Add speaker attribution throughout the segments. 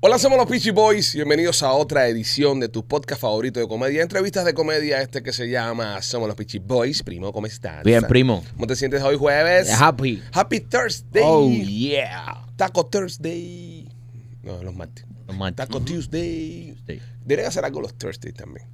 Speaker 1: Hola, somos los Peachy Boys. Bienvenidos a otra edición de tu podcast favorito de comedia. Entrevistas de comedia, este que se llama Somos los Peachy Boys. Primo, ¿cómo estás?
Speaker 2: Bien, primo.
Speaker 1: ¿Cómo te sientes hoy jueves?
Speaker 2: Happy.
Speaker 1: Happy Thursday.
Speaker 2: Oh, yeah.
Speaker 1: Taco Thursday. No, los martes.
Speaker 2: Los martes.
Speaker 1: Taco
Speaker 2: Ujú.
Speaker 1: Tuesday.
Speaker 2: Sí.
Speaker 1: Debería hacer algo los Thursdays también.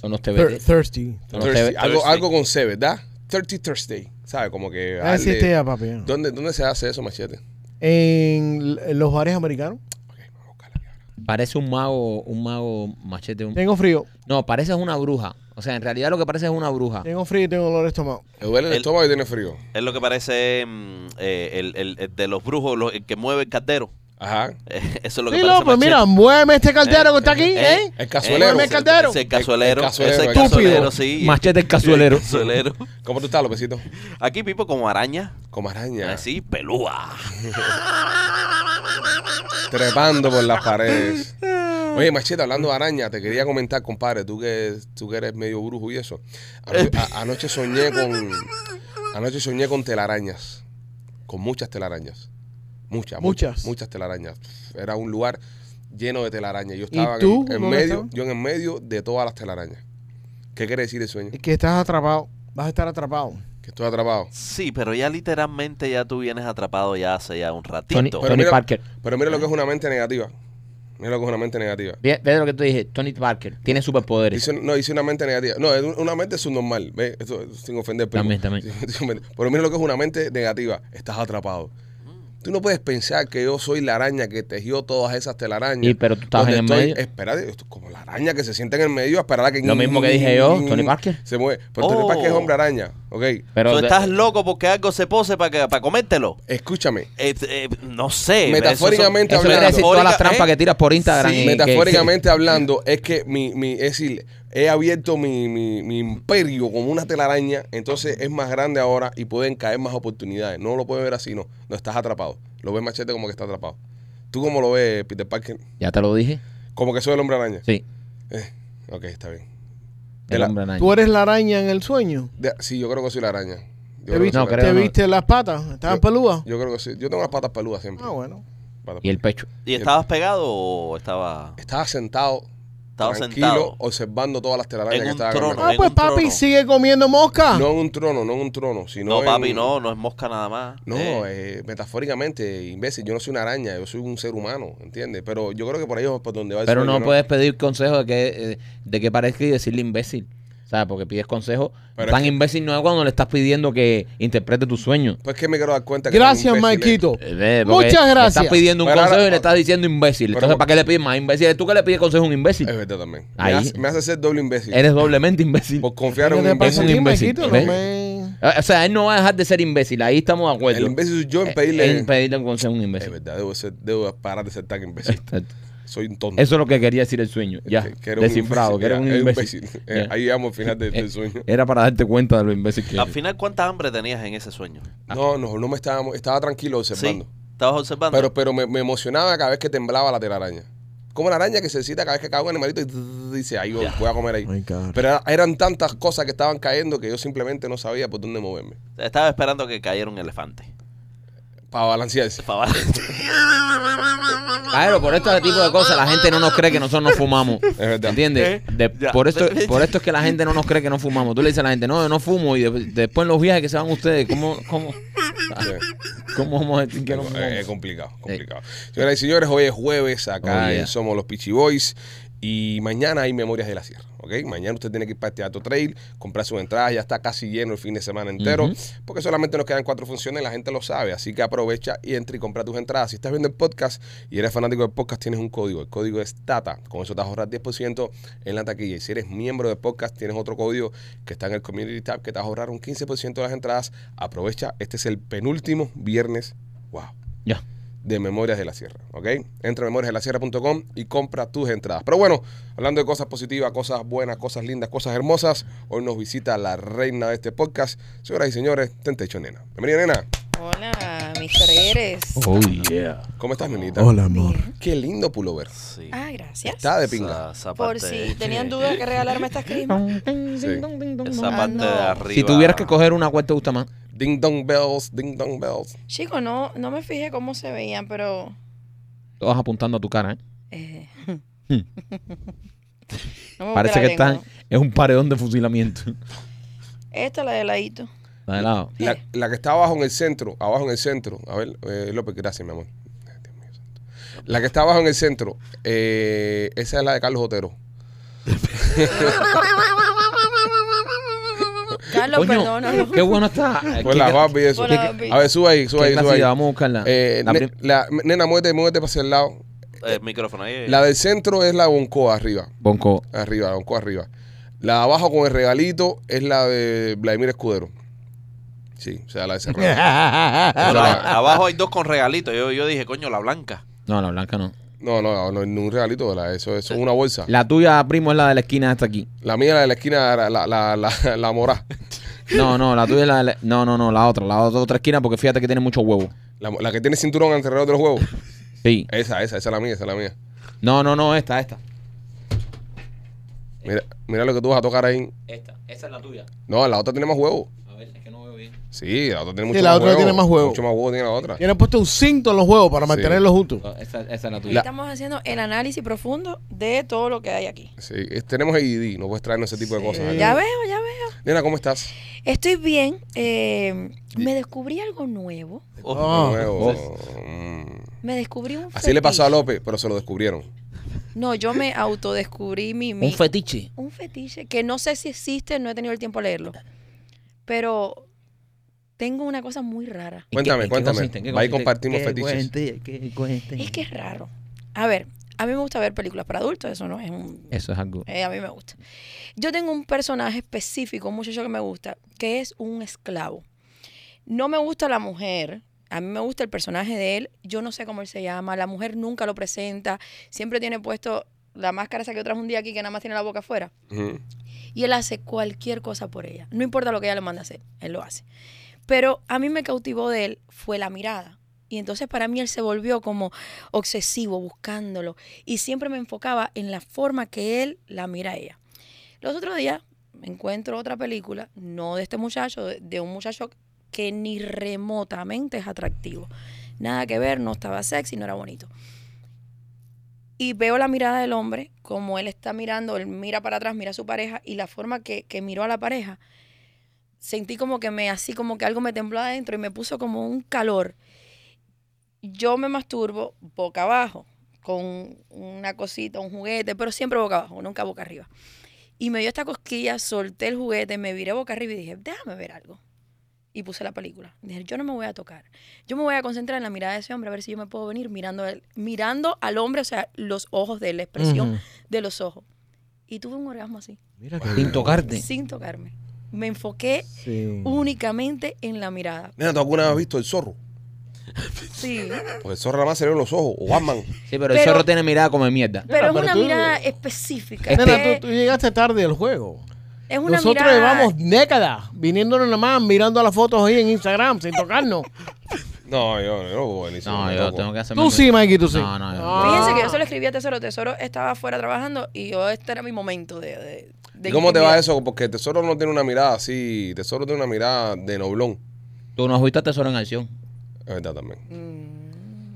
Speaker 2: Son los
Speaker 3: Thir-
Speaker 2: TBT.
Speaker 3: thirsty.
Speaker 2: Son los
Speaker 1: Thursday,
Speaker 2: TBT.
Speaker 1: Algo, algo con C, ¿verdad? Thirsty Thursday. ¿Sabes? Como que.
Speaker 3: Ah, sí,
Speaker 1: darle-
Speaker 3: este ya, papi. ya.
Speaker 1: ¿Dónde, ¿Dónde se hace eso, machete?
Speaker 3: En l- los bares americanos.
Speaker 1: Ok, vamos a buscarla aquí ahora.
Speaker 2: Parece un mago, un mago machete. un-
Speaker 3: Tengo frío.
Speaker 2: No, parece una bruja. O sea, en realidad lo que parece es una bruja.
Speaker 3: Tengo frío y tengo dolor de estómago.
Speaker 1: ¿Te duele el,
Speaker 4: El-
Speaker 1: estómago y tiene frío?
Speaker 4: Es lo que parece mm, eh, el, el- el de los brujos, lo- el que mueve el caldero.
Speaker 1: Ajá.
Speaker 4: Eh, Eso es lo que
Speaker 3: Sí,
Speaker 4: parece.
Speaker 3: López,
Speaker 4: machete.
Speaker 3: mira, muéveme este caldero que está aquí,
Speaker 4: eh,
Speaker 3: ¿eh?
Speaker 1: El
Speaker 4: Eh,
Speaker 1: cazuelero.
Speaker 3: Muéveme el caldero.
Speaker 4: Ese es el cazuelero.
Speaker 1: El cazuelero,
Speaker 4: Ese es el
Speaker 1: el
Speaker 4: cazuelero,
Speaker 1: estúpido.
Speaker 4: sí.
Speaker 2: Machete el cazuelero.
Speaker 4: El cazuelero.
Speaker 1: ¿Cómo tú estás, Lopecito?
Speaker 4: Aquí Pipo como araña.
Speaker 1: Como araña.
Speaker 4: Así, pelúa.
Speaker 1: Trepando por las paredes.
Speaker 3: Ah.
Speaker 1: Oye, Machete, hablando de araña, te quería comentar, compadre, tú que, tú que eres medio brujo y eso.
Speaker 3: Eh.
Speaker 1: Ano- a- anoche soñé con. Anoche soñé con telarañas. Con muchas telarañas. Muchas. Muchas.
Speaker 3: Muchas.
Speaker 1: Muchas telarañas. Era un lugar lleno de telarañas. Yo estaba en-
Speaker 3: tú,
Speaker 1: en,
Speaker 3: dónde
Speaker 1: medio,
Speaker 3: estabas?
Speaker 1: yo en el medio de todas las telarañas. ¿Qué quiere decir el sueño?
Speaker 3: Que estás atrapado. Vas a estar atrapado.
Speaker 1: Que estoy atrapado.
Speaker 4: Sí, pero ya literalmente ya tú vienes atrapado ya hace ya un
Speaker 2: Tony,
Speaker 4: ratito.
Speaker 2: Tony
Speaker 1: mira-
Speaker 2: Parker.
Speaker 1: Pero mira lo que es una mente negativa. Mira lo que es una mente negativa.
Speaker 2: Ve, ve lo que te dije. Tony Parker tiene superpoderes.
Speaker 1: Dice, no, dice una mente negativa. No, es un- una mente subnormal. ¿ves? Eso, sin ofender. primo.
Speaker 2: También, también.
Speaker 1: Sin ofender. Pero mira lo que es una mente negativa. Estás atrapado. Tú no puedes pensar que yo soy la araña que tejió todas esas telarañas.
Speaker 2: Y, pero tú estabas
Speaker 1: Donde
Speaker 2: en el
Speaker 1: estoy-
Speaker 2: medio.
Speaker 1: Espérate, esto es como la araña que se sienta en el medio a esperar a que...
Speaker 2: Lo mismo que dije yo, Tony Parker.
Speaker 1: Se mueve. Pero Tony
Speaker 4: Oh.
Speaker 1: Parker es hombre araña. Ok.
Speaker 2: Pero
Speaker 4: Tú
Speaker 2: de-
Speaker 4: estás loco porque algo se pose para que- para comértelo.
Speaker 1: Escúchame.
Speaker 4: Eh, eh, no sé. eso son-
Speaker 1: Metafóricamente
Speaker 2: eso quiere
Speaker 1: hablando.
Speaker 2: decir todas las trampas
Speaker 4: eh,
Speaker 2: que tiras por Instagram.
Speaker 1: Sí,
Speaker 2: y que-
Speaker 1: metafóricamente hablando, es que mi, mi- es decir, he abierto mi, mi- mi imperio como una telaraña, entonces es más grande ahora y pueden caer más oportunidades. No lo puedes ver así, no. No estás atrapado. Lo ves machete como que está atrapado. ¿Tú cómo lo ves, Peter Parker?
Speaker 2: Ya te lo dije.
Speaker 1: Como que soy el hombre araña.
Speaker 2: Sí.
Speaker 1: Eh, ok, está bien. De
Speaker 2: El
Speaker 1: la-
Speaker 2: hombre araña.
Speaker 3: Tú eres la araña en el sueño.
Speaker 1: de- sí, yo creo que soy la araña. Yo
Speaker 3: ¿Te
Speaker 1: creo, que
Speaker 3: viste,
Speaker 1: soy
Speaker 2: No,
Speaker 1: la-
Speaker 2: creo
Speaker 3: te
Speaker 2: no.
Speaker 3: viste las patas? ¿Estaban
Speaker 1: Yo-
Speaker 3: peludas?
Speaker 1: yo creo que sí. Yo tengo las patas peludas siempre.
Speaker 3: Ah, bueno.
Speaker 1: Patas
Speaker 2: Y el pecho.
Speaker 4: ¿Y estabas pegado o estaba,
Speaker 1: Estaba sentado,
Speaker 4: estaba
Speaker 1: tranquilo,
Speaker 4: sentado?
Speaker 1: observando todas las telarañas
Speaker 4: En
Speaker 1: que
Speaker 4: un
Speaker 1: estaban
Speaker 4: trono.
Speaker 1: caminando.
Speaker 3: Ah,
Speaker 4: en
Speaker 3: pues
Speaker 4: un
Speaker 3: papi,
Speaker 4: trono.
Speaker 3: sigue comiendo mosca.
Speaker 1: No en un trono, no en un trono, sino
Speaker 4: No,
Speaker 1: en-
Speaker 4: papi, no, no es mosca nada más.
Speaker 1: No,
Speaker 4: Eh,
Speaker 1: eh, metafóricamente, imbécil, yo no soy una araña, yo soy un ser humano, ¿entiendes? Pero yo creo que por ahí es por donde va el
Speaker 2: Pero
Speaker 1: sueño,
Speaker 2: no puedes pedir consejo de que, eh, de que parezca y decirle imbécil. ¿Sabes? Porque pides consejo.
Speaker 1: Pero
Speaker 2: Tan
Speaker 1: es que-
Speaker 2: imbécil no es cuando le estás pidiendo que interprete tu sueño.
Speaker 1: Pues que me quiero dar cuenta que soy
Speaker 3: Gracias,
Speaker 1: un imbécil, eh.
Speaker 3: Maikito.
Speaker 2: Eh, ve, porque
Speaker 3: Muchas
Speaker 2: le
Speaker 3: gracias.
Speaker 2: Estás pidiendo un
Speaker 1: Pero
Speaker 2: consejo
Speaker 1: ahora-
Speaker 2: y le estás diciendo imbécil.
Speaker 1: Pero-
Speaker 2: Entonces, ¿para qué le pides más imbécil? Eres tú que le pides consejo a un imbécil.
Speaker 1: eh. Es verdad también. Me
Speaker 2: Ahí.
Speaker 1: hace, me hace ser doble imbécil.
Speaker 2: Eres doblemente imbécil.
Speaker 1: Por confiar en
Speaker 3: ¿Qué
Speaker 1: un
Speaker 3: te pasa a
Speaker 1: imbécil.
Speaker 2: un
Speaker 3: ti,
Speaker 2: imbécil,
Speaker 3: Maikito? No
Speaker 2: ¿ves?
Speaker 3: me-
Speaker 2: O sea, él no va a dejar de ser imbécil. Ahí estamos de acuerdo.
Speaker 1: El imbécil soy
Speaker 2: Eh,
Speaker 1: yo en pedirle. Eh,
Speaker 2: En pedirle un consejo a un
Speaker 1: Es
Speaker 2: imbécil.
Speaker 1: verdad, debo, ser- debo parar de ser tan imbécil.
Speaker 2: Exacto.
Speaker 1: Soy un tonto.
Speaker 2: Eh, Eso es lo que quería decir el sueño. Ya.
Speaker 1: Que- que era un
Speaker 2: Descifrado,
Speaker 1: imbécil,
Speaker 2: que era
Speaker 1: ya,
Speaker 2: un
Speaker 1: era
Speaker 2: imbécil.
Speaker 1: Eh,
Speaker 2: Ya.
Speaker 1: Ahí llegamos al final de-
Speaker 2: Eh,
Speaker 1: del sueño.
Speaker 2: Era para darte cuenta de lo imbécil eh, que
Speaker 4: Al
Speaker 2: eres.
Speaker 4: final, ¿cuánta hambre tenías en ese sueño?
Speaker 2: ah.
Speaker 1: No, no, no me estábamos, estaba tranquilo observando.
Speaker 4: Sí, estabas observando.
Speaker 1: Pero, pero me, me emocionaba cada vez que temblaba la telaraña. Como la araña que se excita cada vez que cae un animalito y zzzz dice, ahí voy, voy a comer ahí.
Speaker 3: My God.
Speaker 1: Pero era- eran tantas cosas que estaban cayendo que yo simplemente no sabía por dónde moverme.
Speaker 4: Estaba esperando que cayera un elefante.
Speaker 1: Para balancearse.
Speaker 4: Pa' abajo.
Speaker 2: Claro, por este tipo de cosas la gente no nos cree que nosotros no fumamos.
Speaker 1: verdad.
Speaker 2: ¿Entiendes?
Speaker 4: Eh,
Speaker 2: De-
Speaker 4: ya.
Speaker 2: por, esto, por esto es que la gente no nos cree que no fumamos. Tú le dices a la gente, no, yo no fumo. Y de- después en los viajes que se van ustedes, ¿cómo, cómo,
Speaker 1: Sí.
Speaker 2: cómo vamos a decir que no
Speaker 1: Es-
Speaker 2: fumamos?
Speaker 1: eh, es complicado, complicado. Señoras y señores, hoy es jueves acá
Speaker 2: Oh, yeah.
Speaker 1: en Somos los Peachy Boys y mañana hay Memorias de la Sierra, ¿ok? Mañana usted tiene que ir para el Teatro Trail, comprar sus entradas, ya está casi lleno el fin de semana entero,
Speaker 2: Ujú.
Speaker 1: porque solamente nos quedan cuatro funciones, la gente lo sabe, así que aprovecha y entra y compra tus entradas. Si estás viendo el podcast y eres fanático del podcast, tienes un código, el código es TATA, con eso te ahorras 10% en la taquilla. Y si eres miembro del podcast, tienes otro código que está en el Community Tab que te ahorrar un 15% de las entradas. Aprovecha, este es el penúltimo viernes. ¡Wow!
Speaker 2: Ya.
Speaker 1: de Memorias de la Sierra, ¿ok? Entra a memoriasdelasierra.com y compra tus entradas. Pero bueno, hablando de cosas positivas, cosas buenas, cosas lindas, cosas hermosas, hoy nos visita la reina de este podcast, señoras y señores, Tentecho Nena. Bienvenida, Nena.
Speaker 5: Hola, mis Pérez.
Speaker 2: Oh, yeah.
Speaker 1: ¿Cómo estás, Nenita?
Speaker 3: Hola, amor.
Speaker 1: Qué lindo pullover.
Speaker 4: Sí.
Speaker 5: Ah, gracias.
Speaker 1: Está de pinga.
Speaker 4: Esa- esa
Speaker 5: Por
Speaker 4: parte-
Speaker 5: si tenían dudas que regalarme estas crismas.
Speaker 1: Sí.
Speaker 4: Esa
Speaker 5: Ah,
Speaker 4: parte
Speaker 5: no.
Speaker 4: de arriba.
Speaker 2: Si tuvieras que coger una, ¿cuál te gusta más?
Speaker 5: Eh.
Speaker 1: Ding dong bells, ding dong bells.
Speaker 5: Chicos, no, no me fijé cómo se veían, pero
Speaker 2: Todas apuntando a tu cara, ¿eh?
Speaker 5: Eh,
Speaker 2: Hmm.
Speaker 5: no me
Speaker 2: Parece
Speaker 5: busque la
Speaker 2: que están.
Speaker 5: lengua.
Speaker 2: Es un paredón de fusilamiento.
Speaker 5: Esta la de ladito.
Speaker 2: Está de lado.
Speaker 1: La, la que está abajo en el centro, abajo en el centro. A ver, eh, López, gracias, mi amor. Ay, Dios mío, santo. La que está abajo en el centro, eh, esa es la de Carlos Otero.
Speaker 5: Carlos,
Speaker 2: Coño,
Speaker 5: perdónalo.
Speaker 2: Qué bueno está.
Speaker 1: Pues
Speaker 2: Qué-
Speaker 1: la Barbie, eso.
Speaker 5: Fue la Barbie.
Speaker 1: A ver, sube ahí, sube
Speaker 2: qué
Speaker 1: ahí, sube
Speaker 2: clasidad.
Speaker 1: ahí.
Speaker 2: Vamos a
Speaker 3: Ah,
Speaker 2: buscarla.
Speaker 1: Eh,
Speaker 2: La
Speaker 1: ne-
Speaker 2: prim-
Speaker 1: la- nena, muévete, muévete para el lado.
Speaker 4: El micrófono ahí.
Speaker 1: La del centro es la Boncoa arriba.
Speaker 2: Bonco.
Speaker 1: Arriba, Boncoa arriba. La de abajo con el regalito es la de Vladimir Escudero. Sí, o sea, la de ese regalo. Esa
Speaker 4: Pero a-
Speaker 1: la-
Speaker 4: Ah, abajo hay dos con regalitos. Yo, yo dije, coño, la blanca.
Speaker 2: No, la blanca no.
Speaker 1: No, no, no, ni un regalito, la- eso, eso es una bolsa.
Speaker 2: La tuya, primo, es la de la esquina hasta aquí.
Speaker 1: La mía, la de la esquina, la, la, la, la, la morá.
Speaker 2: No, no, la tuya es la de la- No, no, no, la otra. La otra, otra esquina porque fíjate que tiene mucho huevo.
Speaker 1: La, la que tiene cinturón alrededor de los huevos.
Speaker 2: Sí.
Speaker 1: Esa, esa, esa es la mía, esa es la mía.
Speaker 2: No, no, no, esta, esta.
Speaker 1: Mira, mira lo que tú vas a tocar ahí.
Speaker 2: Esta, esa es la tuya.
Speaker 1: No, la otra tiene más huevos.
Speaker 2: A ver, es que no veo bien.
Speaker 1: Sí, la otra tiene
Speaker 3: Sí,
Speaker 1: mucho
Speaker 3: la
Speaker 1: más
Speaker 3: otra
Speaker 1: huevo.
Speaker 3: tiene más huevo.
Speaker 1: Mucho más huevo tiene la otra.
Speaker 3: Tienen puesto un cinto en los huevos para
Speaker 1: Sí.
Speaker 3: mantenerlos juntos.
Speaker 2: Esa, esa es la
Speaker 5: Aquí
Speaker 2: tuya.
Speaker 5: Estamos haciendo el análisis profundo de todo lo que hay aquí.
Speaker 1: Sí, es- tenemos ADD, no puedes traernos ese tipo de cosas.
Speaker 5: Eh,
Speaker 1: ¿eh?
Speaker 5: ya veo, ya veo.
Speaker 1: Nena, ¿cómo estás?
Speaker 5: Estoy bien. eh, me descubrí algo nuevo.
Speaker 4: Oh,
Speaker 3: Ah,
Speaker 1: Nuevo.
Speaker 2: oh.
Speaker 1: Mm.
Speaker 5: Me descubrí un
Speaker 1: Así le pasó a
Speaker 5: fetiche.
Speaker 1: López, pero se lo descubrieron.
Speaker 5: No, yo me autodescubrí mi, mi
Speaker 2: Un fetiche.
Speaker 5: un fetiche que no sé si existe, no he tenido el tiempo de leerlo. Pero tengo una cosa muy rara.
Speaker 2: ¿En
Speaker 1: Cuéntame,
Speaker 2: en
Speaker 1: cuéntame.
Speaker 2: consiste? ¿En qué
Speaker 1: Ahí
Speaker 2: consiste?
Speaker 1: compartimos
Speaker 2: Que
Speaker 1: fetiches.
Speaker 2: cuente, que cuente.
Speaker 5: Es que es raro. A ver, a mí me gusta ver películas para adultos, eso no es un...
Speaker 2: Eso es algo.
Speaker 5: eh, a mí me gusta. Yo tengo un personaje específico, un muchacho que me gusta, que es un esclavo. No me gusta la mujer, a mí me gusta el personaje de él, yo no sé cómo él se llama, la mujer nunca lo presenta, siempre tiene puesto la máscara esa que yo traje un día aquí que nada más tiene la boca afuera.
Speaker 1: Ujú.
Speaker 5: y él hace cualquier cosa por ella. No importa lo que ella le manda a hacer, él lo hace. Pero a mí me cautivó de él fue la mirada. Y entonces para mí él se volvió como obsesivo buscándolo y siempre me enfocaba en la forma que él la mira a ella. Los otros días me encuentro otra película, no de este muchacho, de- de un muchacho que ni remotamente es atractivo. Nada que ver, no estaba sexy, no era bonito. Y veo la mirada del hombre, como él está mirando, él mira para atrás, mira a su pareja, y la forma que, que miró a la pareja, sentí como que me, así como que algo me tembló adentro y me puso como un calor. Yo me masturbo boca abajo, con una cosita, un juguete, pero siempre boca abajo, nunca boca arriba. Y me dio esta cosquilla, solté el juguete, me viré boca arriba y dije, déjame ver algo. Y puse la película. Dije, yo no me voy a tocar. Yo me voy a concentrar en la mirada de ese hombre, a ver si yo me puedo venir mirando, a él- mirando al hombre, o sea, los ojos de él, la
Speaker 2: Mm.
Speaker 5: expresión
Speaker 3: Ujú.
Speaker 5: de los ojos. Y tuve un orgasmo así,
Speaker 3: Mira
Speaker 2: Sin tocarte.
Speaker 5: sin tocarme. Me enfoqué
Speaker 3: Sí.
Speaker 5: únicamente en la mirada.
Speaker 1: Nena, ¿tú alguna vez has visto el zorro?
Speaker 5: Sí.
Speaker 1: Porque el zorro nada más se le ven los ojos. O Batman.
Speaker 2: Sí, pero, el
Speaker 5: Pero-
Speaker 2: zorro tiene mirada como de mierda.
Speaker 5: Pero es
Speaker 3: pero
Speaker 5: una
Speaker 3: tú-
Speaker 5: mirada específica.
Speaker 2: Nena,
Speaker 5: que
Speaker 3: Nena, tú, tú llegaste tarde al juego.
Speaker 5: es una
Speaker 3: Nosotros
Speaker 5: mirada.
Speaker 3: llevamos décadas viniéndonos nada más, mirando las fotos ahí en Instagram sin tocarnos.
Speaker 1: No, yo, yo no voy ni
Speaker 2: No, yo tengo que hacer
Speaker 3: Tú sí, Mikey, tú sí.
Speaker 2: No, no, yo-
Speaker 3: Ah.
Speaker 5: Fíjense que yo se lo escribí a Tesoro. Tesoro estaba afuera trabajando y yo este era mi momento de. de- de
Speaker 1: ¿Y cómo te
Speaker 5: intimidad.
Speaker 1: va eso? Porque Tesoro no tiene una mirada así. Tesoro tiene una mirada de noblón.
Speaker 2: Tú no has visto a Tesoro en acción.
Speaker 1: Es verdad también.
Speaker 5: Mm.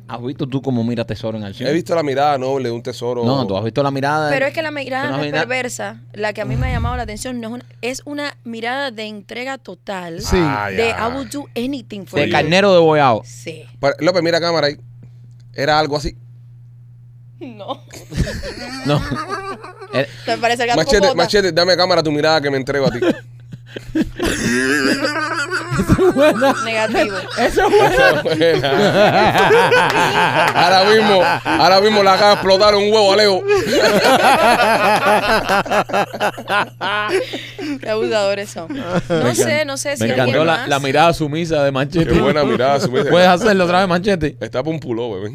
Speaker 2: ¿Has visto tú cómo mira Tesoro en acción?
Speaker 1: He visto la mirada noble de un tesoro.
Speaker 2: No, tú has visto la mirada.
Speaker 5: Pero es que la
Speaker 2: Tú
Speaker 5: mirada
Speaker 2: no
Speaker 5: no
Speaker 2: has
Speaker 5: es
Speaker 2: mirado-
Speaker 5: perversa. La que a mí me ha llamado la atención no es una, es una mirada de entrega total.
Speaker 3: Sí.
Speaker 1: Ah,
Speaker 5: De
Speaker 1: ya.
Speaker 5: I would do anything for
Speaker 2: De
Speaker 5: you.
Speaker 2: carnero de boyao.
Speaker 5: Sí.
Speaker 1: Pero, López, mira la cámara ahí. Era algo así.
Speaker 5: No.
Speaker 2: No. Eh,
Speaker 5: Te parece el gato con
Speaker 1: Machete,
Speaker 5: botas.
Speaker 1: machete, dame cámara tu mirada que me entrego a ti.
Speaker 5: Negativo.
Speaker 1: ahora mismo, ahora mismo la acaba de explotar un huevo a Leo.
Speaker 5: Qué abusadores son. No sé, no sé si
Speaker 2: Me
Speaker 5: alguien
Speaker 2: encantó la,
Speaker 5: más.
Speaker 2: la mirada sumisa de Manchete.
Speaker 1: Qué buena mirada. su vez.
Speaker 2: Puedes hacerlo otra vez, Manchete.
Speaker 1: Está para un puló, bebé.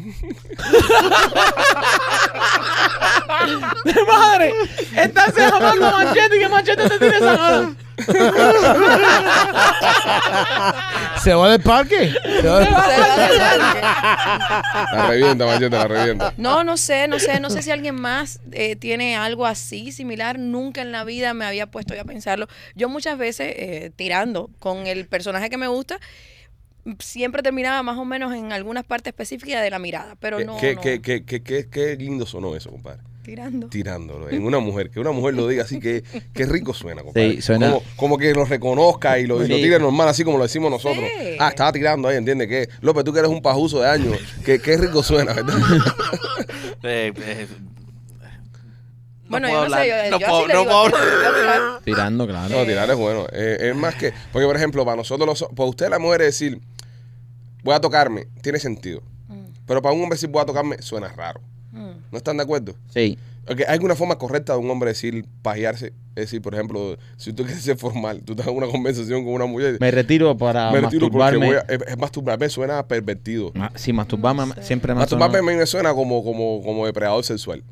Speaker 2: ¡Madre! Estás llamando a Manchete y que Manchete te tiene esa
Speaker 3: ¿Se va del parque? Se va del
Speaker 5: Se
Speaker 3: parque.
Speaker 5: va del parque.
Speaker 1: La revienta, machete, la revienta.
Speaker 5: No, no sé, no sé, no sé si alguien más eh, tiene algo así similar. Nunca en la vida me había puesto yo a pensarlo. Yo muchas veces eh, tirando con el personaje que me gusta, siempre terminaba más o menos en algunas partes específicas de la mirada, pero
Speaker 1: ¿Qué,
Speaker 5: no,
Speaker 1: qué,
Speaker 5: no,
Speaker 1: qué- qué- qué- qué- qué lindo sonó eso, compadre.
Speaker 5: tirando.
Speaker 1: Tirándolo en una mujer. Que una mujer lo diga así, que qué rico suena, compadre.
Speaker 2: Sí, suena-
Speaker 1: Como, como que lo reconozca y lo, y lo
Speaker 2: Sí.
Speaker 1: tire normal, así como lo decimos nosotros.
Speaker 5: Sí.
Speaker 1: Ah, estaba tirando ahí, ¿entiendes? Que, López, tú que eres un pajuso de años. que qué rico suena, ¿verdad?
Speaker 4: Eh, eh, no
Speaker 5: bueno,
Speaker 4: puedo
Speaker 5: yo no sé,
Speaker 4: hablar,
Speaker 5: yo,
Speaker 4: no
Speaker 5: yo
Speaker 4: puedo-
Speaker 5: así le
Speaker 4: no
Speaker 5: digo,
Speaker 4: puedo
Speaker 5: yo
Speaker 4: hablar.
Speaker 5: así le digo.
Speaker 2: Tirando, claro.
Speaker 1: No, tirar es bueno. Eh, es más que. Porque, por ejemplo, para nosotros los. Para usted, la mujer, decir. Voy a tocarme. Tiene sentido. Pero para un hombre decir voy a tocarme suena raro.
Speaker 5: Mm,
Speaker 1: ¿No están de acuerdo?
Speaker 2: Sí.
Speaker 1: Ok, ¿Hay alguna forma correcta de un hombre decir pajearse? Es decir, por ejemplo, si tú quieres ser formal, tú estás en una conversación con una mujer.
Speaker 2: Me retiro para
Speaker 1: Me retiro porque
Speaker 2: masturbarme.
Speaker 1: voy a- es, es masturbarme suena pervertido.
Speaker 2: Ma- Sí, masturbarme
Speaker 5: No sé.
Speaker 2: siempre más
Speaker 1: Masturbarme a mí me suena como, como, como depredador sexual.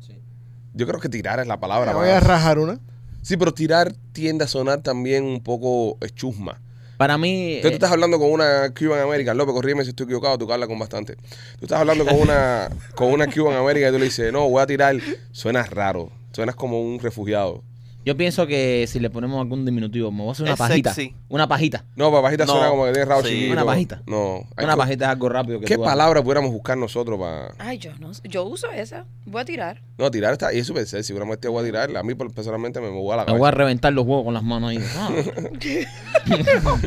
Speaker 1: Yo creo que tirar es la palabra.
Speaker 3: Me voy a
Speaker 1: más-
Speaker 3: rajar una.
Speaker 1: Sí, pero tirar tiende a sonar también un poco eh, chusma.
Speaker 2: Para mí...
Speaker 1: Entonces tú
Speaker 2: eh,
Speaker 1: estás hablando con una Cuban American, López, corrígeme si estoy equivocado, tú que hablas con bastante. Tú estás hablando con una, con una Cuban American y tú le dices, no, voy a tirar, suenas raro, suenas como un refugiado.
Speaker 2: Yo pienso que si le ponemos algún diminutivo, me voy a hacer una
Speaker 4: Es
Speaker 2: pajita.
Speaker 4: sexy.
Speaker 2: Una pajita.
Speaker 1: No, papajita
Speaker 4: No,
Speaker 1: suena como que tiene rabo
Speaker 4: sí.
Speaker 1: chiquito.
Speaker 2: Una pajita.
Speaker 1: No. hay
Speaker 2: Una
Speaker 1: que-
Speaker 2: pajita es algo rápido que
Speaker 1: ¿Qué
Speaker 2: tú hagas.
Speaker 1: palabra pudiéramos buscar nosotros para...?
Speaker 5: Ay, yo no sé. Yo uso esa. Voy a tirar.
Speaker 1: No, tirar está... Y es súper sexy, una mujer te voy a tirar, a mí personalmente me voy a la
Speaker 2: Me voy a
Speaker 1: cabeza.
Speaker 2: reventar los huevos con las manos ahí. Ah.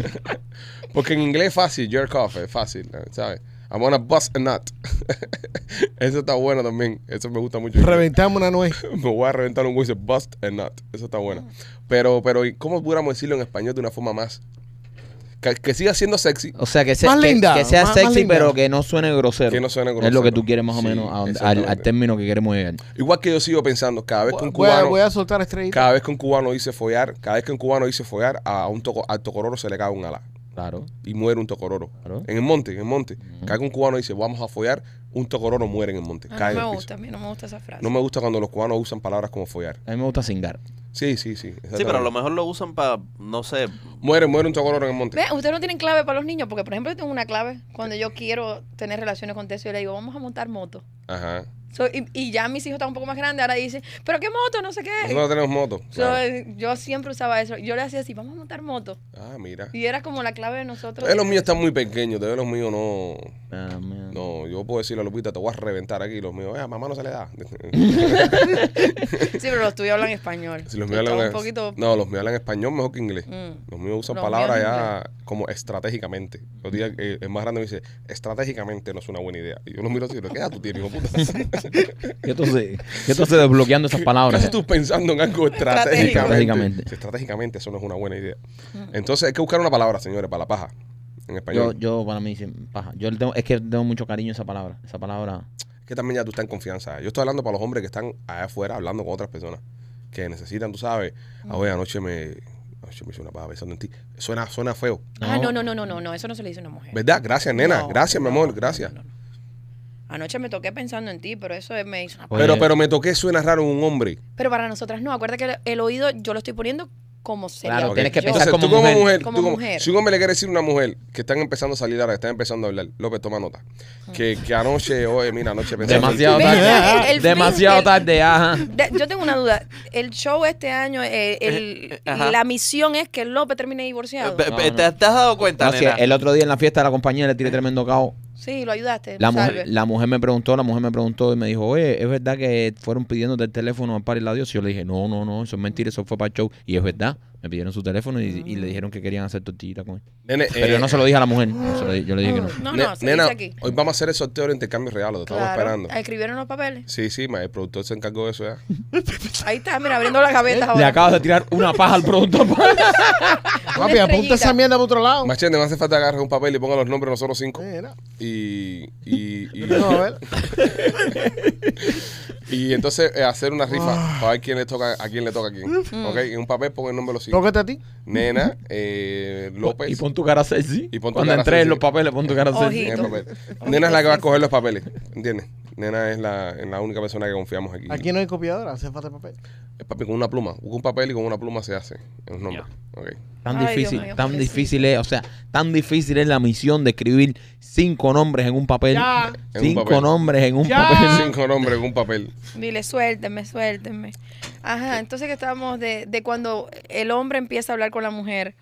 Speaker 1: Porque en inglés es fácil, jerk off, es fácil, ¿sabes? I'm gonna bust a nut. Eso está bueno también, eso me gusta mucho.
Speaker 3: Reventamos una nuez.
Speaker 1: Me voy a reventar un whistle. Bust and not. Eso está bueno. Pero, pero, ¿y ¿cómo pudiéramos decirlo en español de una forma más? Que, que siga siendo sexy.
Speaker 2: O sea, que, se-
Speaker 3: Más
Speaker 2: que-
Speaker 3: linda,
Speaker 2: que sea
Speaker 3: más- más
Speaker 2: sexy,
Speaker 3: linda.
Speaker 2: pero que no suene grosero.
Speaker 1: Que no suene
Speaker 2: Es lo
Speaker 1: grosero.
Speaker 2: que tú quieres más o
Speaker 1: Sí,
Speaker 2: menos a- al- al,
Speaker 1: exactamente.
Speaker 2: término que queremos llegar.
Speaker 1: Igual que yo sigo pensando, cada vez que un
Speaker 3: Voy a,
Speaker 1: cubano,
Speaker 3: voy a soltar estrellitas.
Speaker 1: cada vez que un cubano dice follar, cada vez que un cubano dice follar, a un toco, al tocororo se le cae un ala.
Speaker 2: Claro.
Speaker 1: Y muere un tocororo.
Speaker 2: Claro.
Speaker 1: En el monte, en el monte. Cada vez que un cubano dice vamos a follar, un tocororo muere en el monte.
Speaker 5: Ah,
Speaker 1: cae en
Speaker 5: no
Speaker 1: el
Speaker 5: me
Speaker 1: piso.
Speaker 5: gusta, a mí no me gusta esa frase.
Speaker 1: No me gusta cuando los cubanos usan palabras como follar.
Speaker 2: A mí me gusta cingar.
Speaker 1: Sí, sí, sí.
Speaker 4: Sí, pero a lo
Speaker 1: exactamente.
Speaker 4: mejor lo usan para, no sé,
Speaker 1: Muere, muere un tocororo en el monte.
Speaker 5: Ve, ustedes no tienen clave para los niños, porque por ejemplo yo tengo una clave cuando yo quiero tener relaciones con Tessio, yo le digo, vamos a montar moto.
Speaker 1: Ajá.
Speaker 5: So, y, y ya mis hijos están un poco más grandes, ahora dicen, pero qué moto, no sé qué.
Speaker 1: Nosotros no tenemos moto.
Speaker 5: So,
Speaker 1: claro.
Speaker 5: eh, Yo siempre usaba eso. Yo le hacía así, vamos a montar moto.
Speaker 1: Ah, mira.
Speaker 5: Y era como la clave de nosotros.
Speaker 1: Eh, los míos están muy pequeños, de los míos no.
Speaker 2: Ah, man.
Speaker 1: No, yo puedo decirle a Lupita, te voy a reventar aquí. Los míos, eh, a mamá no se le da.
Speaker 5: Sí, pero los tuyos hablan español.
Speaker 1: Si los
Speaker 5: Tú
Speaker 1: míos
Speaker 5: estás
Speaker 1: hablan,
Speaker 5: un poquito...
Speaker 1: No, los míos hablan español mejor que inglés.
Speaker 5: Mm.
Speaker 1: Los míos usan
Speaker 5: Los
Speaker 1: palabras
Speaker 5: míos
Speaker 1: ya como estratégicamente. Los días, eh, el más grande me dice, estratégicamente no es una buena idea. Y yo los miro así, pero ¿qué edad tú tienes, hijo de puta?
Speaker 2: Yo entonces, yo entonces desbloqueando esas
Speaker 1: ¿Qué
Speaker 2: palabras.
Speaker 1: haces tú pensando en algo estratégicamente?
Speaker 2: Estratégicamente.
Speaker 1: Sí, Estratégicamente eso no es una buena idea.
Speaker 5: Mm.
Speaker 1: Entonces hay que buscar una palabra, señores, para la paja. En
Speaker 2: Yo,
Speaker 1: español.
Speaker 2: yo para mí, sí, paja. Yo le tengo, es que le tengo mucho cariño a esa palabra. Esa palabra.
Speaker 1: que también ya tú estás en confianza. Yo estoy hablando para los hombres que están allá afuera hablando con otras personas que necesitan, tú sabes, ah, oye, anoche me, anoche me hice una paja pensando en ti. Suena, suena feo,
Speaker 5: Ah, no, no, no, no, no, no, eso no se le dice a una mujer.
Speaker 1: ¿verdad? Gracias, nena.
Speaker 5: Eh, No,
Speaker 1: gracias, mi
Speaker 5: no,
Speaker 1: amor.
Speaker 5: no, no,
Speaker 1: Gracias.
Speaker 5: no, no. Anoche me toqué pensando en ti, pero eso me hizo una
Speaker 2: Oye.
Speaker 1: Pero, pero me toqué, suena raro un hombre.
Speaker 5: Pero para nosotras no, acuérdate que el, el oído yo lo estoy poniendo como sería.
Speaker 2: Claro,
Speaker 1: Ok.
Speaker 2: tienes que
Speaker 5: yo.
Speaker 2: pensar
Speaker 1: Entonces,
Speaker 2: como
Speaker 1: tú como
Speaker 2: mujer.
Speaker 1: mujer,
Speaker 5: Como
Speaker 1: tú como-
Speaker 5: mujer.
Speaker 1: Si un hombre le quiere decir a una mujer que están empezando a salir ahora, que están empezando a hablar, López, toma nota. Que, que anoche, oye, mira, anoche pensé.
Speaker 2: Demasiado
Speaker 5: Ve,
Speaker 2: tarde.
Speaker 5: el- el fin
Speaker 2: demasiado
Speaker 5: del-
Speaker 2: tarde, ajá.
Speaker 5: De- yo tengo una duda. El show este año, eh, el-
Speaker 4: Eh, eh, ajá.
Speaker 5: la misión es que López termine
Speaker 1: Eh,
Speaker 5: divorciado.
Speaker 4: Pe-
Speaker 2: No,
Speaker 4: pe-
Speaker 2: no.
Speaker 4: ¿Te, te has dado cuenta,
Speaker 2: No, sí,
Speaker 4: nena?
Speaker 2: el otro día en la fiesta de la compañía le tiré tremendo caos.
Speaker 5: Sí, lo ayudaste.
Speaker 2: La
Speaker 5: lo
Speaker 2: mujer,
Speaker 5: salve.
Speaker 2: la mujer me preguntó, la mujer me preguntó y me dijo, oye, ¿es verdad que fueron pidiéndote el teléfono al par y la Dios? Y yo le dije, no, no, no, eso es mentira, eso fue para el show. Y es verdad, me pidieron su teléfono y, y le dijeron que querían hacer tortillita con él.
Speaker 1: Nene,
Speaker 2: Pero
Speaker 1: eh,
Speaker 2: yo no se lo dije a la mujer, no se lo di- yo le dije que no.
Speaker 5: No,
Speaker 1: ne-
Speaker 5: no, se
Speaker 1: nena,
Speaker 5: dice aquí.
Speaker 1: hoy vamos a hacer el sorteo del intercambio real, lo estamos
Speaker 5: Claro. Ah,
Speaker 1: esperando.
Speaker 5: Escribieron los papeles.
Speaker 1: Sí, sí, ma, el productor se encargó de eso ya.
Speaker 5: Ahí está, mira, abriendo las
Speaker 2: Le
Speaker 5: gavetas ahora.
Speaker 2: acabas de tirar una paja al productor.
Speaker 5: Una
Speaker 3: Papi, apunta
Speaker 5: estrellita.
Speaker 3: esa mierda para otro lado.
Speaker 1: Machete, me hace falta que agarre un papel y ponga los nombres de nosotros cinco.
Speaker 3: Mira.
Speaker 1: Y, y, y,
Speaker 3: No, a ver.
Speaker 1: y entonces eh, hacer una rifa
Speaker 3: Ah.
Speaker 1: para ver quién le toca a quién le toca a quién.
Speaker 3: Mm.
Speaker 1: Ok, en un papel pon el nombre de los cinco.
Speaker 3: Tócate a ti.
Speaker 1: Nena, eh, López.
Speaker 2: Y pon tu cara sexy.
Speaker 1: Y pon tu
Speaker 2: Cuando
Speaker 1: cara
Speaker 2: entres
Speaker 1: sexy.
Speaker 2: en los papeles, pon tu cara
Speaker 1: en
Speaker 5: Ojito.
Speaker 2: sexy.
Speaker 1: el papel. Nena es la que va a coger los papeles, ¿entiendes? Nena es la, es la única persona que confiamos aquí.
Speaker 3: Aquí no hay copiadora, hace falta papel.
Speaker 1: Eh, Papi, con una pluma. Busca un papel y con una pluma se hace. Es un nombre. Ok.
Speaker 2: Tan
Speaker 5: Ay, Dios
Speaker 2: difícil,
Speaker 5: mío,
Speaker 2: tan
Speaker 5: pobrecito.
Speaker 2: difícil es, o sea, tan difícil es la misión de escribir cinco nombres en un papel.
Speaker 3: Ya.
Speaker 1: En un
Speaker 2: Cinco
Speaker 1: papel.
Speaker 2: nombres en un
Speaker 3: Ya.
Speaker 2: papel.
Speaker 1: Cinco nombres con un papel.
Speaker 5: Dile, suélteme, suélteme. Ajá, entonces que estábamos de, de cuando el hombre empieza a hablar con la mujer.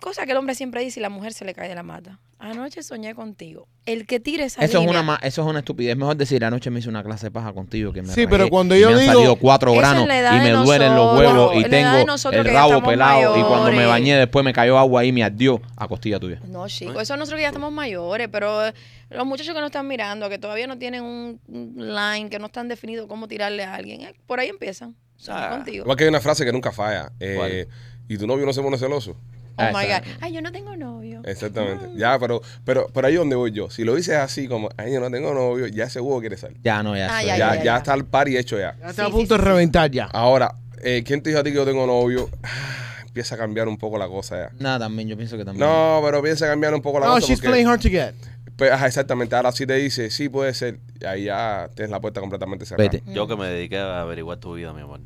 Speaker 5: Cosa que el hombre siempre dice y la mujer se le cae de la mata. Anoche soñé contigo. El que tire esa
Speaker 2: Eso es,
Speaker 5: línea,
Speaker 2: una, ma- eso es una estupidez. Mejor decir, anoche me hice una clase de paja contigo que me
Speaker 3: Sí,
Speaker 2: rayé
Speaker 3: pero cuando
Speaker 2: y
Speaker 3: yo
Speaker 2: me han
Speaker 3: digo-
Speaker 2: salido cuatro
Speaker 5: Esa es
Speaker 2: granos
Speaker 5: la edad
Speaker 2: y
Speaker 5: de
Speaker 2: me duelen los
Speaker 5: nosotros,
Speaker 2: huevos
Speaker 5: la
Speaker 2: y
Speaker 5: edad de
Speaker 2: tengo
Speaker 5: nosotros
Speaker 2: el
Speaker 5: que ya
Speaker 2: rabo
Speaker 5: estamos
Speaker 2: pelado y cuando me
Speaker 5: mayores.
Speaker 2: bañé después me cayó agua ahí y me ardió a costilla tuya.
Speaker 5: No, chicos, eso nosotros que ya estamos mayores, pero eh, los muchachos que nos están mirando, que todavía no tienen un un line, que no están definidos cómo tirarle a alguien, eh, por ahí empiezan. Soñé
Speaker 4: Ah.
Speaker 5: contigo.
Speaker 1: Igual que hay una frase que nunca falla. eh,
Speaker 2: ¿Cuál?
Speaker 1: y tu novio no se pone celoso.
Speaker 5: Oh
Speaker 2: Ah,
Speaker 5: my
Speaker 2: esa-
Speaker 5: God. Ay, yo no tengo novio.
Speaker 1: Exactamente. Ya, pero, pero, pero ahí es donde voy yo. Si lo dices así, como, ay, yo no tengo novio, ya ese huevo quiere salir.
Speaker 2: Ya no, ya.
Speaker 5: Ah,
Speaker 2: eso
Speaker 1: Ya,
Speaker 2: es-
Speaker 1: ya,
Speaker 5: ya, ya.
Speaker 1: está el party hecho ya.
Speaker 3: Ya
Speaker 5: Sí,
Speaker 3: está a
Speaker 5: sí,
Speaker 3: punto
Speaker 5: sí,
Speaker 3: de reventar ya.
Speaker 1: Ahora, eh, ¿quién te dijo a ti que yo tengo novio? Ah, Empieza a cambiar un poco la cosa ya.
Speaker 2: Nada, también yo pienso que también.
Speaker 1: No, pero piensa cambiar un poco la
Speaker 3: No,
Speaker 1: cosa.
Speaker 3: she's
Speaker 1: porque-
Speaker 3: playing hard to get.
Speaker 1: Pues, ajá, exactamente. Ahora sí te dice, sí puede ser. Y ahí ya tienes la puerta completamente cerrada.
Speaker 2: Vete.
Speaker 4: Yo que me dediqué a averiguar tu vida, mi amor.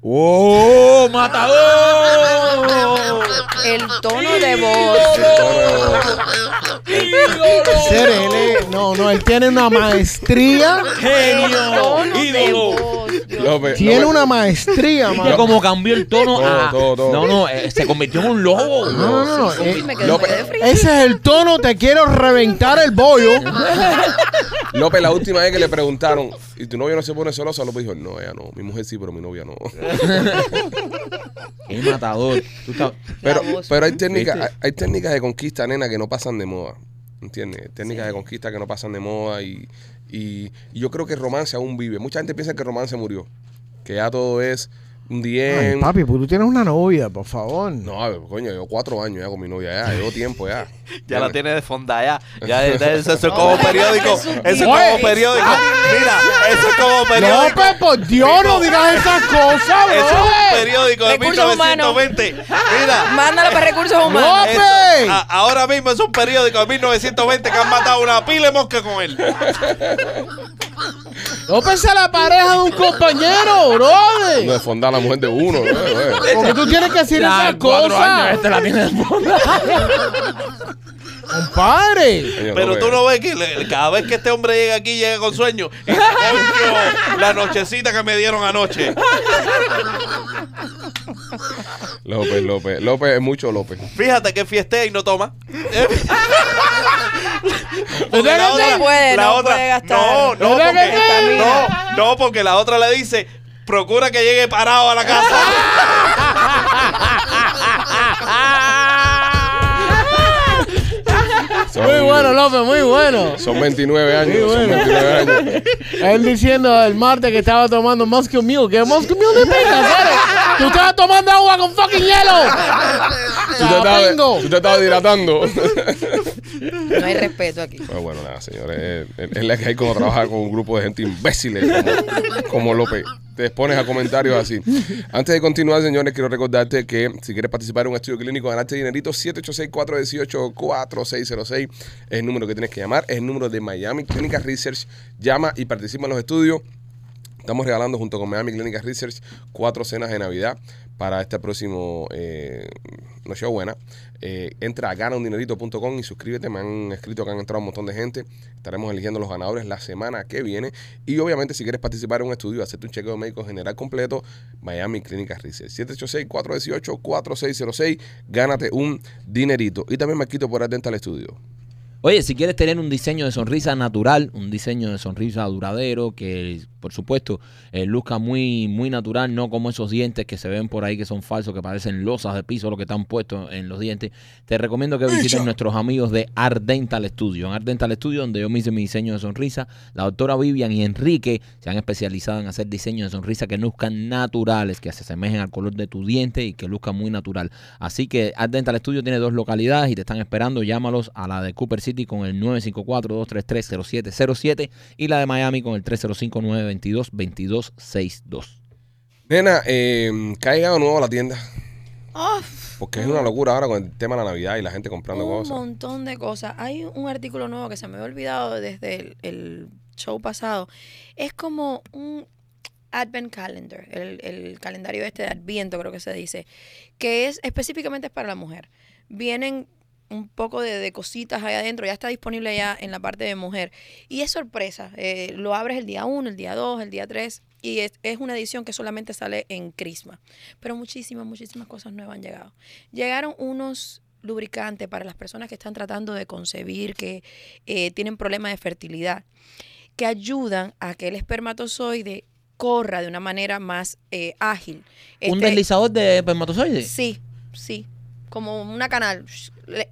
Speaker 2: ¡Oh, matador!
Speaker 5: El tono de voz.
Speaker 1: El tono de-
Speaker 3: Ser él, eh, no, no, él tiene una maestría.
Speaker 5: El tono
Speaker 2: ¡Genio!
Speaker 5: de
Speaker 2: ¡Ídolo!
Speaker 5: voz. Dios.
Speaker 1: López,
Speaker 3: Tiene
Speaker 1: López,
Speaker 3: una maestría,
Speaker 2: Mira
Speaker 3: mano.
Speaker 2: cómo cambió el tono
Speaker 1: Todo,
Speaker 2: a-
Speaker 1: todo, todo.
Speaker 2: No, no, eh, se convirtió en un lobo.
Speaker 3: No, no, no. eh,
Speaker 5: Sí, me quedé- me
Speaker 1: López-
Speaker 5: quedé fría.
Speaker 3: ese es el tono, te quiero reventar el bollo.
Speaker 1: López, la última vez que le preguntaron, ¿y tu novio no se pone celosa? López dijo, no, ella no. Mi mujer sí, pero mi novia no.
Speaker 2: ¡Qué matador! Tú estás-
Speaker 1: Pero,
Speaker 5: La voz.
Speaker 1: pero hay técnicas,
Speaker 2: ¿Viste?
Speaker 1: hay, hay técnicas de conquista, nena, que no pasan de moda. ¿Entiendes? Técnicas de conquista que no pasan de moda y, y- y yo creo que el romance aún vive. Mucha gente piensa que el romance murió. Que ya todo es un
Speaker 3: Ay,
Speaker 1: 10.
Speaker 3: papi, pues tú tienes una novia, por favor.
Speaker 1: No, a ver, coño, yo cuatro años ya con mi novia, ya, llevo tiempo ya.
Speaker 4: Ya la tiene de fonda, ya. Ya, ya, eso, es como
Speaker 5: No,
Speaker 4: periódico.
Speaker 5: es un
Speaker 4: Eso es
Speaker 5: día.
Speaker 4: como periódico. Mira, eso es como periódico.
Speaker 3: López, por Dios, no digas esas cosas,
Speaker 4: Eso es un
Speaker 3: bro.
Speaker 4: periódico de
Speaker 5: Recursos humanos.
Speaker 4: 1920. Mira.
Speaker 5: Mándalo para recursos humanos.
Speaker 3: ¡López!
Speaker 4: eso- a- ahora mismo es un periódico de 1920 que han matado una pila de mosca con él.
Speaker 3: López es la pareja de un compañero,
Speaker 1: No
Speaker 3: brother.
Speaker 1: es fondar a la mujer de uno. ¿no? Eh, eh.
Speaker 3: Porque tú tienes que decir
Speaker 2: Ya,
Speaker 3: esas
Speaker 2: cuatro años,
Speaker 3: cosas.
Speaker 2: este la tiene de moda.
Speaker 3: Compadre.
Speaker 1: Coño,
Speaker 4: Pero
Speaker 1: López.
Speaker 4: tú no ves que le- cada vez que este hombre llega aquí, llega con sueño. Y se comió la nochecita que me dieron anoche.
Speaker 1: López, López. López es mucho López.
Speaker 4: Fíjate que fiestea y no toma. Porque
Speaker 5: que no puede, no puede gastar.
Speaker 4: No, no,
Speaker 3: ¿Verdad que
Speaker 4: porque,
Speaker 3: sí?
Speaker 4: no, no, porque la otra le dice, procura que llegue parado a la casa.
Speaker 1: Son-
Speaker 3: Muy bueno, López, muy bueno.
Speaker 1: Son 29 años.
Speaker 3: Sí,
Speaker 1: Son
Speaker 3: bueno.
Speaker 1: 29 años.
Speaker 3: Él diciendo el martes que estaba tomando Moscow Mule. ¿Qué Moscow Mule de pinga, ¿sabes? Tú estabas tomando agua con fucking hielo.
Speaker 1: Tú te estabas-
Speaker 3: Zapingo.
Speaker 1: tú te estabas dilatando.
Speaker 5: No hay respeto aquí.
Speaker 1: Pero Pues bueno, nada, señores. eh, Es, es la que hay cuando trabajas con un grupo de gente imbéciles como, como López. Te expones a comentarios así. Antes de continuar, señores, quiero recordarte que si quieres participar en un estudio clínico, ganarte dinerito, 786-418-4606 es el número que tienes que llamar. Es el número de Miami Clinical Research. Llama y participa en los estudios. Estamos regalando junto con Miami Clinical Research cuatro cenas de Navidad para este próximo eh, Noche Buena. Eh, entra a ganaundinerito.com y suscríbete. Me han escrito que han entrado un montón de gente. Estaremos eligiendo los ganadores la semana que viene. Y obviamente, si quieres participar en un estudio, hacerte un chequeo médico general completo, Miami Clinical Research. 786-418-4606. Gánate un dinerito. Y también me quito por atenta al estudio.
Speaker 2: Oye, si quieres tener un diseño de sonrisa natural, un diseño de sonrisa duradero, que por supuesto eh, luzca muy, muy natural, no como esos dientes que se ven por ahí que son falsos, que parecen losas de piso, lo que están puestos en los dientes, te recomiendo que visites nuestros amigos de Ardental Studio. En Ardental Studio, donde yo me hice mi diseño de sonrisa, la doctora Vivian y Enrique se han especializado en hacer diseños de sonrisa que luzcan naturales, que se asemejen al color de tu diente y que luzcan muy natural. Así que Art Dental Studio tiene dos localidades y te están esperando. Llámalos a la de Cooper City con el 954-233-0707 y la de Miami con el 305-922-2262.
Speaker 1: Nena, eh, ¿qué ha llegado nuevo a la tienda?
Speaker 5: Oh,
Speaker 1: Porque es una locura ahora con el tema de la Navidad y la gente comprando
Speaker 5: un
Speaker 1: cosas.
Speaker 5: montón de cosas. Hay un artículo nuevo que se me había olvidado desde el, el show pasado. Es como un Advent Calendar, el, el calendario este de Adviento, creo que se dice, que es específicamente es para la mujer. Vienen un poco de, de cositas ahí adentro, ya está disponible ya en la parte de mujer. Y es sorpresa, eh, lo abres el día 1, el día 2, el día 3, y es, es una edición que solamente sale en Crisma. Pero muchísimas, muchísimas cosas nuevas han llegado. Llegaron unos lubricante para las personas que están tratando de concebir, que eh, tienen problemas de fertilidad, que ayudan a que el espermatozoide corra de una manera más eh, ágil.
Speaker 2: ¿Un
Speaker 5: Este-
Speaker 2: deslizador de espermatozoides?
Speaker 5: Sí, sí. Como una canal.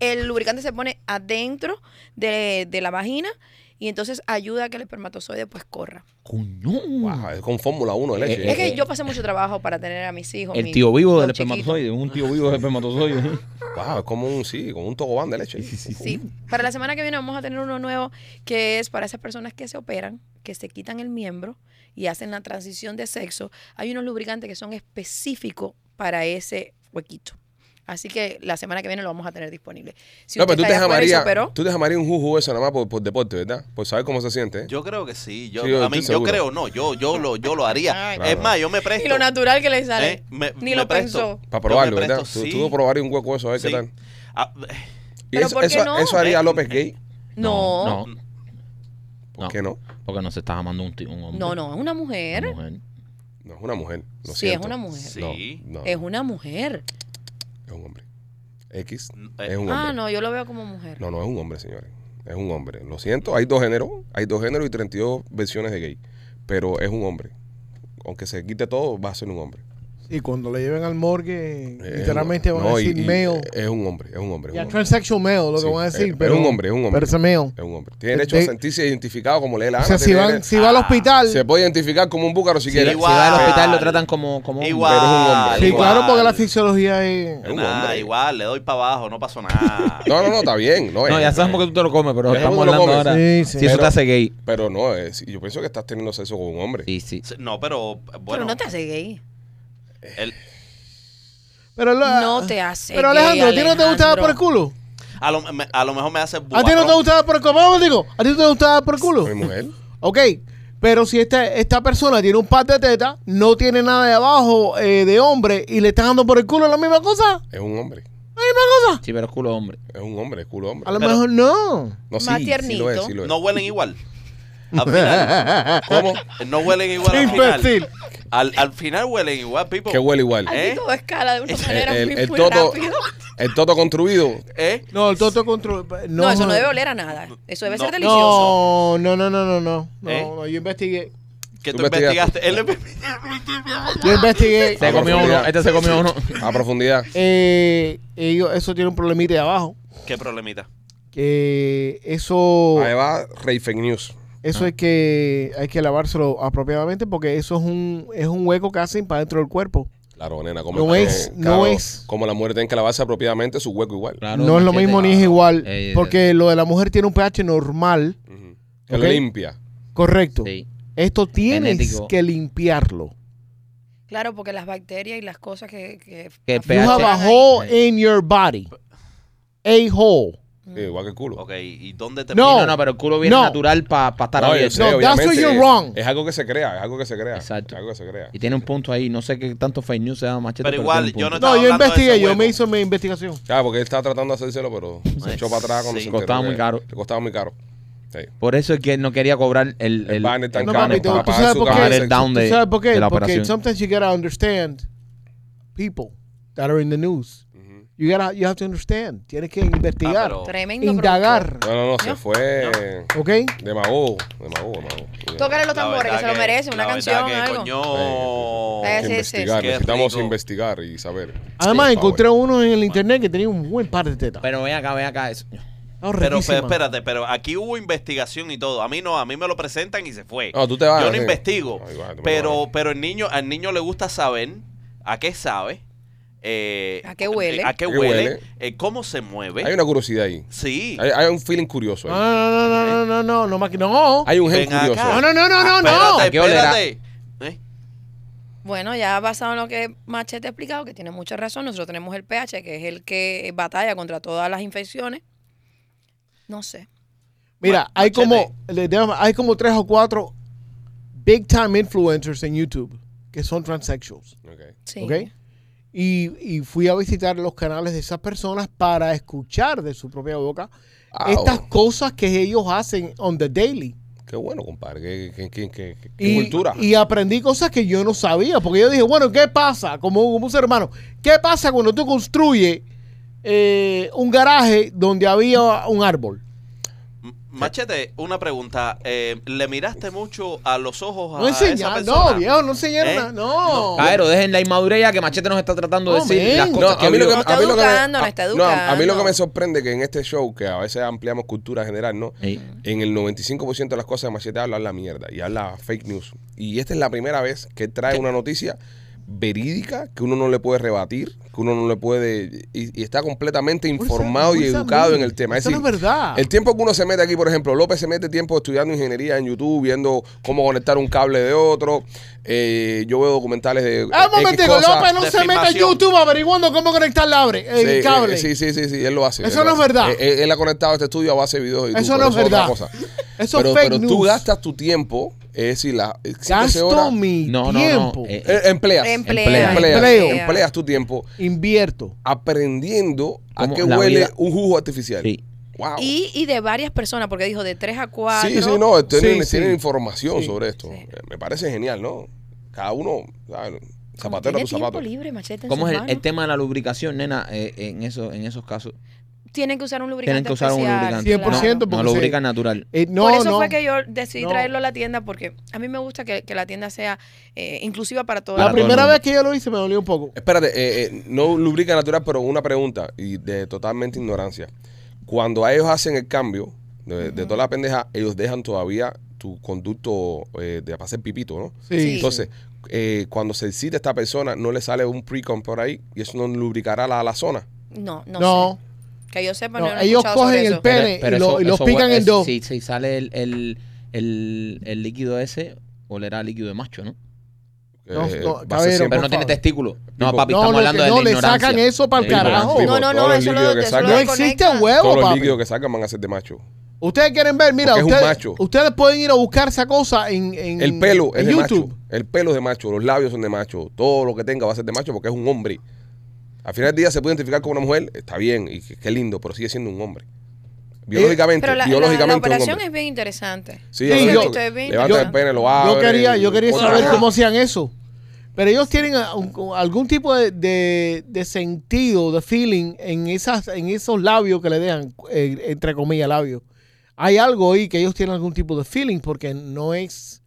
Speaker 5: El lubricante se pone adentro de, de la vagina y entonces ayuda a que el espermatozoide pues corra.
Speaker 2: Coño.
Speaker 1: Guau, es con Fórmula 1 de leche.
Speaker 2: Eh,
Speaker 5: Mm. es que
Speaker 2: eh,
Speaker 5: yo pasé mucho trabajo para tener a mis hijos.
Speaker 2: El
Speaker 5: mis-
Speaker 2: tío vivo
Speaker 5: los
Speaker 2: del
Speaker 5: chiquitos.
Speaker 2: espermatozoide. Un tío vivo del espermatozoide.
Speaker 1: Wow, es como un, sí, como un tobogán de leche.
Speaker 5: Sí. Para la semana que viene vamos a tener uno nuevo que es para esas personas que se operan, que se quitan el miembro y hacen la transición de sexo. Hay unos lubricantes que son específicos para ese huequito. Así que la semana que viene lo vamos a tener disponible. Si
Speaker 1: no, pero
Speaker 5: usted
Speaker 1: tú
Speaker 5: está
Speaker 1: te,
Speaker 5: allá afuera y se operó,
Speaker 1: llamarías, tú te llamarías un juju eso nada más por, por deporte, ¿verdad? Por saber cómo se siente. ¿eh?
Speaker 4: Yo creo que sí. Yo,
Speaker 1: Sí, yo
Speaker 4: a
Speaker 1: estoy
Speaker 4: mí, yo
Speaker 1: seguro.
Speaker 4: creo, no. Yo, yo, lo, yo lo haría.
Speaker 5: Ay.
Speaker 4: Es más, yo me presto.
Speaker 5: Y lo natural que le sale.
Speaker 4: ¿eh? Me-
Speaker 5: Ni
Speaker 4: me
Speaker 5: lo
Speaker 4: presto.
Speaker 5: pensó.
Speaker 1: Para
Speaker 4: Yo me
Speaker 1: probarlo,
Speaker 4: presto,
Speaker 1: ¿verdad? Tú-
Speaker 4: sí.
Speaker 1: Tú, probarías un hueco eso, a ver
Speaker 4: Sí.
Speaker 1: qué tal.
Speaker 4: Ah,
Speaker 1: Y
Speaker 5: Pero
Speaker 1: eso,
Speaker 5: ¿por qué
Speaker 1: eso,
Speaker 5: no?
Speaker 1: eso haría
Speaker 4: Eh,
Speaker 1: López Gay.
Speaker 5: No.
Speaker 2: No.
Speaker 1: ¿Por
Speaker 2: No.
Speaker 1: qué no?
Speaker 2: Porque no se está amando un, tío, un hombre.
Speaker 5: No, no, es una mujer.
Speaker 2: Una mujer.
Speaker 1: No, es una mujer. Lo
Speaker 5: Sí,
Speaker 1: siento.
Speaker 5: es una mujer.
Speaker 4: Sí.
Speaker 1: No, no,
Speaker 5: Es
Speaker 1: es,
Speaker 5: una mujer.
Speaker 1: un hombre. X
Speaker 4: eh,
Speaker 1: es un hombre.
Speaker 5: Ah, no, yo lo veo como mujer.
Speaker 1: No, no es un hombre, señores. Es un hombre. Lo siento, hay dos géneros. Hay dos géneros y 32 versiones de gay. Pero es un hombre. Aunque se quite todo, va a ser un hombre.
Speaker 6: Y cuando le lleven al morgue,
Speaker 1: Es
Speaker 6: literalmente
Speaker 1: un-
Speaker 6: van
Speaker 1: Eh, no,
Speaker 6: a
Speaker 1: y-
Speaker 6: decir
Speaker 1: y
Speaker 6: male.
Speaker 1: Es un hombre, es un hombre. Es
Speaker 6: Ya
Speaker 1: un hombre.
Speaker 6: transsexual male, lo
Speaker 1: Sí, eh,
Speaker 6: que van a decir.
Speaker 1: es- es
Speaker 6: pero,
Speaker 1: un hombre, es un hombre.
Speaker 6: Pero ese male.
Speaker 1: Es un hombre. Tiene derecho
Speaker 6: De-
Speaker 1: a sentirse identificado como le dé la
Speaker 6: O
Speaker 1: gana.
Speaker 6: sea, si,
Speaker 1: Tiene
Speaker 6: van,
Speaker 1: derecho-
Speaker 6: si va al hospital.
Speaker 1: Se puede identificar como un búcaro si
Speaker 2: Si,
Speaker 1: quiere.
Speaker 2: si
Speaker 4: igual.
Speaker 2: va al hospital lo tratan como, como hombre.
Speaker 4: Igual.
Speaker 1: Pero es un hombre.
Speaker 6: sí,
Speaker 1: igual.
Speaker 6: claro, porque la fisiología es.
Speaker 1: Es un
Speaker 4: nah,
Speaker 1: hombre.
Speaker 4: eh, igual, le doy para abajo, no pasó nada.
Speaker 1: No, no, no, está bien. No, eh,
Speaker 2: No,
Speaker 1: es-
Speaker 2: ya sabemos que tú te lo comes, pero
Speaker 1: Ya
Speaker 2: estamos
Speaker 1: sabemos que lo
Speaker 2: hablando
Speaker 1: comes.
Speaker 2: ahora.
Speaker 6: Sí,
Speaker 2: si
Speaker 6: sí.
Speaker 2: eso
Speaker 1: Pero-
Speaker 2: te hace gay.
Speaker 1: Pero no, es- yo pienso que estás teniendo sexo con un hombre.
Speaker 2: Sí, sí.
Speaker 4: No, pero bueno.
Speaker 5: Pero no te hace gay.
Speaker 4: el-
Speaker 6: Pero la-
Speaker 5: No te hace
Speaker 6: Pero
Speaker 5: gay,
Speaker 6: Alejandro, ¿a ti no te gustaba
Speaker 5: Alejandro.
Speaker 6: por el culo?
Speaker 4: a, lo, me- a lo mejor me hace
Speaker 6: ¿A ti no te
Speaker 4: bubatrón.
Speaker 6: gustaba por el culo? Vamos, digo, ¿a ti no te gustaba por el culo?
Speaker 1: Mi mujer.
Speaker 6: Ok, pero si esta, esta persona tiene un par de tetas, no tiene nada de abajo eh, de hombre y le están dando por el culo la misma cosa,
Speaker 1: Es un hombre.
Speaker 2: Sí, pero es culo de hombre.
Speaker 1: Es un hombre, es culo hombre.
Speaker 6: a lo
Speaker 4: Pero-
Speaker 6: mejor no.
Speaker 1: No, sí,
Speaker 5: Más
Speaker 1: sí lo es,
Speaker 5: tiernito.
Speaker 1: sí lo es. Ah,
Speaker 4: No huelen igual. Al final,
Speaker 1: ¿Cómo?
Speaker 4: no huelen igual.
Speaker 6: Qué
Speaker 4: al,
Speaker 6: imbécil.
Speaker 4: final. Al, al final huelen igual, Pipo.
Speaker 1: Que huele igual.
Speaker 5: Aquí
Speaker 4: ¿Eh?
Speaker 5: todo escala de una manera
Speaker 1: el,
Speaker 5: muy,
Speaker 1: el
Speaker 5: muy
Speaker 1: toto,
Speaker 5: rápido.
Speaker 1: el toto construido.
Speaker 4: ¿Eh?
Speaker 6: No, el toto control.
Speaker 5: No, eso no debe oler a nada. Eso debe
Speaker 4: No.
Speaker 5: ser delicioso.
Speaker 6: No, no, no, no, no, no. No,
Speaker 4: ¿Eh?
Speaker 6: no, yo investigué.
Speaker 4: Que
Speaker 1: Tú
Speaker 4: tú investigaste. Él
Speaker 6: Yo investigué.
Speaker 2: Se
Speaker 1: Ah,
Speaker 2: comió
Speaker 1: profundidad.
Speaker 2: uno. Este se comió uno.
Speaker 1: A profundidad.
Speaker 6: Eh, ellos- eso tiene un problemita de abajo.
Speaker 4: ¿Qué problemita?
Speaker 6: Que eso.
Speaker 1: Ahí va Rey Fake News.
Speaker 6: Eso
Speaker 2: Ah.
Speaker 6: es que hay que lavárselo apropiadamente porque eso es un, es un hueco que hacen para dentro del cuerpo.
Speaker 1: Claro, nena. Como
Speaker 6: No
Speaker 1: eh,
Speaker 6: es, no
Speaker 1: claro,
Speaker 6: es.
Speaker 1: Como la mujer tiene que lavarse apropiadamente su hueco igual.
Speaker 2: Claro,
Speaker 6: no es lo
Speaker 2: machete.
Speaker 6: mismo ni es igual.
Speaker 2: Eh,
Speaker 6: porque lo de la mujer tiene un pH normal.
Speaker 1: Ujú. Que lo
Speaker 6: Ok.
Speaker 1: limpia.
Speaker 6: Correcto.
Speaker 2: Sí.
Speaker 6: Esto tienes
Speaker 2: Genético.
Speaker 6: que limpiarlo.
Speaker 5: Claro, porque las bacterias y las cosas que... que
Speaker 2: Que el
Speaker 6: You
Speaker 2: pH.
Speaker 6: have a
Speaker 5: afectan ahí.
Speaker 6: hole in your body. A hole.
Speaker 1: Sí, igual que el culo.
Speaker 4: Ok, ¿y dónde Ah, te
Speaker 6: No.
Speaker 2: No, no, pero el culo viene
Speaker 6: No.
Speaker 2: natural para estar
Speaker 1: No, yo
Speaker 2: abierto.
Speaker 1: sé,
Speaker 6: No, that's
Speaker 1: obviamente,
Speaker 6: where you're
Speaker 1: es-
Speaker 6: wrong.
Speaker 1: Es algo que se crea, es algo que se crea.
Speaker 2: Exacto.
Speaker 1: Es algo que se crea.
Speaker 2: Y tiene un punto ahí. No sé qué tanto fake news se da machete.
Speaker 4: Pero igual,
Speaker 2: tiene un
Speaker 4: yo
Speaker 2: punto.
Speaker 4: Estaba
Speaker 6: No, yo
Speaker 4: hablando de
Speaker 6: investigué.
Speaker 4: ese
Speaker 6: Yo me
Speaker 4: hueco.
Speaker 6: hice mi investigación.
Speaker 1: Claro, porque él estaba tratando de hacérselo, pero se
Speaker 4: Sí.
Speaker 1: echó para atrás cuando
Speaker 4: Sí.
Speaker 1: se enteró
Speaker 2: Costaba
Speaker 1: que-
Speaker 2: muy caro.
Speaker 1: que Costaba muy caro. Sí.
Speaker 2: Por eso es que no quería cobrar el.
Speaker 1: El banner tan
Speaker 6: No,
Speaker 1: caro
Speaker 6: mami, tú-
Speaker 1: para
Speaker 6: tú
Speaker 1: pagar
Speaker 6: sabes
Speaker 1: su
Speaker 6: por qué.
Speaker 1: cámara
Speaker 2: Banner
Speaker 1: sexy.
Speaker 2: down
Speaker 6: ¿Tú
Speaker 2: de,
Speaker 6: sabes por
Speaker 2: de
Speaker 6: qué?
Speaker 2: la
Speaker 6: Porque
Speaker 2: operación.
Speaker 6: sometimes you gotta understand people that are in the news.
Speaker 1: Ujú.
Speaker 6: You gotta, you have to understand. Tienes que investigar,
Speaker 4: pero-
Speaker 5: Tremendo
Speaker 6: indagar,
Speaker 1: No, no, no, se
Speaker 5: No.
Speaker 1: fue
Speaker 6: ¿ok?
Speaker 1: demagogo, demagogo, demagogo.
Speaker 5: Tócale los
Speaker 4: La
Speaker 5: tambores, que
Speaker 4: verdad
Speaker 5: se lo merece,
Speaker 4: la
Speaker 5: una canción
Speaker 4: verdad que,
Speaker 5: algo.
Speaker 4: Coño.
Speaker 1: Hay
Speaker 5: Sí,
Speaker 1: que
Speaker 5: sí,
Speaker 1: investigar,
Speaker 4: sí.
Speaker 1: necesitamos
Speaker 4: Qué rico.
Speaker 1: investigar y saber.
Speaker 6: Además
Speaker 1: Por
Speaker 6: encontré
Speaker 1: favor.
Speaker 6: uno en el internet que tenía un buen par de tetas.
Speaker 2: Pero ven acá, ven acá. Eso.
Speaker 6: Estaba
Speaker 4: Pero,
Speaker 6: riquísima.
Speaker 4: pero espérate, pero aquí hubo investigación y todo. A mí no, a mí me lo presentan y se fue.
Speaker 1: No, tú te vas,
Speaker 4: Yo no
Speaker 1: sí.
Speaker 4: investigo.
Speaker 1: Ay, va, tú me
Speaker 4: pero,
Speaker 1: vas.
Speaker 4: pero el niño, al niño le gusta saber a qué sabe, eh,
Speaker 5: ¿A qué huele?
Speaker 4: a
Speaker 1: ¿Qué
Speaker 4: qué huele,
Speaker 1: huele?
Speaker 4: eh, cómo se mueve.
Speaker 1: Hay una curiosidad ahí.
Speaker 4: Sí.
Speaker 1: Hay, hay un feeling curioso ahí.
Speaker 6: No, no, no, no, no, no, no, más que- no.
Speaker 1: Hay un gen
Speaker 4: Ven
Speaker 1: curioso.
Speaker 4: acá.
Speaker 6: Ah. No, no, no, no, no, no.
Speaker 4: Espérate,
Speaker 2: ¿A qué olerá?
Speaker 4: espérate. ¿Eh?
Speaker 5: Bueno, ya basado en lo que Machete ha explicado, que tiene mucha razón, nosotros tenemos el pH, que es el que batalla contra todas las infecciones. No sé.
Speaker 6: Mira, hay
Speaker 4: Machete.
Speaker 6: como, le- déjame- hay como tres o cuatro big time influencers en YouTube que son transsexuals,
Speaker 1: Ok.
Speaker 5: Sí.
Speaker 6: ¿ok? Y, y fui a visitar los canales de esas personas para escuchar de su propia boca
Speaker 1: Au.
Speaker 6: estas cosas que ellos hacen on the daily.
Speaker 1: oh, Qué bueno, compadre. Qué, qué- qué- qué- qué- qué
Speaker 6: Y,
Speaker 1: cultura.
Speaker 6: y aprendí cosas que yo no sabía, porque yo dije, bueno, ¿qué pasa? Como, como un ser humano, ¿qué pasa cuando tú construyes eh, un garaje donde había un árbol.
Speaker 4: M- Machete, una pregunta. eh, ¿Le miraste mucho a los ojos a
Speaker 1: Ah,
Speaker 6: No
Speaker 4: esa
Speaker 6: enseñaron,
Speaker 4: persona?
Speaker 6: no, viejo, no enseñaron
Speaker 4: ¿Eh?
Speaker 6: nada. No.
Speaker 2: Caero, dejen la inmadurez ya que Machete nos está tratando de
Speaker 6: No,
Speaker 2: decir
Speaker 6: men.
Speaker 2: las
Speaker 6: No,
Speaker 1: No,
Speaker 2: cosas que
Speaker 1: a mí lo que,
Speaker 2: vio.
Speaker 5: No está
Speaker 1: a mí lo que me-
Speaker 5: educando, no
Speaker 1: a-
Speaker 5: está
Speaker 1: a mí lo que
Speaker 5: educando.
Speaker 1: me sorprende que en este show, que a veces ampliamos cultura general, ¿no?
Speaker 2: Sí.
Speaker 1: En el 95% de las cosas de Machete habla la mierda y habla fake news. Y esta es la primera vez que trae una noticia verídica que uno no le puede rebatir, que uno no le puede... Y, y está completamente informado y
Speaker 6: Pulsa
Speaker 1: educado
Speaker 6: mil.
Speaker 1: en el tema. Es
Speaker 6: Eso no
Speaker 1: decir,
Speaker 6: es verdad.
Speaker 1: el tiempo que uno se mete aquí, por ejemplo, López se mete tiempo estudiando ingeniería en YouTube, viendo cómo conectar un cable de otro. Eh, yo veo documentales de...
Speaker 6: Ah, un
Speaker 1: X
Speaker 6: momentico,
Speaker 1: cosas.
Speaker 6: López no se meta en
Speaker 4: Defamación.
Speaker 6: YouTube averiguando cómo conectar la abre, el
Speaker 1: Sí,
Speaker 6: cable.
Speaker 1: eh, sí, sí, sí, sí, él lo hace.
Speaker 6: Eso
Speaker 1: él lo
Speaker 6: no es
Speaker 1: hace.
Speaker 6: verdad.
Speaker 1: Eh, Él, él ha conectado este estudio a base de videos de YouTube.
Speaker 6: Eso
Speaker 1: pero
Speaker 6: no es
Speaker 1: otra
Speaker 6: verdad.
Speaker 1: cosa.
Speaker 6: Eso es
Speaker 1: pero,
Speaker 6: fake
Speaker 1: pero tú
Speaker 6: news.
Speaker 1: gastas tu tiempo, es decir, las eh, siete, seis
Speaker 6: Gasto
Speaker 1: horas-
Speaker 6: mi
Speaker 2: No, no, no,
Speaker 6: tiempo.
Speaker 2: eh,
Speaker 1: eh, empleas,
Speaker 5: Emplea.
Speaker 1: empleas,
Speaker 6: Empleo.
Speaker 1: empleas tu tiempo
Speaker 6: Invierto.
Speaker 1: aprendiendo a
Speaker 2: Como
Speaker 1: qué
Speaker 2: la
Speaker 1: huele
Speaker 2: vida-
Speaker 1: un jugo artificial.
Speaker 2: Sí.
Speaker 1: Wow.
Speaker 5: Y, y de varias personas, porque dijo de tres a cuatro.
Speaker 1: Sí, sí, no, tienen,
Speaker 6: sí.
Speaker 1: tienen información sobre esto.
Speaker 5: Sí.
Speaker 1: Eh, Me parece genial, ¿no? Cada uno, ¿sabes?
Speaker 5: Como
Speaker 1: zapatero a
Speaker 5: tiene
Speaker 1: tu zapato.
Speaker 5: tiempo libre, machete en
Speaker 2: ¿Cómo
Speaker 5: sus
Speaker 2: es el, este el
Speaker 5: manos.
Speaker 2: tema de la lubricación, nena? eh, en, eso, en esos casos.
Speaker 5: Tienen que usar un lubricante
Speaker 2: Tienen que usar un
Speaker 5: especial,
Speaker 2: lubricante.
Speaker 5: claro.
Speaker 6: 100%.
Speaker 2: No, no
Speaker 6: porque se-
Speaker 2: lubrican natural.
Speaker 6: Eh, no,
Speaker 5: Por eso
Speaker 6: no.
Speaker 5: fue que yo decidí
Speaker 6: No.
Speaker 5: traerlo a la tienda, porque a mí me gusta que, que la tienda sea eh, inclusiva para todos.
Speaker 6: La
Speaker 2: Para todo el
Speaker 6: primera
Speaker 2: mundo.
Speaker 6: vez que yo lo hice me dolió un poco.
Speaker 1: Espérate, eh, eh, no lubrica natural, pero una pregunta y de totalmente ignorancia. Cuando a ellos hacen el cambio de, de toda la pendeja, ellos dejan todavía tu conducto eh, de hacer pipito, ¿no?
Speaker 5: Sí.
Speaker 1: Entonces, eh, cuando se excita esta persona, no le sale un pre-com por ahí y eso no lubricará la, la zona.
Speaker 5: No, no,
Speaker 6: no,
Speaker 5: sé. Que yo sepa,
Speaker 6: No,
Speaker 5: no, he
Speaker 6: ellos
Speaker 5: escuchado sobre
Speaker 6: cogen el
Speaker 5: eso.
Speaker 6: pe- Pene, y lo- y los pican en
Speaker 2: es-
Speaker 6: dos.
Speaker 2: Si, si sale el, el, el, el líquido ese, olerá líquido de macho, ¿no?
Speaker 6: No,
Speaker 1: Eh,
Speaker 6: no,
Speaker 1: va a ser siempre-
Speaker 6: caballero,
Speaker 2: Pero
Speaker 6: por
Speaker 2: no tiene
Speaker 6: favor.
Speaker 2: testículo. No,
Speaker 1: Pipo.
Speaker 2: papi,
Speaker 6: No,
Speaker 2: estamos
Speaker 6: lo
Speaker 2: hablando
Speaker 6: que
Speaker 2: de
Speaker 6: no,
Speaker 2: la
Speaker 6: le
Speaker 2: ignorancia.
Speaker 6: sacan eso pa'l
Speaker 2: De la
Speaker 5: Ah,
Speaker 6: carajo.
Speaker 2: ignorancia.
Speaker 5: No, no,
Speaker 1: Todo
Speaker 5: no,
Speaker 1: el
Speaker 5: eso
Speaker 1: líquido
Speaker 5: lo,
Speaker 1: que
Speaker 5: eso
Speaker 1: saca.
Speaker 5: lo
Speaker 6: no
Speaker 5: desconecta.
Speaker 6: existe huevo,
Speaker 1: Todos los
Speaker 6: papi.
Speaker 1: líquidos que sacan van a ser de macho.
Speaker 6: Ustedes quieren ver, mira,
Speaker 1: Porque es un
Speaker 6: ustedes,
Speaker 1: macho.
Speaker 6: ustedes pueden ir a buscar esa cosa en, en-
Speaker 1: El pelo es
Speaker 6: en
Speaker 1: de
Speaker 6: YouTube.
Speaker 1: macho. El pelo es de macho. Los labios son de macho. Todo lo que tenga va a ser de macho porque es un hombre. Al final del día se puede identificar como una mujer. Está bien y qué qué lindo, pero sigue siendo un hombre. Biológicamente,
Speaker 5: Pero la, la- la
Speaker 1: biológicamente es un
Speaker 5: operación
Speaker 1: hombre.
Speaker 5: es bien interesante.
Speaker 1: Sí,
Speaker 6: Sí,
Speaker 1: yo,
Speaker 6: yo-
Speaker 1: yo-
Speaker 5: yo-
Speaker 1: levanta el pene, lo abre.
Speaker 6: Yo quería, yo quería
Speaker 1: otra
Speaker 6: saber
Speaker 1: vez.
Speaker 6: cómo hacían eso. Pero ellos tienen a- un- algún tipo de, de- de sentido, de feeling en esas, en esos labios que le dejan, eh, entre comillas, labios. Hay algo ahí que ellos tienen algún tipo de feeling porque no es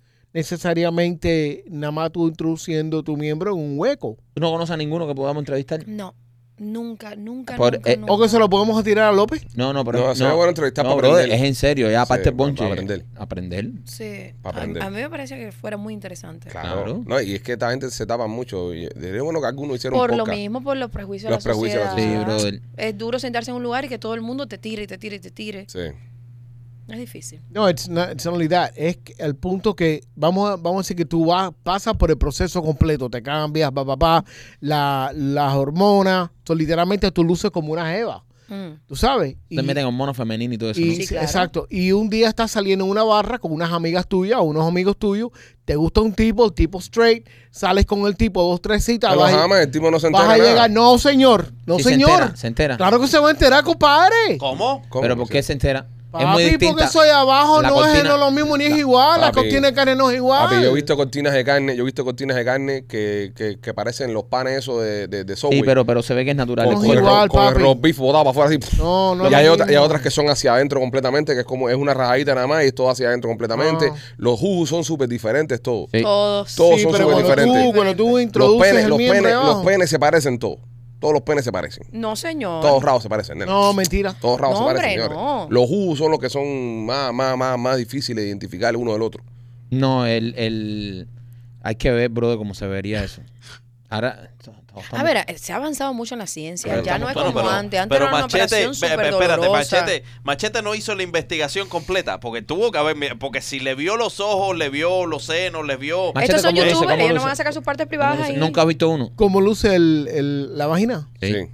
Speaker 6: necesariamente nada más tú introduciendo tu miembro en un hueco.
Speaker 2: ¿Tú no conoces a ninguno que podamos entrevistar?
Speaker 5: No, nunca, nunca,
Speaker 2: Por-
Speaker 5: nunca,
Speaker 2: eh,
Speaker 5: nunca.
Speaker 6: O que se lo podemos tirar a López.
Speaker 2: No, no, pero
Speaker 1: No, sería bueno entrevistar para
Speaker 2: brother,
Speaker 1: aprender.
Speaker 2: Es en serio, ya aparte
Speaker 1: Sí,
Speaker 2: ponche.
Speaker 1: para aprender.
Speaker 2: Aprender.
Speaker 5: Sí.
Speaker 1: Para
Speaker 5: A,
Speaker 1: aprender.
Speaker 5: a mí me parecía que fuera muy interesante.
Speaker 1: Claro.
Speaker 2: Claro.
Speaker 1: No, y es que esta gente se tapa mucho. y Sería bueno que algunos hicieran
Speaker 5: Por
Speaker 1: un
Speaker 5: lo
Speaker 1: podcast.
Speaker 5: mismo, por los prejuicios
Speaker 1: Los
Speaker 5: de la
Speaker 1: prejuicios de la
Speaker 6: Ah.
Speaker 5: sociedad.
Speaker 2: Sí, brother.
Speaker 5: Es duro sentarse en un lugar y que todo el mundo te tire y te tire y te tire.
Speaker 1: Sí.
Speaker 5: Es difícil.
Speaker 6: No, it's not, it's not only that. Es que el punto que vamos a, vamos a decir que tú vas, pasas por el proceso completo, te cambias, pa, pa, pa, la, las hormonas, tú literalmente tú luces como una jeva,
Speaker 5: Mm.
Speaker 6: tú sabes. Y,
Speaker 2: Te meten hormonas femeninas y todo eso.
Speaker 6: y-
Speaker 2: ¿no?
Speaker 5: Sí, claro.
Speaker 6: Exacto. Y un día estás saliendo en una barra con unas amigas tuyas o unos amigos tuyos, te gusta un tipo, el tipo straight, sales con el tipo dos, tres citas,
Speaker 1: Pero
Speaker 6: vas, a-
Speaker 1: jamás el tipo no se
Speaker 6: vas
Speaker 1: entera
Speaker 6: a
Speaker 1: nada.
Speaker 6: llegar, no señor, no
Speaker 2: Sí, Se
Speaker 6: señor.
Speaker 2: entera, se entera.
Speaker 6: Claro que se va a enterar, compadre.
Speaker 4: ¿Cómo?
Speaker 1: ¿Cómo?
Speaker 2: Pero ¿por qué se entera?
Speaker 6: Papi,
Speaker 2: es muy
Speaker 6: porque
Speaker 2: distinta.
Speaker 6: eso de abajo
Speaker 2: La
Speaker 6: no es
Speaker 2: cortina-
Speaker 6: no es lo mismo ni es igual. la
Speaker 1: Papi,
Speaker 6: cortina de carne no es igual.
Speaker 1: Papi, yo he visto cortinas de carne, yo he visto cortinas de carne que, que, que parecen los panes esos de, de, de Subway.
Speaker 2: Sí, pero, pero se ve que es natural.
Speaker 1: con,
Speaker 6: No
Speaker 2: el
Speaker 6: es
Speaker 1: con el,
Speaker 2: cuerpo.
Speaker 6: igual,
Speaker 1: ro- con el
Speaker 6: papi.
Speaker 1: roast beef botado para afuera así.
Speaker 6: No, no.
Speaker 1: y,
Speaker 6: es
Speaker 1: hay
Speaker 6: lo
Speaker 1: otra- y hay
Speaker 6: mismo.
Speaker 1: otras que son hacia adentro completamente, que es como es una rajadita nada más y es todo hacia adentro completamente.
Speaker 6: Ah.
Speaker 1: Los jugos son súper diferentes todos.
Speaker 2: Sí.
Speaker 5: Todos.
Speaker 1: Todos
Speaker 6: Sí,
Speaker 1: son
Speaker 6: pero
Speaker 1: súper
Speaker 6: cuando tú,
Speaker 1: diferentes.
Speaker 6: cuando tú
Speaker 1: Los
Speaker 6: introduces
Speaker 1: penes,
Speaker 6: el
Speaker 1: los,
Speaker 6: miembro
Speaker 1: penes,
Speaker 6: de abajo.
Speaker 1: los penes se parecen todos. Todos los penes se parecen.
Speaker 5: No, señor.
Speaker 1: Todos raros se parecen, nena.
Speaker 6: No, mentira.
Speaker 1: Todos raros
Speaker 5: No,
Speaker 1: se parecen,
Speaker 5: hombre,
Speaker 1: señores.
Speaker 5: no.
Speaker 1: Los jugos son los que son más, más, más, más difíciles de identificar el uno del otro.
Speaker 2: No, el, el... Hay que ver, brother, cómo se vería eso. Ahora...
Speaker 5: A ver, eh, se ha avanzado mucho en la ciencia.
Speaker 2: Pero
Speaker 5: ya no es
Speaker 2: estamos-
Speaker 5: como
Speaker 2: pero-
Speaker 5: antes. Antes era una operación
Speaker 4: ve- ve-
Speaker 5: súper
Speaker 4: espérate,
Speaker 5: dolorosa.
Speaker 4: Machete, Machete no hizo la investigación completa porque tuvo que haber, mi- porque si le vio los ojos, le vio los senos, le vio.
Speaker 2: Machete,
Speaker 5: Estos son
Speaker 2: ¿cómo lo hizo?
Speaker 5: youtubers,
Speaker 2: ¿Cómo
Speaker 5: ellos
Speaker 2: lo
Speaker 5: no van
Speaker 2: hizo?
Speaker 5: a sacar sus partes privadas ahí.
Speaker 2: Nunca has visto uno.
Speaker 6: ¿Cómo luce el, el- la vagina?
Speaker 1: Sí.
Speaker 2: Sí.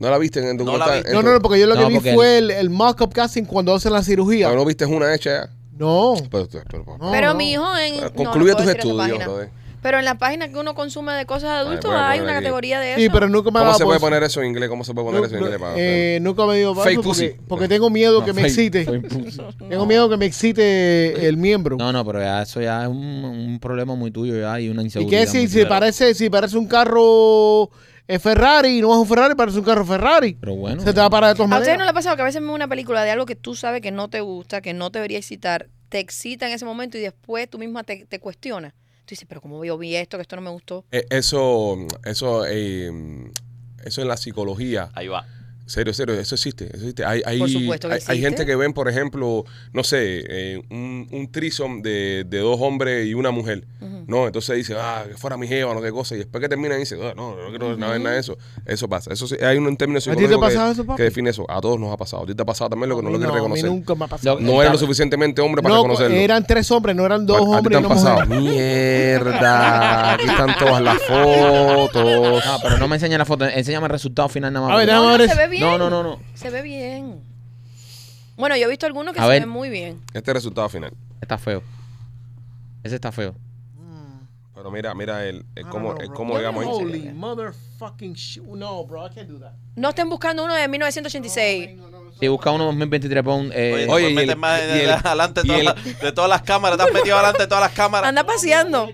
Speaker 1: ¿No la viste en el
Speaker 4: No la
Speaker 1: documental?
Speaker 4: vi.
Speaker 1: En
Speaker 6: No,
Speaker 1: tu-
Speaker 6: no, no, porque yo lo
Speaker 2: No,
Speaker 6: que vi
Speaker 2: porque
Speaker 6: fue el, el mock-up casting cuando hacen la cirugía.
Speaker 1: Pero no viste una hecha ya.
Speaker 6: No.
Speaker 1: Pero- pero- pero- Ah,
Speaker 6: No,
Speaker 5: Pero
Speaker 6: no.
Speaker 5: mi hijo en.
Speaker 1: Bueno,
Speaker 5: no, no
Speaker 1: concluye
Speaker 5: puedo
Speaker 1: tus
Speaker 5: decir esa
Speaker 1: estudios,
Speaker 5: página.
Speaker 1: brother.
Speaker 5: Pero en la página que uno consume de cosas de adultos
Speaker 1: voy a
Speaker 5: hay
Speaker 1: poner
Speaker 5: una
Speaker 1: aquí.
Speaker 5: categoría de eso.
Speaker 6: Sí, pero nunca me ha
Speaker 1: ¿Cómo
Speaker 6: dado
Speaker 1: se puede
Speaker 6: por-
Speaker 1: poner eso en inglés? ¿Cómo se puede poner eso en
Speaker 6: nu-
Speaker 1: inglés? Para,
Speaker 6: eh, nunca me dio para
Speaker 1: Fake
Speaker 6: eso porque,
Speaker 1: pussy.
Speaker 6: porque tengo miedo
Speaker 2: No,
Speaker 6: que me
Speaker 2: fake-
Speaker 6: excite.
Speaker 2: fake pussy.
Speaker 6: Tengo miedo que me excite el miembro.
Speaker 2: No, no, pero ya eso ya es un, un problema muy tuyo ya y una
Speaker 6: ¿Y
Speaker 2: inseguridad.
Speaker 6: qué si,
Speaker 2: muy
Speaker 6: si
Speaker 2: tuya.
Speaker 6: parece si parece un carro es Ferrari y no es un Ferrari, parece un carro Ferrari.
Speaker 2: Pero bueno.
Speaker 6: Se te va a parar de todas
Speaker 5: ¿A ustedes no
Speaker 6: maneras.
Speaker 5: les ha pasado que a veces ven una película de algo que tú sabes que no te gusta, que no te debería excitar, te excita en ese momento y después tú misma te, te cuestionas? Tú dices, pero ¿cómo yo vi esto? Que esto no me gustó.
Speaker 1: Eh, Eso, eso, eh, eso en la psicología.
Speaker 4: Ahí va.
Speaker 1: Serio, serio, eso existe, eso existe. Hay, hay,
Speaker 5: Por supuesto que
Speaker 1: hay, hay
Speaker 5: existe.
Speaker 1: gente que ven, por ejemplo, no sé, eh, un, un threesome de, de dos hombres y una mujer. No, entonces dice, ah, que fuera mi jeva, no qué cosa. Y después que termina dice, ah, no, no quiero saber nada de eso. Eso pasa. Eso sí, hay un término
Speaker 6: te ha
Speaker 1: psicológico que,
Speaker 6: pasado eso, papi?
Speaker 1: que define eso. A todos nos ha pasado. A ti te ha pasado también lo que no lo quieres
Speaker 6: a mí
Speaker 1: reconocer.
Speaker 6: nunca me ha pasado.
Speaker 1: No eres lo suficientemente hombre para
Speaker 6: No,
Speaker 1: reconocerlo.
Speaker 6: eran tres hombres, no eran dos
Speaker 1: A- a ti te
Speaker 6: hombres y
Speaker 1: han
Speaker 6: una
Speaker 1: pasado.
Speaker 6: mujer.
Speaker 1: Mierda. Aquí están todas las fotos.
Speaker 2: Ah, pero no me enseña la foto, enséñame el resultado final nada más.
Speaker 6: A ver,
Speaker 5: No,
Speaker 6: déjame
Speaker 5: no,
Speaker 6: ver.
Speaker 5: se
Speaker 6: eso.
Speaker 5: ve bien.
Speaker 2: no, no, no, no.
Speaker 5: Se ve bien. Bueno, yo he visto algunos que
Speaker 2: A
Speaker 5: se
Speaker 2: ver.
Speaker 5: ven muy bien.
Speaker 1: Este es el resultado final.
Speaker 2: Está feo. Ese está feo.
Speaker 1: Pero mira, mira el, el cómo, el cómo
Speaker 5: Yo
Speaker 1: llegamos ahí.
Speaker 5: Ah, no-
Speaker 6: Holy motherfucking shit. No, bro, I can't do that.
Speaker 5: No estén buscando uno de 1986.
Speaker 2: Si busca uno 2023, pon. Eh,
Speaker 4: Oye,
Speaker 1: Oye,
Speaker 4: oye
Speaker 1: y
Speaker 4: metes
Speaker 1: el-
Speaker 4: más
Speaker 1: y
Speaker 4: de-
Speaker 1: el-
Speaker 4: adelante
Speaker 1: y
Speaker 4: de,
Speaker 1: el-
Speaker 4: todas las- de todas las cámaras. Te has metido adelante de todas las cámaras.
Speaker 5: Anda paseando.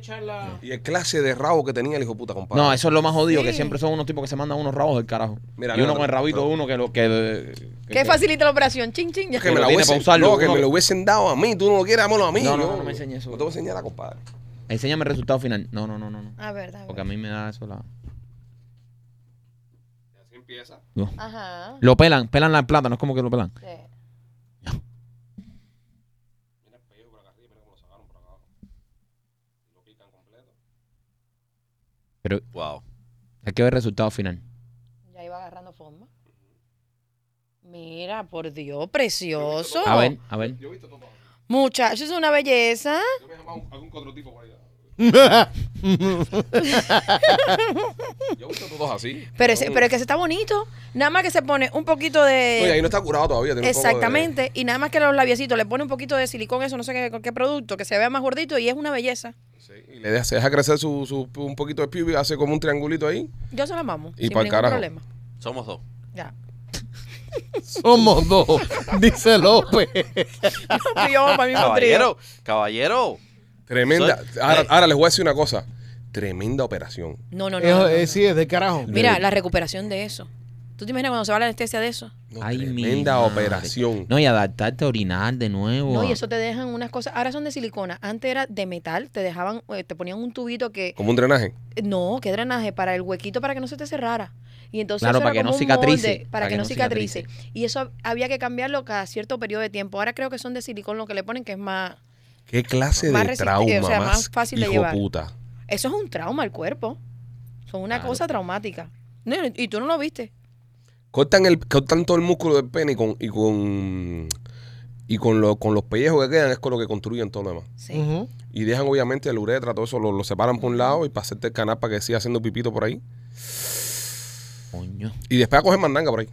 Speaker 1: Y el clase de rabo que tenía el hijo de puta, compadre.
Speaker 2: no, eso es lo más jodido, que
Speaker 5: Sí.
Speaker 2: siempre son unos tipos que se mandan unos rabos del carajo.
Speaker 1: Mira,
Speaker 2: y uno
Speaker 1: Leandro,
Speaker 2: con el rabito de
Speaker 1: pero-
Speaker 2: uno que lo que. que-
Speaker 5: Que facilita la operación. Ching, ching. ya.
Speaker 1: que
Speaker 2: lo
Speaker 1: me, la
Speaker 2: tiene
Speaker 1: hubiesen,
Speaker 2: pa' usarlo,
Speaker 1: no, que
Speaker 2: uno-
Speaker 1: me lo hubiesen dado a mí. Tú no lo quieres, dámelo a mí.
Speaker 2: No, no,
Speaker 1: Yo-
Speaker 2: no, no me enseñes eso.
Speaker 1: No te voy a enseñar, compadre.
Speaker 2: Enséñame el resultado final. No, no, no, no. no.
Speaker 5: A ver, a ver.
Speaker 2: Porque a mí me da eso la.
Speaker 1: Así empieza.
Speaker 2: No.
Speaker 5: Ajá.
Speaker 2: Lo pelan, pelan la plata, no es como que lo pelan.
Speaker 5: Sí.
Speaker 2: Pero
Speaker 4: Wow.
Speaker 2: hay que ver el resultado final.
Speaker 5: Ya iba agarrando forma. Mira, por Dios, precioso.
Speaker 2: A ver, a ver.
Speaker 1: Yo he visto todo.
Speaker 5: Muchachos, es una belleza.
Speaker 1: Yo me he llamado algún otro tipo por allá. Yo he visto todos así.
Speaker 5: Pero, ese- pero es que se está bonito. Nada más que se pone un poquito
Speaker 1: Mm. Oye, ahí
Speaker 5: de.
Speaker 1: no está curado todavía. tiene un poco de-
Speaker 5: exactamente. Y nada más que los labiecitos le pone un poquito de silicón, eso no sé qué, con qué producto, que se vea más gordito y es una belleza.
Speaker 1: Sí, y le deja, se deja crecer su, su- un poquito de pubis, hace como un triangulito ahí.
Speaker 5: Yo se la mamo.
Speaker 1: Y
Speaker 5: sin
Speaker 1: pa'l
Speaker 5: ningún
Speaker 1: carajo.
Speaker 5: problema.
Speaker 4: Somos dos.
Speaker 5: Ya.
Speaker 6: Somos dos, dice López.
Speaker 5: Yo, para mí me
Speaker 4: Caballero, caballero.
Speaker 1: Tremenda.
Speaker 4: Soy-
Speaker 1: Ahora,
Speaker 4: Ey.
Speaker 1: ahora les voy a decir una cosa. Tremenda operación.
Speaker 5: No, no, no. no,
Speaker 6: Eso,
Speaker 5: no.
Speaker 6: eh, sí, es de carajo.
Speaker 5: Mira, la recuperación de eso. ¿Tú te imaginas cuando se va la anestesia de eso?
Speaker 1: No,
Speaker 2: Ay, mi
Speaker 1: tremenda
Speaker 2: madre.
Speaker 1: operación.
Speaker 2: No, y adaptarte a orinar de nuevo.
Speaker 5: No, y eso te dejan unas cosas. Ahora son de silicona. Antes era de metal. Te dejaban, eh, te ponían un tubito que.
Speaker 1: Como un drenaje.
Speaker 5: No, que drenaje para el huequito para que no se te cerrara. Y entonces
Speaker 2: Claro,
Speaker 5: eso era
Speaker 2: para que
Speaker 5: como
Speaker 2: no
Speaker 5: un
Speaker 2: cicatrice,
Speaker 5: molde para, que, no cicatrice. Y eso había que cambiarlo cada cierto periodo de tiempo. Ahora creo que son de silicón lo que le ponen que es más
Speaker 1: ¿Qué clase
Speaker 5: Más
Speaker 1: de
Speaker 5: resistente,
Speaker 1: trauma
Speaker 5: o sea,
Speaker 1: más,
Speaker 5: más fácil de
Speaker 1: hijo
Speaker 5: llevar.
Speaker 1: puta?
Speaker 5: Eso es un trauma al cuerpo. Son una
Speaker 2: Claro.
Speaker 5: cosa traumática. No, Y tú no lo viste.
Speaker 1: Cortan, el, cortan todo el músculo del pene y con y con, y con, lo- con los pellejos que quedan es con lo que construyen todo lo demás.
Speaker 5: Sí.
Speaker 6: Ujú.
Speaker 1: Y dejan obviamente el uretra, todo eso lo, lo separan por un lado y para hacerte el canal para que siga haciendo pipito por ahí.
Speaker 2: Coño.
Speaker 1: Y después cogen mandanga por ahí.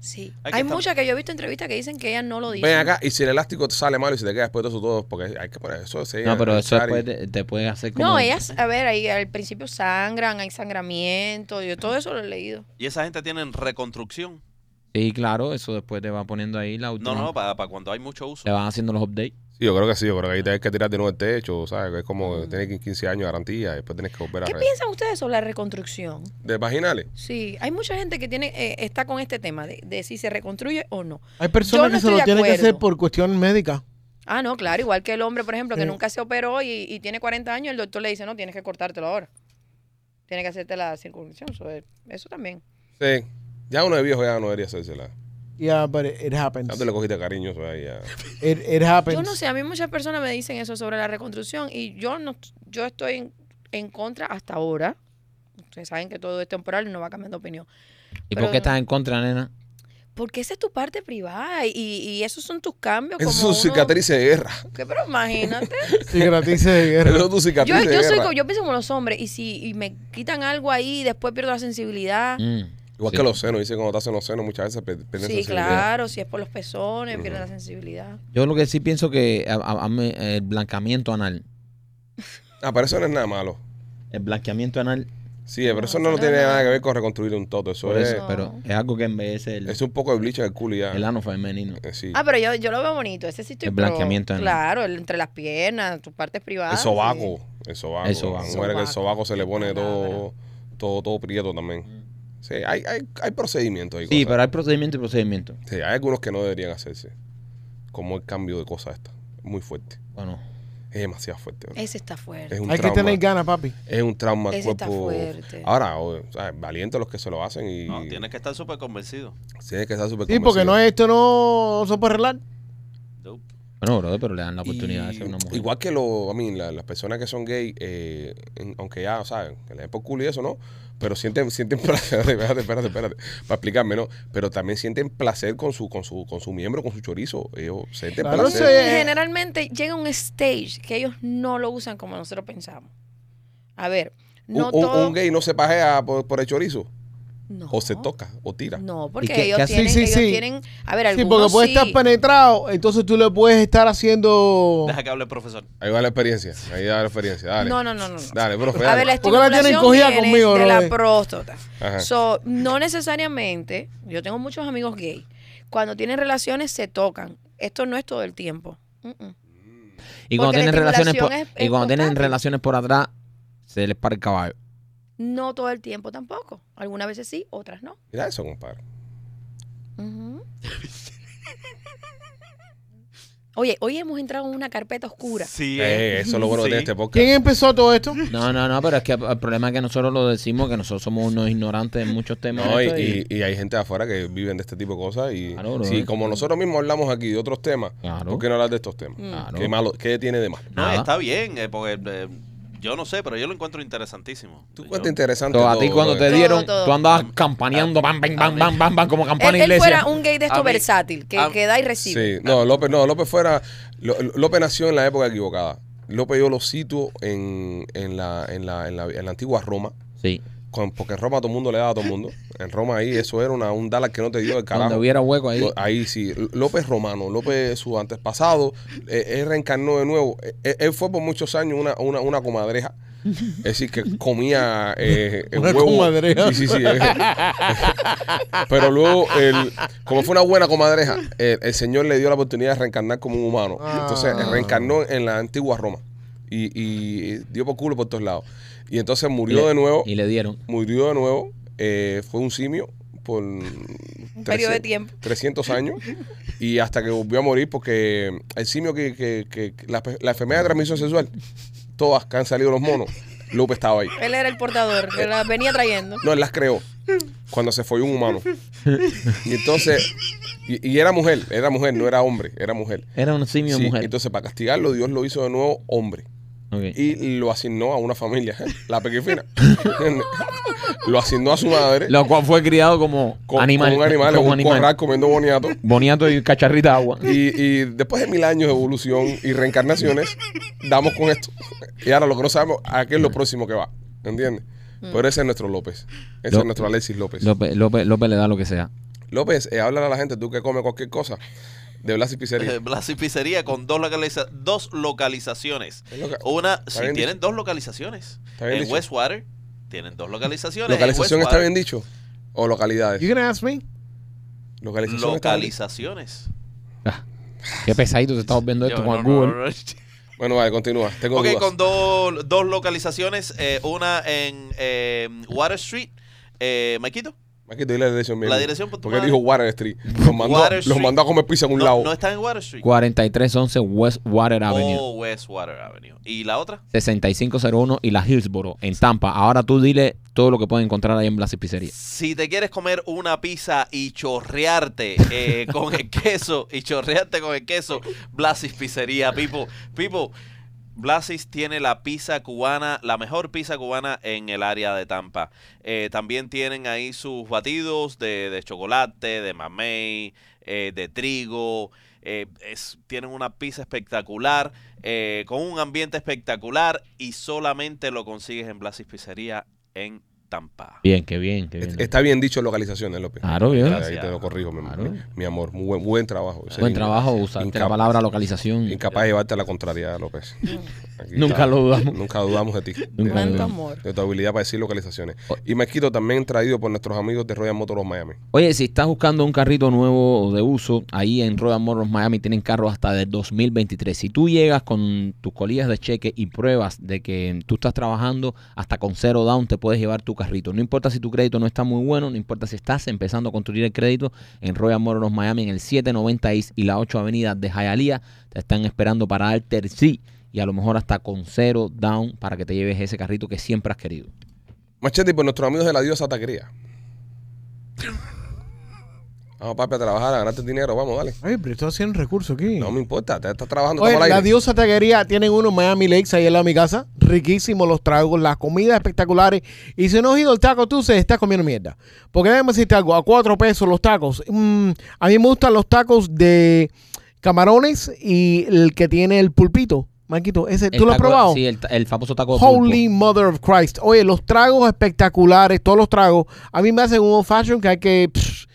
Speaker 5: Sí.
Speaker 4: Hay
Speaker 5: Hay,
Speaker 4: que estar-
Speaker 5: muchas que yo he visto entrevistas que dicen que ellas no lo dicen.
Speaker 1: Ven acá y si el elástico te sale mal y se te queda después de eso todo, porque hay que poner eso. sí,
Speaker 2: No, pero eso
Speaker 1: echar y-
Speaker 2: después te, te puede hacer como.
Speaker 5: No, ellas, a ver, ahí al principio sangran, hay sangramiento, yo todo eso lo he leído.
Speaker 4: Y esa gente tiene reconstrucción.
Speaker 2: Sí, claro, eso después te va poniendo ahí la última.
Speaker 4: No, no, para, para cuando hay mucho uso.
Speaker 2: Te van haciendo los updates.
Speaker 1: Sí, yo creo que sí, yo creo que ahí tienes que tirar de nuevo el techo, ¿sabes? Que Es como que tienes 15 años de garantía y después tienes que volver a...
Speaker 5: ¿Qué
Speaker 1: re-
Speaker 5: piensan ustedes sobre la reconstrucción?
Speaker 1: ¿De vaginales?
Speaker 5: Sí, hay mucha gente que tiene eh, está con este tema de, de si se reconstruye o no.
Speaker 6: Hay
Speaker 5: Yo
Speaker 6: personas
Speaker 5: no
Speaker 6: que se
Speaker 5: estoy
Speaker 6: lo
Speaker 5: de
Speaker 6: tienen que hacer
Speaker 5: acuerdo.
Speaker 6: por cuestión médica.
Speaker 5: Ah, no, claro, igual que el hombre, por ejemplo, que
Speaker 6: Sí.
Speaker 5: nunca se operó y, y tiene 40 años, el doctor le dice, no, tienes que cortártelo ahora. Tienes que hacerte la circuncisión. so, eh, Eso también.
Speaker 1: Sí. Ya uno de viejo ya no debería hacérsela.
Speaker 6: Yeah, but it, it happens.
Speaker 1: Ya te le cogiste cariño, eso ahí ya.
Speaker 6: It, it happens.
Speaker 5: Yo no sé, a mí muchas personas me dicen eso sobre la reconstrucción y yo no, yo estoy en, en contra hasta ahora. Ustedes saben que todo es temporal y no va cambiando opinión.
Speaker 2: ¿Y
Speaker 5: Pero-
Speaker 2: por qué estás en contra, nena?
Speaker 5: Porque esa es tu parte privada y, y esos son tus cambios.
Speaker 1: Eso
Speaker 5: como
Speaker 1: son
Speaker 5: uno-
Speaker 1: cicatrices de guerra.
Speaker 5: ¿Qué? Pero imagínate.
Speaker 6: Cicatrices de
Speaker 1: Eso
Speaker 6: guerra.
Speaker 1: son tus
Speaker 5: yo,
Speaker 1: cicatrices
Speaker 5: yo,
Speaker 1: de
Speaker 5: soy,
Speaker 1: guerra.
Speaker 5: co- yo pienso como los hombres y si y me quitan algo ahí después pierdo la sensibilidad.
Speaker 2: Mm,
Speaker 1: Igual
Speaker 2: sí.
Speaker 1: que los senos, dicen cuando te hacen los senos muchas veces pe- pierden
Speaker 5: Sí,
Speaker 1: sensibilidad.
Speaker 5: claro, si es por los pezones, pierdo la sensibilidad.
Speaker 2: Yo lo que sí pienso que a- a- a mí, el blanqueamiento anal.
Speaker 1: Ah, pero eso no es nada malo.
Speaker 2: El blanqueamiento anal.
Speaker 1: Sí, pero eso
Speaker 5: eso
Speaker 1: no,
Speaker 5: no es
Speaker 1: tiene
Speaker 5: nada.
Speaker 1: nada que ver con reconstruir un toto. Eso
Speaker 2: Por
Speaker 1: es,
Speaker 2: eso,
Speaker 5: Oh.
Speaker 2: pero es algo que embellece el,
Speaker 1: es un poco de bleach en el culo y ya.
Speaker 2: el ano femenino.
Speaker 1: Eh, Sí.
Speaker 5: Ah, pero yo, yo lo veo bonito. Ese sí estoy
Speaker 2: El
Speaker 5: pro.
Speaker 2: blanqueamiento, ¿no?
Speaker 5: Claro, el- entre las piernas, tus partes privadas.
Speaker 1: el sobaco. El sobaco.
Speaker 2: El sobaco.
Speaker 1: Mujeres que el sobaco se le pone
Speaker 5: Palabra.
Speaker 1: todo, todo, todo prieto también. Sí, hay, hay, hay procedimientos. y
Speaker 2: Sí,
Speaker 1: cosas.
Speaker 2: pero hay procedimiento y procedimiento.
Speaker 1: Sí, hay algunos que no deberían hacerse. Como el cambio de cosas esta. Muy fuerte.
Speaker 2: Bueno,
Speaker 1: Es demasiado fuerte. bro.
Speaker 5: Ese está fuerte.
Speaker 1: Es un
Speaker 6: Hay que
Speaker 1: trauma.
Speaker 6: tener ganas, papi.
Speaker 1: Es un trauma al
Speaker 5: Ese está
Speaker 1: cuerpo.
Speaker 5: fuerte.
Speaker 1: Ahora, o sea, valientes los que se lo hacen y
Speaker 4: No, tienes que estar súper convencido.
Speaker 1: tienes que estar súper
Speaker 6: Sí, porque
Speaker 1: convencido.
Speaker 6: no es- esto no, no se puede arreglar.
Speaker 4: Nope.
Speaker 2: bueno, brother, pero le dan la oportunidad de
Speaker 1: Y
Speaker 2: ser una mujer.
Speaker 1: Igual que lo, a mí, la- las personas que son gay, eh, en- aunque ya saben, que le den por culo y eso, ¿no? Pero sienten, sienten placer, espérate, espérate, espérate, para explicarme, ¿no? Pero también sienten placer con su, con su, con su miembro, con su chorizo. Ellos sienten
Speaker 6: Claro,
Speaker 1: placer.
Speaker 6: sí.
Speaker 5: Generalmente llega un stage que ellos no lo usan como nosotros pensamos. A ver,
Speaker 1: Un,
Speaker 5: no
Speaker 1: un-
Speaker 5: todo.
Speaker 1: un gay no se pajea por, por el chorizo.
Speaker 5: no.
Speaker 1: O se toca, o tira.
Speaker 5: No,
Speaker 2: ¿Y
Speaker 5: porque
Speaker 2: qué-
Speaker 5: ellos,
Speaker 2: qué hace?
Speaker 5: tienen,
Speaker 6: Sí, sí,
Speaker 5: ellos
Speaker 6: sí.
Speaker 5: tienen. A ver,
Speaker 6: Sí, porque
Speaker 5: algunos
Speaker 6: puede
Speaker 5: sí.
Speaker 6: estar penetrado, entonces tú le puedes estar haciendo.
Speaker 4: Deja que hable el profesor.
Speaker 1: Ahí va la experiencia, ahí va la experiencia, dale.
Speaker 5: No, no, no, no, no.
Speaker 1: Dale, profe,
Speaker 5: A
Speaker 1: dale.
Speaker 5: ver, la
Speaker 6: ¿Por qué la tienen
Speaker 5: estimulación
Speaker 6: cogida
Speaker 5: viene
Speaker 6: conmigo,
Speaker 5: de la
Speaker 6: brother?
Speaker 5: próstata.
Speaker 1: Ajá.
Speaker 5: So, no necesariamente, yo tengo muchos amigos gay, cuando tienen relaciones se tocan. Esto no es todo el tiempo. Mm, mm.
Speaker 2: Y cuando
Speaker 5: porque la
Speaker 2: tienen relaciones por,
Speaker 5: estimulación es-
Speaker 2: y
Speaker 5: es
Speaker 2: cuando tienen
Speaker 5: constante.
Speaker 2: relaciones por atrás, se les para el caballo.
Speaker 5: No todo el tiempo tampoco. Algunas veces sí, otras no.
Speaker 1: Mira eso, compadre.
Speaker 5: Ujú. Oye, hoy hemos entrado en una carpeta oscura.
Speaker 4: Sí.
Speaker 1: Eh, eso es lo bueno
Speaker 4: Sí.
Speaker 1: de este podcast.
Speaker 6: ¿Quién empezó todo esto?
Speaker 2: No, no, no, pero es que el problema es que nosotros lo decimos, que nosotros somos unos ignorantes en muchos temas.
Speaker 1: No, y,
Speaker 2: Esto y-
Speaker 1: y- y hay gente de afuera que viven de este tipo de cosas. Y
Speaker 2: Claro, bro.
Speaker 1: si como nosotros mismos hablamos aquí de otros temas,
Speaker 2: Claro.
Speaker 1: ¿por qué no hablar de estos temas?
Speaker 2: Claro.
Speaker 1: ¿Qué, malo, ¿Qué tiene de malo?
Speaker 4: No,
Speaker 2: Ajá.
Speaker 4: está bien, eh, porque eh, yo no sé, pero yo lo encuentro interesantísimo.
Speaker 1: Tú
Speaker 4: Yo-
Speaker 1: cuenta interesante.
Speaker 2: Entonces, a
Speaker 1: todo,
Speaker 2: ti cuando
Speaker 1: brother.
Speaker 2: te dieron,
Speaker 5: Todo, todo.
Speaker 2: tú andabas campaneando, bam, bam, bam, bam, bam, bam, como
Speaker 5: Él,
Speaker 2: campana
Speaker 5: él
Speaker 2: iglesia.
Speaker 5: fuera un gay de
Speaker 4: A
Speaker 5: esto
Speaker 4: mí-
Speaker 5: versátil, que,
Speaker 4: a-
Speaker 5: que da y recibe.
Speaker 1: Sí, no, López, no, López fuera. Lo- López nació en la época equivocada. López yo lo cito en, en, la, en, la, en, la, en la antigua Roma.
Speaker 2: Sí.
Speaker 1: con- porque en Roma todo el mundo le daba a todo el mundo. En Roma ahí eso era una, un Dallas que no te dio el
Speaker 2: Cuando
Speaker 1: carajo.
Speaker 2: hubiera hueco ahí.
Speaker 1: Lo- Pues, Ahí sí, L- López Romano, López su antepasado, eh, él reencarnó de nuevo. Eh, eh, él fue por muchos años una, una, una comadreja. Es decir, que comía eh, el
Speaker 6: Una
Speaker 1: huevo.
Speaker 6: comadreja.
Speaker 1: Sí, sí, sí. eh. Pero luego, el- como fue una buena comadreja, el, el Señor le dio la oportunidad de reencarnar como un humano. Entonces, eh,
Speaker 6: Ah.
Speaker 1: reencarnó en la antigua Roma. Y, y dio por culo por todos lados. Y entonces murió
Speaker 2: le-
Speaker 1: de nuevo
Speaker 2: Y le dieron.
Speaker 1: murió de nuevo, eh, fue un simio por
Speaker 5: periodo de
Speaker 1: 300
Speaker 5: tiempo.
Speaker 1: 300 años y hasta que volvió a morir porque el simio que, que, que- que la, la enfermedad de transmisión sexual, todas que han salido los monos, López estaba ahí.
Speaker 5: Él era el portador, que la venía trayendo.
Speaker 1: No, él las creó cuando se fue un humano. Y entonces, y, y era mujer, era mujer, no era hombre, era mujer.
Speaker 2: Era un simio
Speaker 1: Sí,
Speaker 2: mujer.
Speaker 1: Entonces, para castigarlo, Dios lo hizo de nuevo hombre
Speaker 2: Ok.
Speaker 1: y lo asignó a una familia, la pequifina. lo asignó a su madre.
Speaker 2: Lo cual fue criado como
Speaker 1: con,
Speaker 2: animal.
Speaker 1: con un animal,
Speaker 2: como
Speaker 1: un
Speaker 2: animal.
Speaker 1: corral comiendo boniato.
Speaker 2: Boniato y cacharrita de agua.
Speaker 1: Y, y después de mil años de evolución y reencarnaciones, damos con esto. Y ahora lo que no sabemos, a qué es lo próximo que va. ¿Entiendes? Pero ese es nuestro López. Ese
Speaker 2: Lo-
Speaker 1: es nuestro Alexis López.
Speaker 2: López, López, López le da lo que sea.
Speaker 1: López, eh, háblale a la gente, tú que comes cualquier cosa. De Blas y
Speaker 4: Eh,
Speaker 1: Pizzería.
Speaker 4: Blas y Pizzería con dos, localiza- dos localizaciones.
Speaker 1: Es loca-
Speaker 4: Una,
Speaker 1: Está
Speaker 4: sí,
Speaker 1: bien
Speaker 4: tienen dos localizaciones.
Speaker 1: Está bien
Speaker 4: En
Speaker 1: dicho.
Speaker 4: Westwater tienen dos localizaciones. En
Speaker 1: ¿Localización está
Speaker 4: Westwater,
Speaker 1: bien dicho? ¿O localidades?
Speaker 6: You gonna ask me?
Speaker 1: Localización. está bien dicho?
Speaker 4: Localizaciones.
Speaker 2: Ah. Qué pesadito te estás viendo esto
Speaker 4: Yo,
Speaker 2: con
Speaker 4: no,
Speaker 2: el
Speaker 4: no,
Speaker 2: Google.
Speaker 4: no, no.
Speaker 1: Bueno, vale, continúa. Tengo
Speaker 4: Ok,
Speaker 1: dudas.
Speaker 4: con dos, dos localizaciones. eh, una en eh, Water Street. Eh, Maquito,
Speaker 1: Aquí te doy la dirección bien.
Speaker 4: La dirección por tu
Speaker 1: Porque
Speaker 4: madre.
Speaker 1: dijo Water Street. Los mandó,
Speaker 4: Water
Speaker 1: los
Speaker 4: Street.
Speaker 1: mandó a comer pizza en un
Speaker 4: no,
Speaker 1: lado.
Speaker 4: no está en Water Street.
Speaker 2: 4311 West Water Avenue.
Speaker 4: O Westwater Avenue. ¿Y la otra?
Speaker 2: 6501 y la Hillsboro en Tampa. Ahora tú dile todo lo que puedes encontrar ahí en Blas y Pizzería.
Speaker 4: Si te quieres comer una pizza y chorrearte eh, con el queso, y chorrearte con el queso, Blasis Pizzería, Pipo. Pipo, Blasis tiene la pizza cubana, la mejor pizza cubana en el área de Tampa. Eh, también tienen ahí sus batidos de, de chocolate, de mamey, eh, de trigo. Eh, es- tienen una pizza espectacular, eh, con un ambiente espectacular, y solamente lo consigues en Blasis Pizzería en Tampa.
Speaker 2: Bien, qué bien, qué bien.
Speaker 1: Est- Está bien dicho localizaciones, López.
Speaker 2: Claro, bien.
Speaker 1: Ahí te lo corrijo, mi,
Speaker 2: Claro.
Speaker 1: mi- mi amor. Muy buen, buen trabajo. Ser
Speaker 2: Buen
Speaker 1: inca-
Speaker 2: trabajo, usaste la
Speaker 1: incapaz-
Speaker 2: palabra localización.
Speaker 1: Incapaz de llevarte a la contraria, López. Aquí
Speaker 2: Nunca
Speaker 1: está.
Speaker 2: lo dudamos.
Speaker 1: Nunca dudamos de ti.
Speaker 2: Nunca Oh.
Speaker 1: de,
Speaker 5: Tanto
Speaker 2: bien.
Speaker 5: amor.
Speaker 1: de tu habilidad para decir localizaciones. Y Marquito también traído por nuestros amigos de Royal Motors Miami.
Speaker 2: Oye, si estás buscando un carrito nuevo o de uso, ahí en Royal Motors Miami tienen carros hasta del 2023. Si tú llegas con tus colillas de cheque y pruebas de que tú estás trabajando hasta con cero down, te puedes llevar tu carrito. carrito. No importa si tu crédito no está muy bueno, no importa si estás empezando a construir el crédito en Royal Motors Miami en el 790 East y la 8 Avenida de Hialeah. Te están esperando para darte el sí y a lo mejor hasta con cero down para que te lleves ese carrito que siempre has querido.
Speaker 1: Machete, y por nuestros amigos de la diosa taquería. Vamos, papi, a trabajar, a ganarte dinero. Vamos, dale.
Speaker 6: Ay, pero estoy haciendo recursos aquí.
Speaker 1: No me importa, te estás trabajando.
Speaker 6: Oye,
Speaker 1: estamos al
Speaker 6: la
Speaker 1: aire.
Speaker 6: diosa taquería tienen uno en Miami Lakes ahí al lado de mi casa. Riquísimo los tragos, las comidas espectaculares. Y si no has ido al taco, tú se estás comiendo mierda. Porque déjame decirte algo, a cuatro pesos los tacos. Mm, a mí me gustan los tacos de camarones y el que tiene el pulpito. Marquito, ese,
Speaker 2: El
Speaker 6: ¿tú lo has
Speaker 2: taco-
Speaker 6: probado?
Speaker 2: Sí, el, ta- el famoso taco de pulpo.
Speaker 6: Holy Mother of Christ. Oye, los tragos espectaculares, todos los tragos. A mí me hacen un old fashion que hay que... psh,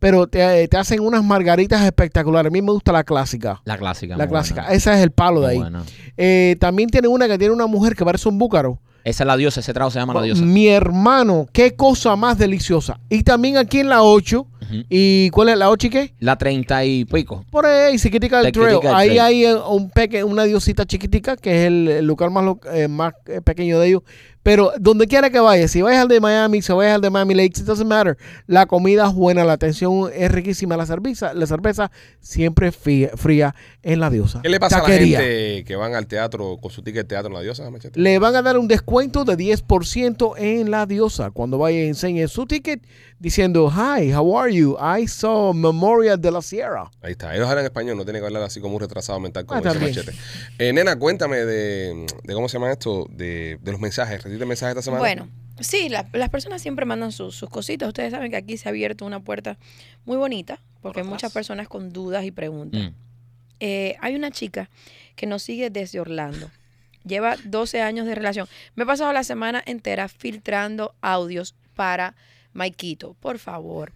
Speaker 6: pero te, te hacen unas margaritas espectaculares. A mí me gusta la clásica.
Speaker 2: La clásica.
Speaker 6: La
Speaker 2: muy
Speaker 6: clásica.
Speaker 2: buena.
Speaker 6: Ese es el palo de
Speaker 2: Muy
Speaker 6: ahí.
Speaker 2: buena.
Speaker 6: Eh, también tiene una que tiene una mujer que parece un búcaro.
Speaker 2: Esa es la diosa, ese trago se llama la diosa.
Speaker 6: Mi hermano, qué cosa más deliciosa. Y también aquí en la 8.
Speaker 2: Ujú.
Speaker 6: ¿Y cuál es la 8 y qué?
Speaker 2: La 30 y pico.
Speaker 6: Por ahí, se critica
Speaker 2: Te
Speaker 6: el
Speaker 2: critica
Speaker 6: trail.
Speaker 2: el
Speaker 6: Ahí
Speaker 2: trail.
Speaker 6: hay eh, un peque, una diosita chiquitica, que es el, el lugar más, lo- eh, más eh, pequeño de ellos. Pero donde quiera que vayas, si vayas al de Miami, si vayas al de Miami Lakes, it doesn't matter. La comida es buena, la atención es riquísima, la cerveza, la cerveza siempre fría, fría en la diosa.
Speaker 1: ¿Qué le pasa
Speaker 6: Taquería.
Speaker 1: a la gente que van al teatro con su ticket de teatro en la diosa, Machete?
Speaker 6: Le van a dar un descuento de 10% en la diosa cuando vaya y enseñe su ticket diciendo, hi, how are you? I saw Memorial de la Sierra.
Speaker 1: Ahí está, ellos hablan español, no tiene que hablar así como un retrasado mental como
Speaker 6: Ah,
Speaker 1: dice
Speaker 6: también.
Speaker 1: Machete. Eh, nena, cuéntame de, de cómo se llama esto, de, de los mensajes. ¿Recibiste mensajes esta semana?
Speaker 5: Bueno, sí, la- las personas siempre mandan sus, sus cositas. Ustedes saben que aquí se ha abierto una puerta muy bonita porque hay muchas personas con dudas y preguntas.
Speaker 2: Mm.
Speaker 5: Eh, hay una chica que nos sigue desde Orlando. Lleva 12 años de relación. Me he pasado la semana entera filtrando audios para Maikito. Por favor,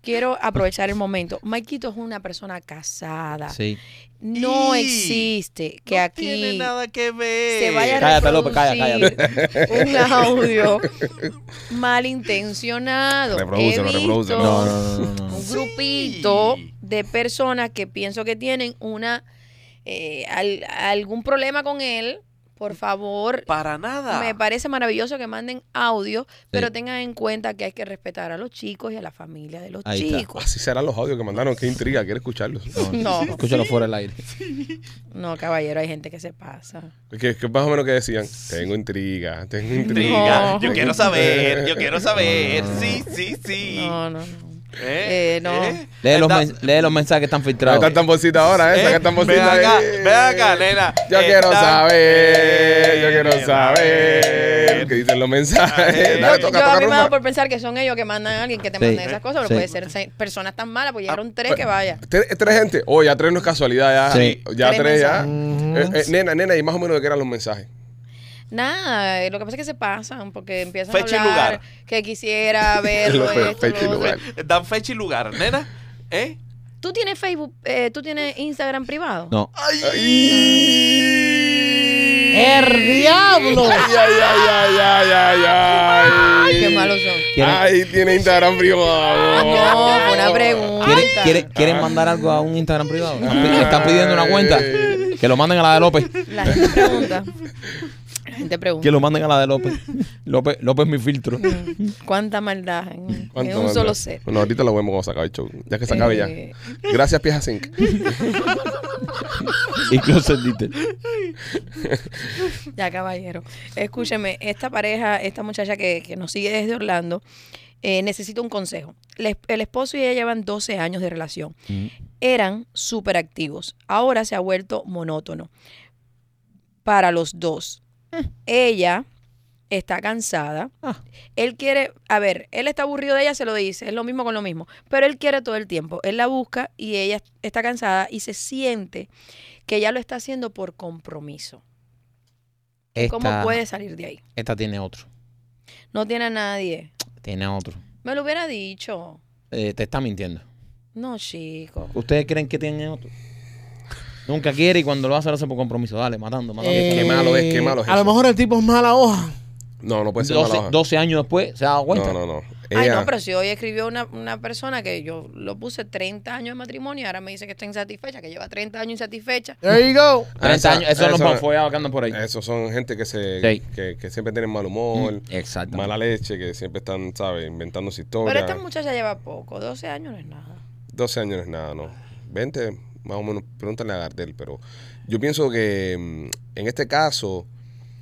Speaker 5: quiero aprovechar el momento. Maikito es una persona casada.
Speaker 2: Sí.
Speaker 5: No
Speaker 4: Y
Speaker 5: existe que
Speaker 4: no
Speaker 5: aquí
Speaker 4: tiene nada que ver.
Speaker 5: se vaya a
Speaker 2: Cállate, López,
Speaker 5: reproducir
Speaker 2: cállate,
Speaker 5: un audio malintencionado. He
Speaker 1: Reprodúcelo, reprodúcelo.
Speaker 5: visto
Speaker 2: No, no, no, no, no.
Speaker 5: un
Speaker 4: Sí.
Speaker 5: grupito de personas que pienso que tienen una eh, al- algún problema con él. Por favor,
Speaker 4: Para nada.
Speaker 5: me parece maravilloso que manden audio, pero
Speaker 2: Sí.
Speaker 5: tengan en cuenta que hay que respetar a los chicos y a la familia de los
Speaker 2: Ahí está.
Speaker 5: chicos.
Speaker 1: Así serán los audios que mandaron, qué intriga, quiero escucharlos.
Speaker 5: No,
Speaker 2: Escúchalo fuera del aire.
Speaker 5: no, caballero, hay gente que se pasa.
Speaker 1: ¿Qué, qué más o menos que decían? Tengo intriga, tengo intriga.
Speaker 4: Diga, Yo quiero saber, yo quiero saber.
Speaker 2: No, no, no.
Speaker 4: Sí, sí, sí.
Speaker 5: No, no, no.
Speaker 4: ¿Eh?
Speaker 5: Eh, no.
Speaker 4: ¿Eh?
Speaker 2: Lee los,
Speaker 4: Anda-
Speaker 2: men- lee los mensajes que están
Speaker 1: Ahí está
Speaker 2: filtrados.
Speaker 1: el tamborcito ahora, ¿eh? Saca
Speaker 4: Eh,
Speaker 1: el tamborcito
Speaker 4: Ven acá,
Speaker 1: ahí.
Speaker 4: ven acá, nena.
Speaker 1: Yo quiero
Speaker 4: Está-
Speaker 1: saber, yo quiero
Speaker 4: Eh,
Speaker 1: saber. ¿Qué dicen los mensajes?
Speaker 4: Eh,
Speaker 5: Yo,
Speaker 1: Dale,
Speaker 5: yo
Speaker 1: toca,
Speaker 5: a
Speaker 1: toca,
Speaker 5: mí me da
Speaker 1: rumba.
Speaker 5: por pensar que son ellos que mandan a alguien que te
Speaker 2: Sí.
Speaker 5: manden esas cosas, pero
Speaker 2: Sí.
Speaker 5: puede ser se- personas tan malas,
Speaker 1: Ah,
Speaker 5: pues llegaron tres que vaya.
Speaker 1: Tres, tres gente. Oh, ya tres no es casualidad, ya.
Speaker 2: Sí.
Speaker 1: Ya tres,
Speaker 5: Tres
Speaker 1: ya. Eh,
Speaker 6: mensajes.
Speaker 1: eh, nena, nena, y más o menos de qué eran los mensajes.
Speaker 5: Nada, eh, lo que pasa es que se pasan porque empiezan
Speaker 4: Fecha y
Speaker 5: a hablar
Speaker 4: lugar.
Speaker 5: que quisiera verlo,
Speaker 1: Lo fe-
Speaker 5: esto,
Speaker 1: fecha y
Speaker 5: lo otro.
Speaker 1: lugar.
Speaker 4: Dan fecha y lugar, nena. ¿Eh?
Speaker 5: ¿Tú tienes Facebook, eh, tú tienes Instagram privado?
Speaker 2: No.
Speaker 6: ¡El diablo!
Speaker 1: Ay, ay, ay, ay, ay, ay, ay.
Speaker 5: Ay, qué malos son.
Speaker 2: ¿Quieren,
Speaker 1: Ay, tiene Instagram privado.
Speaker 5: Ah, No, fue una pregunta.
Speaker 2: ¿quieren, quieren- quieren mandar algo a un Instagram privado? ¿Me están pidiendo una cuenta?
Speaker 1: Ay.
Speaker 2: Que lo manden a la de López.
Speaker 5: La gente pregunta. La gente pregunta.
Speaker 2: Que lo manden a la de López. López, López es mi filtro.
Speaker 5: Mm, ¿Cuánta maldad en,
Speaker 1: ¿Cuánto
Speaker 5: en un
Speaker 1: manda?
Speaker 5: solo ser?
Speaker 1: Bueno, ahorita lo vemos cuando se acabe el show. Ya que se acabe
Speaker 5: Eh.
Speaker 1: ya. Gracias, Pieza Zinc.
Speaker 2: Y Closet Dieter.
Speaker 5: Ya, caballero. Escúcheme, esta pareja, esta muchacha que, que nos sigue desde Orlando, eh, necesita un consejo. Le- el esposo y ella llevan 12 años de relación. Eran súper activos. Ahora se ha vuelto monótono para los dos. Ella está cansada. Él quiere, a ver, él está aburrido de ella, se lo dice, es lo mismo con lo mismo, pero él quiere todo el tiempo. Él la busca y ella está cansada y se siente que ella lo está haciendo por compromiso. ¿Cómo puede salir de ahí?
Speaker 2: esta tiene otro.
Speaker 5: No tiene a nadie.
Speaker 2: Tiene otro.
Speaker 5: Me lo hubiera dicho.
Speaker 2: Eh, te está mintiendo.
Speaker 5: No, chico.
Speaker 2: ¿Ustedes creen que tiene otro? Nunca quiere y cuando lo hace lo hace por compromiso. Dale, matando, matando.
Speaker 1: Eh, qué malo es, qué malo es
Speaker 6: A lo
Speaker 1: eso.
Speaker 6: mejor el tipo es mala hoja.
Speaker 1: No, no puede ser mala
Speaker 2: 12,
Speaker 1: hoja.
Speaker 2: 12 años después se ha dado cuenta.
Speaker 1: No, no, no.
Speaker 5: Ay,
Speaker 1: Ella-
Speaker 5: no, pero si hoy escribió una, una persona que yo lo puse 30 años de matrimonio y ahora me dice que está insatisfecha, que lleva 30 años insatisfecha.
Speaker 6: There you go.
Speaker 1: Ah,
Speaker 2: 30
Speaker 1: esa-
Speaker 2: años, esos son los
Speaker 1: eso-
Speaker 2: manfollados que andan por ahí.
Speaker 1: Esos son gente que se
Speaker 2: Sí. Mm.
Speaker 1: que, que siempre tienen mal humor,
Speaker 2: Exacto.
Speaker 1: mala leche, que siempre están, ¿sabes? Inventándose
Speaker 5: Pero este
Speaker 1: historias.
Speaker 5: esta muchacha lleva poco, 12 años no es nada.
Speaker 1: 12 años no es nada, ¿no? 20, más o menos, pregúntale a Gardel, pero yo pienso que mm, en este caso,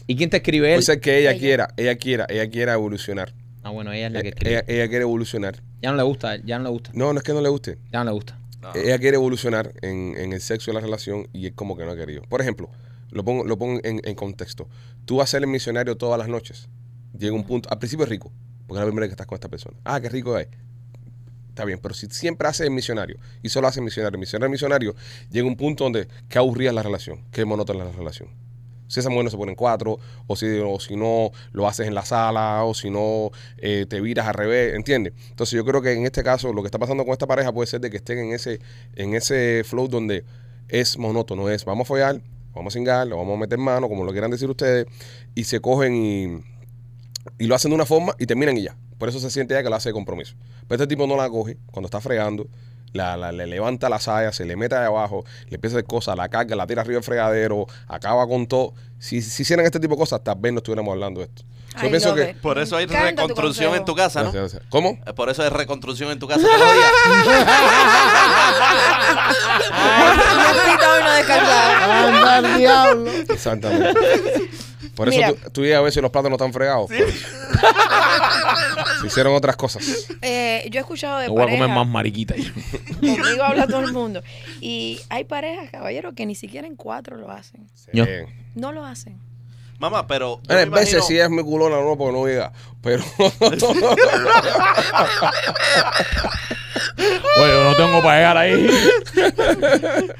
Speaker 2: ¿Y quién te escribe él?
Speaker 1: puede ser que ella,
Speaker 5: Ella.
Speaker 1: quiera, ella quiera, ella quiera evolucionar.
Speaker 2: ah, bueno, ella es la que
Speaker 1: Eh,
Speaker 2: escribe.
Speaker 1: Ella, ella quiere evolucionar.
Speaker 2: eh, ya no le gusta, a él, ya no le gusta,
Speaker 1: No, no es que no le guste.
Speaker 2: ya no le gusta.
Speaker 4: No.
Speaker 1: Ella quiere evolucionar en, en el sexo de la relación y es como que no ha querido. Por ejemplo, lo pongo, lo pongo en, en contexto. Tú vas a ser el misionario todas las noches. Llega un punto, al principio es rico, porque es la primera vez que estás con esta persona. Ah, qué rico es. Está bien, pero si siempre haces el misionario y solo haces misionario, misionario, misionario, llega un punto donde qué aburrida es la relación, qué monótona es la relación. Si esa mujer no se pone en cuatro, o si, o si no lo haces en la sala, o si no eh, te viras al revés, ¿entiendes? Entonces yo creo que en este caso lo que está pasando con esta pareja puede ser de que estén en ese, en ese flow donde es monótono, es vamos a follar, vamos a cingar, lo vamos a meter mano, como lo quieran decir ustedes, y se cogen y, y lo hacen de una forma y terminan y ya. Por eso se siente ya que lo hace de compromiso. Pero este tipo no la coge cuando está fregando. La, la- le levanta la saya, se le mete de abajo, le empieza a hacer cosas, la carga, la tira arriba del fregadero, acaba con todo. Si, si hicieran este tipo de cosas, tal vez no estuviéramos hablando de esto. Yo
Speaker 5: I
Speaker 1: pienso
Speaker 5: love
Speaker 1: que-
Speaker 5: it.
Speaker 4: Por eso hay
Speaker 5: Me encanta tu
Speaker 4: reconstrucción en tu
Speaker 5: consejo.
Speaker 4: casa, ¿no?
Speaker 1: Gracias, gracias. ¿Cómo?
Speaker 4: Eh, Por eso hay reconstrucción en tu casa todos los días.
Speaker 5: Lupita hoy no descansaba.
Speaker 6: Anda al diablo.
Speaker 1: Exactamente. Por eso
Speaker 5: Mira.
Speaker 1: tú, tú dices a veces los platos no están fregados. pues. Se hicieron otras cosas.
Speaker 5: Eh, yo he escuchado de
Speaker 2: No voy a comer
Speaker 5: parejas,
Speaker 2: más mariquita. yo.
Speaker 5: conmigo habla todo el mundo. Y hay parejas, caballero, que ni siquiera en cuatro lo hacen.
Speaker 2: Yo.
Speaker 1: Eh,
Speaker 5: No lo hacen.
Speaker 4: Mamá, pero. yo
Speaker 1: a
Speaker 4: me
Speaker 1: veces
Speaker 4: imagino-
Speaker 1: si es mi culona no, porque no llega. Pero
Speaker 2: Bueno, Pues yo no tengo para llegar ahí.
Speaker 4: Bueno,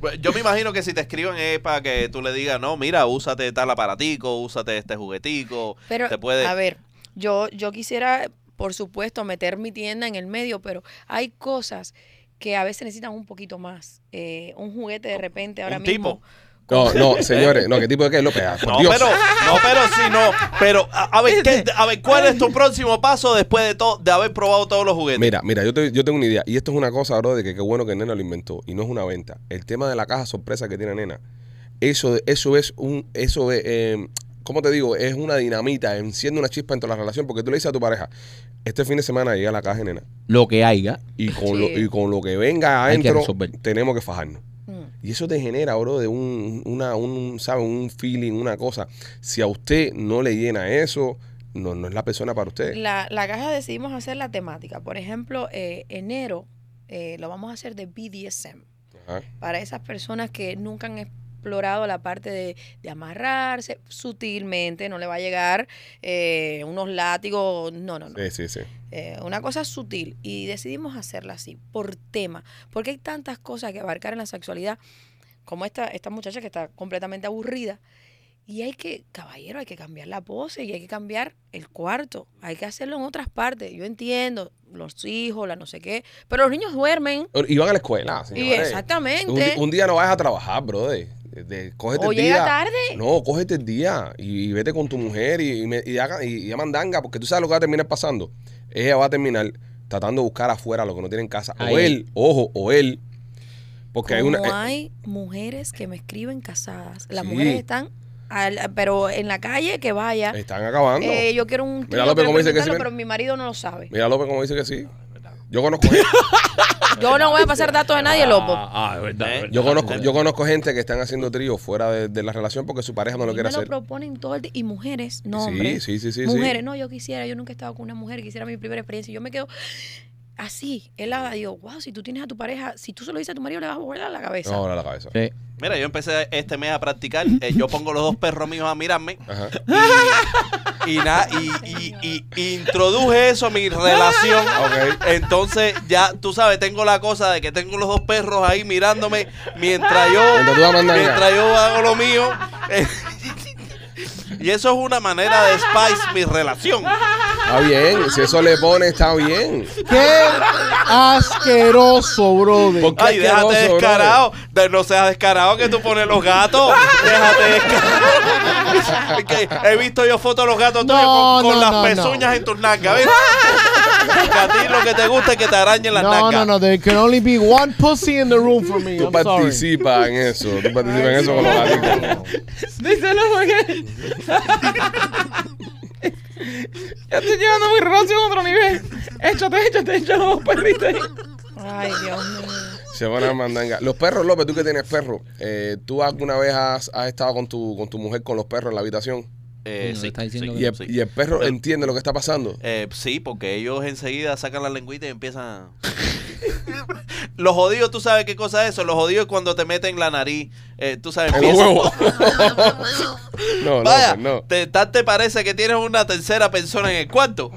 Speaker 4: pues, Yo me imagino que si te escriben es para que tú le digas, no, mira, úsate tal aparatico, úsate este juguetico.
Speaker 5: Pero,
Speaker 4: te puede...
Speaker 5: a ver, yo, yo quisiera, por supuesto, meter mi tienda en el medio, pero hay cosas que a veces necesitan un poquito más. Eh, un juguete de repente ahora
Speaker 4: Oh, un
Speaker 5: mismo.
Speaker 4: tipo.
Speaker 1: no, no, señores, no, qué tipo de qué López. Ah, por
Speaker 4: No,
Speaker 1: Dios.
Speaker 4: pero, no, pero si no. Pero, a, a ver, ¿qué- a ver, ¿cuál es tu próximo paso después de todo, de haber probado todos los juguetes?
Speaker 1: Mira, mira, yo, te- yo tengo una idea. Y esto es una cosa, bro, de que qué bueno que Nena lo inventó. Y no es una venta. El tema de la caja sorpresa que tiene Nena. Eso, eso es un. Eso es, eh, ¿Cómo te digo? Es una dinamita. Enciende una chispa entre la relación. Porque tú le dices a tu pareja: Este fin de semana llega la caja, de Nena.
Speaker 2: Lo que haya.
Speaker 1: Y con,
Speaker 5: Sí.
Speaker 1: lo, y con lo que venga
Speaker 2: Hay que
Speaker 1: adentro,
Speaker 2: resolver.
Speaker 1: tenemos que fajarnos.
Speaker 5: Mm.
Speaker 1: Y eso te genera, bro, de un, una, un, ¿sabe? un feeling, una cosa. Si a usted no le llena eso, no, no es la persona para usted.
Speaker 5: La, la caja decidimos hacer la temática. Por ejemplo, eh, enero eh, lo vamos a hacer de BDSM.
Speaker 1: Ajá.
Speaker 5: para esas personas que nunca han explorado la parte de, de amarrarse sutilmente, no le va a llegar eh, unos látigos, no, no, no.
Speaker 1: Sí, sí, sí.
Speaker 5: Eh, una cosa sutil. Y decidimos hacerla así, por tema, porque hay tantas cosas que abarcar en la sexualidad, como esta, esta muchacha que está completamente aburrida. Y hay que, caballero, hay que cambiar la pose y hay que cambiar el cuarto. Hay que hacerlo en otras partes. Yo entiendo, los hijos, la no sé qué, pero los niños duermen.
Speaker 1: Y van a la escuela,
Speaker 5: Y
Speaker 1: señores.
Speaker 5: exactamente.
Speaker 1: Un, di- un día no vayas a trabajar, bro. De, de- cógete
Speaker 5: O
Speaker 1: el
Speaker 5: llega
Speaker 1: día.
Speaker 5: tarde.
Speaker 1: No, cógete el día y, y vete con tu mujer y, y, me- y haga- y- y a mandanga, porque tú sabes lo que va a terminar pasando. Ella va a terminar tratando de buscar afuera lo que no tiene en casa. O
Speaker 2: Ahí.
Speaker 1: él, ojo, o él. Porque hay
Speaker 5: Como
Speaker 1: una. eh,
Speaker 5: hay mujeres que me escriben casadas. Las
Speaker 1: Sí.
Speaker 5: mujeres están, al- pero en la calle que vaya.
Speaker 1: están acabando.
Speaker 5: Eh, yo quiero un
Speaker 1: Mira,
Speaker 5: yo
Speaker 1: López,
Speaker 5: quiero
Speaker 1: ¿cómo dice que sí,
Speaker 5: presentarlo,
Speaker 1: mira?
Speaker 5: pero mi marido no lo sabe.
Speaker 1: Mira López como dice que sí. Yo conozco gente,
Speaker 5: Yo no voy a pasar datos de nadie, loco.
Speaker 2: Ah, ah, de verdad. de
Speaker 4: ¿Eh?
Speaker 2: verdad.
Speaker 1: yo conozco, yo conozco gente que están haciendo trío fuera de, de la relación porque su pareja no
Speaker 5: Y
Speaker 1: lo quiere
Speaker 5: me lo
Speaker 1: hacer.
Speaker 5: proponen todo el día. Y mujeres, no
Speaker 1: Sí,
Speaker 5: hombres.
Speaker 1: sí, sí, sí, sí.
Speaker 5: mujeres, no, yo quisiera, yo nunca he estado con una mujer, quisiera mi primera experiencia. Y yo me quedo así, helada. Digo, wow, si tú tienes a tu pareja, si tú se lo dices a tu marido, le vas a volar la cabeza.
Speaker 1: No, ahora la cabeza.
Speaker 2: Sí.
Speaker 4: Mira, yo empecé este mes a practicar. eh, yo pongo los dos perros míos a mirarme.
Speaker 1: Ajá.
Speaker 4: Y nada, y, y- y- y introduje eso a mi relación.
Speaker 1: Ok.
Speaker 4: Entonces, ya tú sabes, tengo la cosa de que tengo los dos perros ahí mirándome mientras yo,
Speaker 1: Mientras tú vas mandando.
Speaker 4: mientras yo hago lo mío. Eh, y eso es una manera de spice mi relación.
Speaker 1: Está bien, si eso le pone, está bien.
Speaker 6: Qué asqueroso, brother.
Speaker 1: ¿Por
Speaker 4: Ay,
Speaker 1: asqueroso,
Speaker 4: déjate
Speaker 1: brother.
Speaker 4: descarado. De- no seas descarado que tú pones los gatos. Déjate descarado. Es que he visto yo fotos de los gatos tuyos
Speaker 6: No,
Speaker 4: con, con
Speaker 6: no,
Speaker 4: las
Speaker 6: no,
Speaker 4: pezuñas en tus nalgas. ¿ves? Porque a ti lo que te gusta es que te arañen las
Speaker 6: No, no,
Speaker 4: nalgas.
Speaker 6: no. There can only be one pussy in the room for me.
Speaker 1: Tú
Speaker 6: I'm sorry.
Speaker 1: participas en eso. Tú participas en eso con los adictos.
Speaker 2: Díselo porque. ya estoy llevando mi relación a otro nivel. Échate, échate, échate los perritos.
Speaker 5: Ay, Dios mío.
Speaker 1: Se van a mandanga. Los perros, López, tú que tienes perro, eh, ¿tú alguna vez has, has estado con tu, con tu mujer con los perros en la habitación?
Speaker 4: Eh,
Speaker 2: Coño,
Speaker 4: sí,
Speaker 2: está diciendo
Speaker 4: sí,
Speaker 1: Y el,
Speaker 4: sí.
Speaker 1: y el perro entiende lo que está pasando.
Speaker 4: Eh, sí, porque ellos enseguida sacan la lengüita y empiezan. Los jodidos, tú sabes qué cosa es eso. Los jodidos es cuando te meten la nariz. eh, tú sabes,
Speaker 1: En los
Speaker 4: empiezan-
Speaker 1: huevos. no,
Speaker 4: Vaya,
Speaker 1: López, no.
Speaker 4: Te, tal te parece que tienes una tercera persona en el cuarto.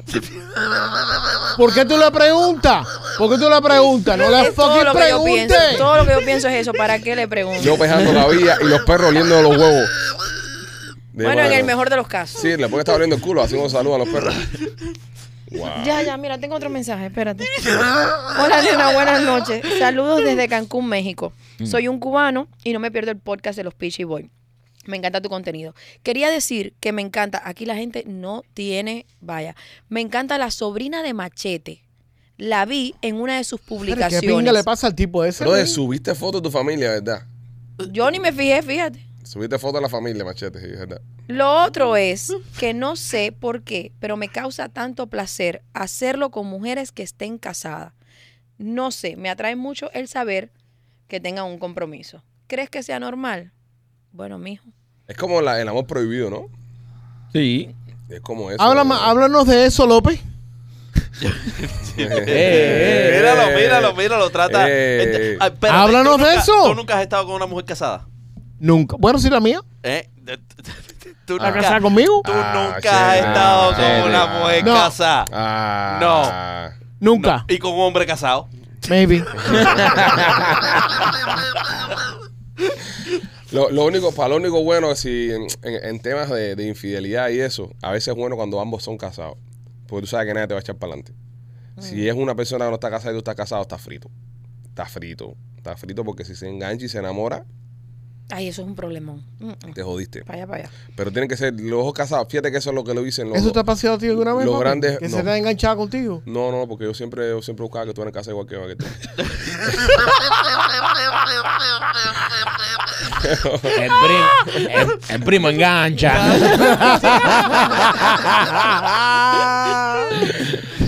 Speaker 6: ¿Por qué tú le preguntas? ¿Por qué tú le preguntas? No le
Speaker 5: Todo
Speaker 6: fucking
Speaker 5: lo que yo pienso,
Speaker 6: preguntes.
Speaker 5: todo lo que yo pienso es eso. ¿Para qué le pregunto?
Speaker 1: López ando todavía y los perros oliendo los huevos. De
Speaker 5: bueno, en
Speaker 1: mano.
Speaker 5: el mejor de los casos.
Speaker 1: Sí, le puede estar oliendo el culo, así uno saluda a los perros. Wow.
Speaker 5: Ya, ya, mira, tengo otro mensaje, espérate. Hola, Nena, buenas noches. Saludos desde Cancún, México.
Speaker 6: Mm.
Speaker 5: Soy un cubano y no me pierdo el podcast de los Peachy Boy. Me encanta tu contenido. Quería decir que me encanta, aquí la gente no tiene, vaya, me encanta la sobrina de Machete. La vi en una de sus
Speaker 6: Madre, ¿Qué pinga le
Speaker 5: publicaciones.
Speaker 6: pasa al tipo ese?
Speaker 1: Brother,
Speaker 6: güey?
Speaker 1: subiste fotos de tu familia, ¿verdad?
Speaker 5: Yo ni me fijé, fíjate.
Speaker 1: Subiste fotos de la familia, machete, sí, ¿verdad?
Speaker 5: Lo otro es que no sé por qué, pero me causa tanto placer hacerlo con mujeres que estén casadas. No sé, me atrae mucho el saber que tengan un compromiso. ¿Crees que sea normal? Bueno, mijo.
Speaker 1: Es como la- el amor prohibido, ¿no?
Speaker 2: Sí.
Speaker 1: Es como eso. ¿no?
Speaker 6: Habla ma- háblanos de eso, López.
Speaker 2: eh,
Speaker 4: míralo, míralo, míralo. Trata.
Speaker 1: Eh.
Speaker 4: Este- ah, espérate,
Speaker 6: Háblanos
Speaker 4: ¿tú
Speaker 6: de
Speaker 4: nunca-
Speaker 6: eso.
Speaker 4: ¿Tú nunca has estado con una mujer casada?
Speaker 6: Nunca. Bueno, sí, la mía.
Speaker 4: ¿Eh? ¿Tú
Speaker 6: ¿La
Speaker 4: nunca-
Speaker 6: casada conmigo?
Speaker 4: Tú
Speaker 1: Ah,
Speaker 4: nunca
Speaker 1: chévere.
Speaker 4: has estado
Speaker 1: Ah,
Speaker 4: con una
Speaker 1: chévere.
Speaker 4: mujer
Speaker 6: No.
Speaker 4: casada.
Speaker 1: Ah.
Speaker 6: Nunca.
Speaker 4: Y con un hombre casado.
Speaker 6: Maybe.
Speaker 1: Lo, lo único, para lo único bueno, si en, en- en temas de, de infidelidad y eso, a veces es bueno cuando ambos son casados. Porque tú sabes que nadie te va a echar para adelante. Si es una persona que no está casada y tú estás casado, está frito. Está frito. Está frito porque si se engancha y se enamora,
Speaker 5: Ay, eso es un problemón. Mm, mm.
Speaker 1: te jodiste.
Speaker 5: Para allá, para allá.
Speaker 1: Pero tienen que ser los dos casados. Fíjate que eso es lo que lo dicen los
Speaker 6: ¿Eso
Speaker 1: dos.
Speaker 6: te ha pasado a ti alguna vez?
Speaker 1: Los
Speaker 6: papi?
Speaker 1: grandes-
Speaker 6: Que
Speaker 1: no.
Speaker 6: se te ha enganchado contigo.
Speaker 1: No, no, porque yo siempre, yo siempre buscaba que tú eras casa igual que yo. que tú.
Speaker 2: El primo, el, el primo engancha.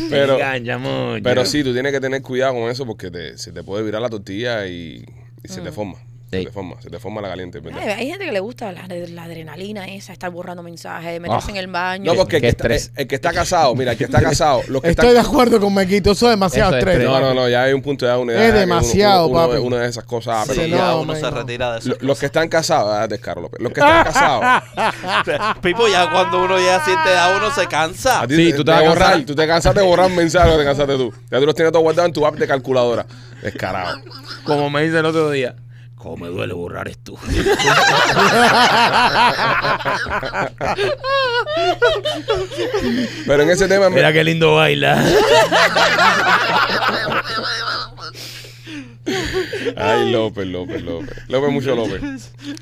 Speaker 1: Pero,
Speaker 2: engancha mucho.
Speaker 1: pero sí, tú tienes que tener cuidado con eso porque te- se te puede virar la tortilla y, y se te forma. Se
Speaker 2: Sí.
Speaker 1: te forma, se te forma la caliente. ¿verdad?
Speaker 5: Ay, hay gente que le gusta la, la adrenalina esa, estar borrando mensajes, meterse
Speaker 2: Ah.
Speaker 5: en el
Speaker 1: No,
Speaker 5: baño.
Speaker 1: porque el
Speaker 2: Qué
Speaker 1: que, está,
Speaker 2: estrés.
Speaker 1: el que está casado, mira, el que está casado, los que
Speaker 6: Estoy de
Speaker 1: están...
Speaker 6: acuerdo con Mequito. Eso es demasiado
Speaker 2: Eso es
Speaker 6: estrés.
Speaker 1: No,
Speaker 2: estrés.
Speaker 1: no, no, ya hay un punto de unidad.
Speaker 6: Es demasiado,
Speaker 1: uno, uno-
Speaker 6: papi.
Speaker 1: Una de esas cosas.
Speaker 4: Sí,
Speaker 1: Ah, pero
Speaker 6: no,
Speaker 4: ya uno
Speaker 6: man,
Speaker 4: se
Speaker 6: no.
Speaker 4: retira de eso.
Speaker 1: lo- los que están casados, ah, descaro, López. Los que están casados,
Speaker 4: Pipo, ya cuando uno ya siente edad, uno se cansa.
Speaker 1: a ti
Speaker 2: Sí,
Speaker 1: te,
Speaker 2: tú
Speaker 1: tú te,
Speaker 2: te vas a
Speaker 1: borrar,
Speaker 2: cansar.
Speaker 1: tú te cansaste de borrar mensajes, te cansaste tú. Ya tú los tienes todos guardados en tu app de calculadora. Descarado.
Speaker 2: Como me dice el otro día. Cómo me duele borrar esto.
Speaker 1: Pero en ese tema,
Speaker 2: Mira qué lindo baila.
Speaker 1: Ay, López, López, López. López, mucho López.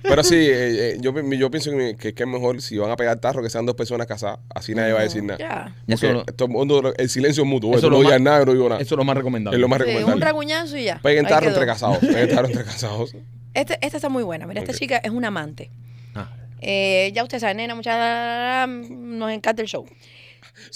Speaker 1: Pero sí, eh, eh, yo, pi- yo pienso que, mi- que- que es mejor si van a pegar tarro que sean dos personas casadas. Así nadie va a decir nada.
Speaker 5: Mm, Ya.
Speaker 2: Eso,
Speaker 1: Porque
Speaker 2: lo-
Speaker 1: todo el mundo- el silencio es mutuo.
Speaker 2: Eso
Speaker 1: Tú
Speaker 2: lo
Speaker 1: no digas
Speaker 2: más-
Speaker 1: nada, yo no digo nada.
Speaker 2: eso es lo más recomendable.
Speaker 1: es lo más
Speaker 5: Sí, un
Speaker 1: recomendable.
Speaker 5: raguñazo y ya.
Speaker 1: Peguen
Speaker 5: Ahí
Speaker 1: tarro
Speaker 5: quedó.
Speaker 1: entre casados. Peguen tarro entre casados.
Speaker 5: Este- esta está muy buena. Mira,
Speaker 1: Ok.
Speaker 5: esta chica es una amante.
Speaker 2: Ah.
Speaker 5: Eh, ya usted sabe, nena, muchas nos encanta el show.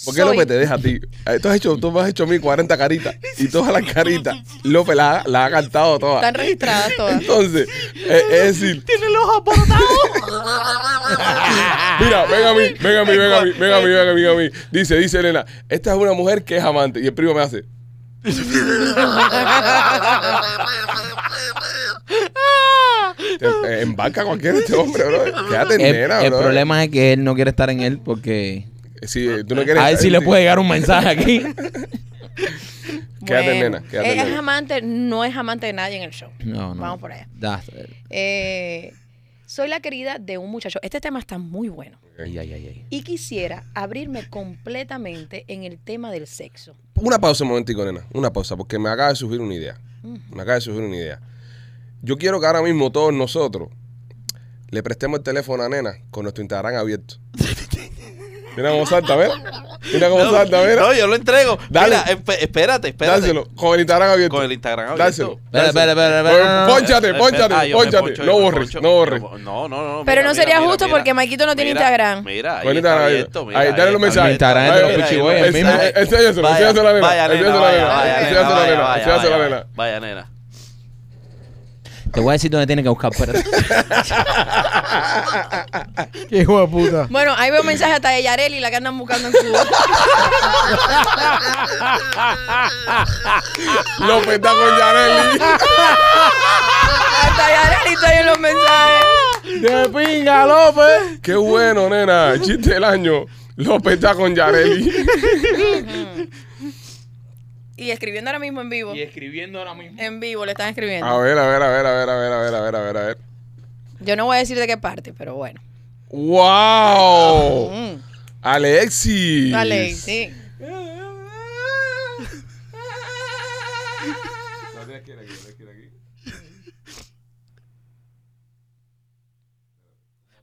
Speaker 1: ¿Por qué
Speaker 5: Soy-
Speaker 1: López te deja a ti? Eh, Tú has hecho, tú me has hecho a mí 40 caritas. Y todas las caritas, López la, la ha cantado todas.
Speaker 5: Están registradas todas.
Speaker 1: Entonces, eh, es decir,
Speaker 6: Tiene el ojo aportado.
Speaker 1: Mira, ven a mí, ven a mí, ven a mí, ven a mí, ven a mí, ven a mí. Dice, dice Elena, esta es una mujer que es amante. Y el primo me hace. Te- eh, embarca cualquiera este hombre, bro. Quédate en
Speaker 2: el,
Speaker 1: nena,
Speaker 2: el
Speaker 1: bro.
Speaker 2: problema es que él no quiere estar en él porque.
Speaker 1: Si eh, tú no quieres.
Speaker 2: A ver si le puede llegar un mensaje aquí.
Speaker 1: Quédate en
Speaker 5: Bueno,
Speaker 1: nena, quédate en
Speaker 5: Es
Speaker 1: nena.
Speaker 5: amante, no es amante de nadie en el show.
Speaker 2: No, no.
Speaker 5: Vamos por allá.
Speaker 2: Das-
Speaker 5: Eh, soy la querida de un muchacho. Este tema está muy bueno.
Speaker 2: Ay, ay, ay, ay.
Speaker 5: Y quisiera abrirme completamente en el tema del sexo.
Speaker 1: Una pausa un momentico, nena. Una pausa, porque me acaba de surgir una idea. Me acaba de surgir una idea. Yo quiero que ahora mismo todos nosotros le prestemos el teléfono a nena con nuestro Instagram abierto. Mira cómo salta, ¿ves? Mira cómo
Speaker 4: no,
Speaker 1: salta, mira.
Speaker 4: no, yo lo entrego.
Speaker 1: Dale.
Speaker 4: Mira, esp- espérate, espérate.
Speaker 1: Dáselo, con el Instagram abierto.
Speaker 4: Con el Instagram abierto.
Speaker 1: Dáselo.
Speaker 2: Espera, espera, espera, espera.
Speaker 1: Pónchate, pónchate,
Speaker 4: Ah, yo me
Speaker 1: pónchate.
Speaker 4: poncho, yo
Speaker 1: No
Speaker 4: me
Speaker 1: borres,
Speaker 4: poncho.
Speaker 1: no borres.
Speaker 4: No, no, no. no,
Speaker 5: Pero
Speaker 4: mira,
Speaker 5: no
Speaker 4: mira,
Speaker 5: sería
Speaker 4: mira,
Speaker 5: justo
Speaker 4: mira.
Speaker 5: porque Maikito no tiene
Speaker 4: Mira,
Speaker 5: Instagram.
Speaker 4: Mira, ahí
Speaker 1: Con el
Speaker 4: está
Speaker 1: Instagram
Speaker 4: abierto,
Speaker 1: abierto.
Speaker 4: mira,
Speaker 1: Ahí, dale
Speaker 4: ahí
Speaker 1: los
Speaker 4: está
Speaker 1: mensajes.
Speaker 4: abierto.
Speaker 2: Instagram es de los
Speaker 4: Mira,
Speaker 2: pichigüeyes,
Speaker 4: mira,
Speaker 2: mismo.
Speaker 4: mira.
Speaker 1: Enséñaselo,
Speaker 4: Vaya,
Speaker 1: enséñaselo a la nena,
Speaker 4: Vaya, nena,
Speaker 1: enséñaselo a la
Speaker 4: vaya,
Speaker 1: nena,
Speaker 4: vaya, nena,
Speaker 1: enséñaselo a la
Speaker 4: vaya,
Speaker 1: nena,
Speaker 4: vaya,
Speaker 1: enséñaselo a la
Speaker 4: vaya,
Speaker 1: nena.
Speaker 4: Vaya, nena.
Speaker 2: Te voy a decir dónde tienes que buscar. espérate.
Speaker 6: Qué hijo de puta.
Speaker 5: Bueno, ahí veo mensajes hasta de Yareli, la que andan buscando en Cuba.
Speaker 1: López está con Yaneli.
Speaker 5: hasta Yareli estoy en los mensajes.
Speaker 6: De pinga, López.
Speaker 1: Qué bueno, nena. El Chiste del año. López está con Yareli.
Speaker 5: Y escribiendo ahora mismo en vivo.
Speaker 2: escribiendo ahora mismo.
Speaker 5: En vivo le están escribiendo.
Speaker 1: A ver, a ver, a ver, a ver, a ver, a ver, a ver, a ver, a ver.
Speaker 5: Yo no voy a decir de qué parte, pero bueno.
Speaker 1: ¡Wow!
Speaker 5: Mm.
Speaker 1: Alexis.
Speaker 5: Dale, sí.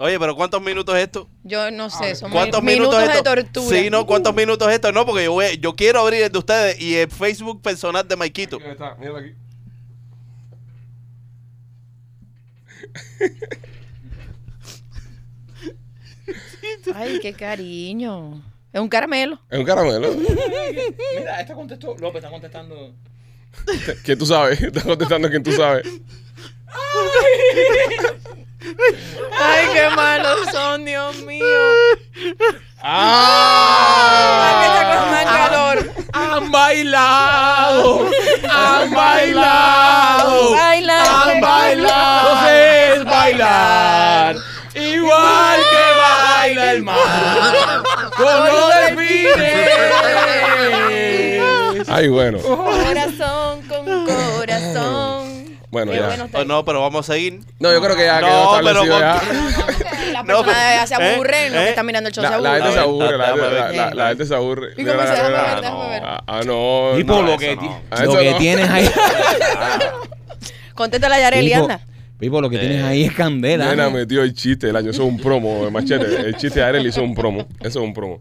Speaker 4: Oye, pero ¿cuántos minutos es esto?
Speaker 5: Yo no sé, son
Speaker 4: ¿Cuántos
Speaker 5: minutos,
Speaker 4: minutos, es
Speaker 5: de
Speaker 4: esto?
Speaker 5: tortura.
Speaker 4: Sí, no, ¿cuántos minutos es esto? No, porque yo, voy- yo quiero abrir el de ustedes y el Facebook personal de Maikito.
Speaker 1: Ahí está, míralo aquí.
Speaker 5: Ay, qué cariño. Es un caramelo.
Speaker 1: Es un caramelo.
Speaker 2: Mira, esta contestó. López está contestando.
Speaker 1: ¿Quién tú sabes? Está contestando quién tú sabes.
Speaker 5: Ay, qué malos son, Dios mío.
Speaker 1: ¡Ah!
Speaker 5: Ay, que está con más calor.
Speaker 2: ¡Han bailado! ¡Han
Speaker 5: bailado! ¡Bailado! Ah. ¡Han bailado!
Speaker 2: Entonces es bailar. Igual que baila el mar. Con los delfines.
Speaker 1: Ay, bueno.
Speaker 5: Corazón con corazón.
Speaker 1: Bueno,
Speaker 5: Qué
Speaker 1: ya.
Speaker 5: bueno está
Speaker 4: Oh, no, pero vamos a seguir.
Speaker 1: No, yo creo que ya
Speaker 4: No,
Speaker 1: quedó
Speaker 4: pero
Speaker 1: establecido
Speaker 4: con-
Speaker 1: ya.
Speaker 5: Las
Speaker 4: No,
Speaker 5: personas
Speaker 4: pero-
Speaker 5: se aburren, los
Speaker 4: ¿eh?
Speaker 5: que están mirando el show se
Speaker 1: La, la gente se
Speaker 5: aburren.
Speaker 1: aburre, la,
Speaker 4: Dame,
Speaker 1: gente- la,
Speaker 4: dame,
Speaker 1: la-
Speaker 4: dame.
Speaker 1: la gente se aburre.
Speaker 5: ¿Y cómo se
Speaker 1: Mira,
Speaker 5: llama?
Speaker 1: mira.
Speaker 5: Déjame ver.
Speaker 1: Ah, ah, no.
Speaker 2: Y
Speaker 1: no,
Speaker 2: por lo
Speaker 1: eso
Speaker 2: que
Speaker 1: no.
Speaker 2: ti-
Speaker 1: Ah, Eso
Speaker 2: lo que
Speaker 1: no.
Speaker 2: tienes ahí.
Speaker 5: Conténtale a Yareli,
Speaker 2: Pipo,
Speaker 5: anda.
Speaker 2: Pipo, lo que tienes ahí es candela.
Speaker 1: Eh, Nena
Speaker 2: ¿no?
Speaker 1: metió el chiste del año. Eso es un promo, eh, machete. El chiste de Ariel hizo un promo. Eso es un promo.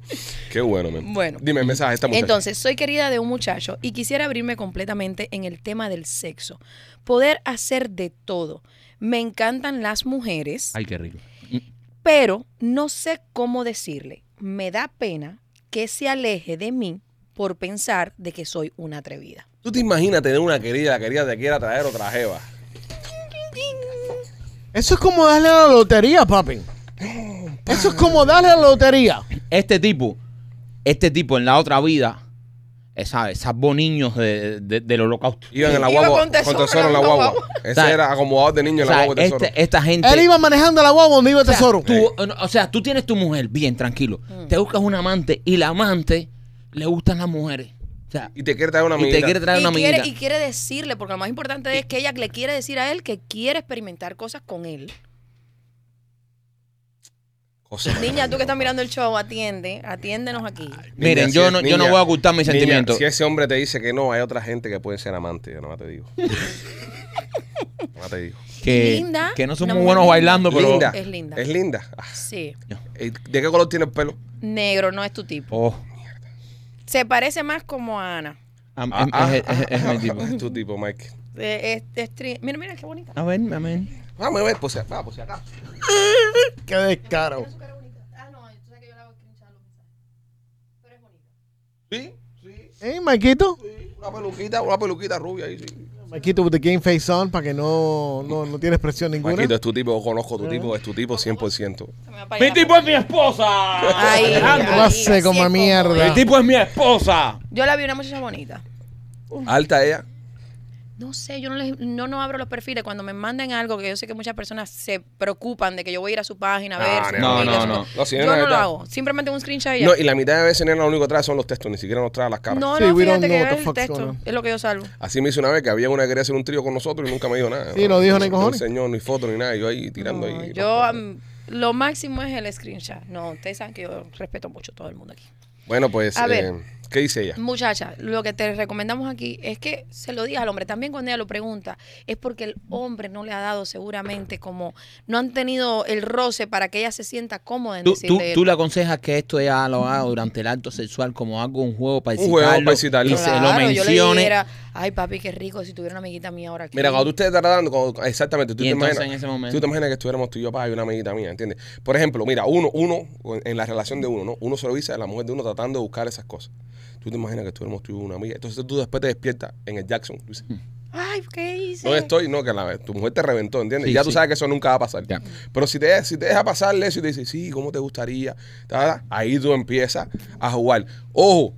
Speaker 1: Qué bueno, men.
Speaker 5: Bueno.
Speaker 1: Dime el mensaje a esta muchacha.
Speaker 5: Entonces, soy querida de un muchacho y quisiera abrirme completamente en el tema del sexo. Poder hacer de todo. Me encantan las mujeres,
Speaker 2: Ay, qué rico.
Speaker 5: pero no sé cómo decirle. Me da pena que se aleje de mí por pensar de que soy una atrevida.
Speaker 1: Tú te imaginas tener una querida, la querida te quiera traer otra jeva.
Speaker 6: Eso es como darle a la lotería, papi. Eso es como darle a la lotería.
Speaker 2: Este tipo, este tipo en la otra vida, eh, ¿sabes? Salvó niños de- de- del holocausto.
Speaker 1: Iban en la
Speaker 5: Iba
Speaker 1: guagua.
Speaker 5: con tesoro
Speaker 1: en la
Speaker 5: en la
Speaker 1: guagua.
Speaker 5: guagua.
Speaker 1: Ese
Speaker 2: O sea,
Speaker 1: era acomodador de niño
Speaker 2: O
Speaker 1: en la
Speaker 2: sea,
Speaker 1: guagua de tesoro.
Speaker 2: este- esta gente.
Speaker 6: Él iba manejando la guagua donde iba el tesoro. Eh,
Speaker 2: Tú- o sea, tú tienes tu mujer, bien, tranquilo.
Speaker 5: Mm.
Speaker 2: Te buscas un amante y la amante le gustan las mujeres. O sea,
Speaker 1: Y te quiere traer una
Speaker 2: y
Speaker 1: amiguita.
Speaker 2: te quiere traer
Speaker 5: Y
Speaker 2: una amiguita.
Speaker 5: quiere, y quiere decirle, porque lo más importante es que ella le quiere decir a él que quiere experimentar cosas con él.
Speaker 1: Cosa más
Speaker 5: Niña, tú
Speaker 1: grande,
Speaker 5: que estás
Speaker 1: papá.
Speaker 5: mirando el show, atiende, atiéndenos aquí.
Speaker 1: Niña,
Speaker 2: Miren,
Speaker 1: si
Speaker 2: yo,
Speaker 1: es-
Speaker 2: no, yo
Speaker 1: niña,
Speaker 2: no voy a ocultar mis
Speaker 1: niña,
Speaker 2: sentimientos.
Speaker 1: Si ese hombre te dice que no, hay otra gente que puede ser amante. Yo nomás te digo. nomás te digo.
Speaker 2: que,
Speaker 5: linda,
Speaker 2: que no son
Speaker 5: una
Speaker 2: muy
Speaker 5: mujer
Speaker 2: buenos
Speaker 5: linda.
Speaker 2: bailando, pero.
Speaker 1: Linda.
Speaker 5: Es linda.
Speaker 1: Es linda. Ah,
Speaker 5: Sí,
Speaker 1: ¿y ¿De qué color tiene el pelo?
Speaker 5: negro no es tu tipo.
Speaker 2: Oh,
Speaker 5: Se parece más como a Ana.
Speaker 2: am-
Speaker 1: Ah,
Speaker 2: em-
Speaker 1: ah,
Speaker 2: es, es-
Speaker 1: ah,
Speaker 2: es
Speaker 1: ah,
Speaker 2: mi tipo.
Speaker 1: Es tu tipo, Mike.
Speaker 5: Eh, es- es tri- Mira, mira, qué bonita.
Speaker 2: A ver, a ver.
Speaker 1: Vamos a ver, pues, va, pues acá.
Speaker 6: Qué descaro.
Speaker 5: Ah,
Speaker 1: Sí, sí.
Speaker 6: ¿Eh, Maquito?
Speaker 1: Una peluquita, una peluquita rubia ahí, sí.
Speaker 6: Maquito with the game face on para que no, no, no tienes presión ninguna.
Speaker 1: Maquito, es tu tipo, conozco tu tipo, es tu tipo 100%.
Speaker 5: Se me va a apagar
Speaker 2: Mi
Speaker 5: la-
Speaker 2: tipo es Pues mi esposa.
Speaker 5: Ay,
Speaker 6: Alejandro,
Speaker 5: ay,
Speaker 6: hace
Speaker 5: así es
Speaker 6: como mierda.
Speaker 2: Mi tipo es mi esposa.
Speaker 5: Yo la vi una muchacha bonita.
Speaker 1: Alta ella.
Speaker 5: No sé, yo no, les, no, no abro los perfiles. Cuando me mandan algo, que yo sé que muchas personas se preocupan de que yo voy a ir a su página a ver.
Speaker 1: Ah,
Speaker 5: su
Speaker 2: no,
Speaker 5: perfil,
Speaker 2: no,
Speaker 5: su-
Speaker 2: no.
Speaker 1: si
Speaker 5: Yo
Speaker 1: nena,
Speaker 5: no lo
Speaker 1: está-
Speaker 5: hago. Simplemente un screenshot y ya.
Speaker 1: No, y la mitad de veces nena lo único que trae son los textos, ni siquiera nos trae las caras.
Speaker 5: No,
Speaker 6: Sí,
Speaker 5: no,
Speaker 6: we don't
Speaker 5: fíjate que
Speaker 6: know what the
Speaker 5: es el
Speaker 6: fuck's going
Speaker 5: texto.
Speaker 6: on.
Speaker 5: Es lo que yo salvo.
Speaker 1: Así me hizo una vez que había una que quería hacer un trío con nosotros y nunca me dijo nada.
Speaker 6: Sí, no dijo ni
Speaker 1: No me
Speaker 6: cojones.
Speaker 1: enseñó ni foto ni nada. y Yo ahí tirando
Speaker 5: No, um,
Speaker 1: ahí.
Speaker 5: yo am, lo máximo es el screenshot. No, ustedes saben que yo respeto mucho a todo el mundo aquí.
Speaker 1: Bueno, pues,
Speaker 5: A ver.
Speaker 1: eh, ¿qué dice ella?
Speaker 5: Muchacha, lo que te recomendamos aquí es que se lo digas al hombre. También cuando ella lo pregunta, es porque el hombre no le ha dado seguramente como, no han tenido el roce para que ella se sienta cómoda en
Speaker 2: ¿Tú, tú,
Speaker 5: decirle.
Speaker 2: tú le aconsejas que esto ella lo haga durante el acto sexual como algo, un juego para
Speaker 1: Un juego para
Speaker 2: excitarlo
Speaker 1: excitarlo.
Speaker 2: y se lo
Speaker 5: Claro, yo le
Speaker 2: mencione.
Speaker 5: dijera, ay papi, qué rico si tuviera una amiguita mía ahora aquí.
Speaker 1: Mira, cuando tú estés tratando, cuando- exactamente, tú
Speaker 2: Y
Speaker 1: te
Speaker 2: entonces
Speaker 1: imaginas,
Speaker 2: en ese momento.
Speaker 1: tú te imaginas que estuviéramos tú y yo, para y una amiguita mía, ¿entiendes? Por ejemplo, mira, uno, uno, en la relación de uno, ¿no? Uno se lo dice a la mujer de uno tratando de buscar esas cosas. Tú te imaginas que estuviéramos tú y yo, una amiga. Entonces tú después te despiertas en el Jackson. Tú dices,
Speaker 5: Ay, ¿qué hice?
Speaker 1: no estoy, no, que la, tu mujer te reventó, ¿entiendes?
Speaker 2: Sí,
Speaker 1: ya tú
Speaker 2: sí.
Speaker 1: sabes que eso nunca va a pasar.
Speaker 2: Ya.
Speaker 1: Pero si te, si te deja pasarle eso y te dice, sí, ¿cómo te gustaría? Ta, ta, ahí tú empiezas a jugar. Ojo,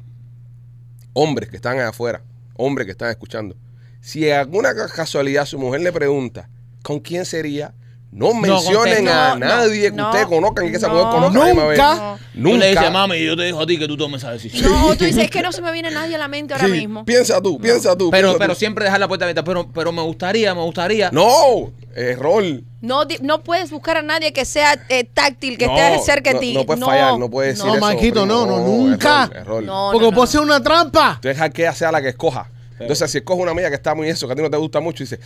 Speaker 1: hombres que están allá afuera, hombres que están escuchando, si en alguna ca- casualidad su mujer le pregunta, ¿con quién sería? No mencionen
Speaker 5: contesten.
Speaker 1: a
Speaker 5: No, no,
Speaker 1: nadie que
Speaker 5: no,
Speaker 1: ustedes conozcan y que esa mujer
Speaker 5: no.
Speaker 1: conozca. a la misma vez.
Speaker 6: Nunca.
Speaker 2: Tú le dices,
Speaker 1: Nunca.
Speaker 2: mami, yo te dejo a ti que tú tomes esa decisión.
Speaker 5: No, o tú dices, es que no se me viene nadie a la mente ahora
Speaker 1: Sí,
Speaker 5: mismo.
Speaker 1: Piensa tú, piensa tú.
Speaker 2: Pero,
Speaker 1: piensa
Speaker 2: pero
Speaker 1: tú.
Speaker 2: siempre dejar la puerta abierta. Pero, pero me gustaría, me gustaría.
Speaker 1: No, error.
Speaker 5: No, di- no puedes buscar a nadie que sea eh, táctil, que esté cerca de
Speaker 1: no,
Speaker 5: ti.
Speaker 1: No puedes fallar, no puedes decir
Speaker 5: no.
Speaker 1: eso,
Speaker 6: Marquito,
Speaker 1: primo.
Speaker 6: no, no, nunca.
Speaker 1: error, error.
Speaker 5: No,
Speaker 6: Porque
Speaker 5: no, no.
Speaker 6: puede ser una trampa.
Speaker 1: Tú dejas que ella sea la que escoja. Entonces, si escoge una amiga que está muy eso, que a ti no te gusta mucho, y dices,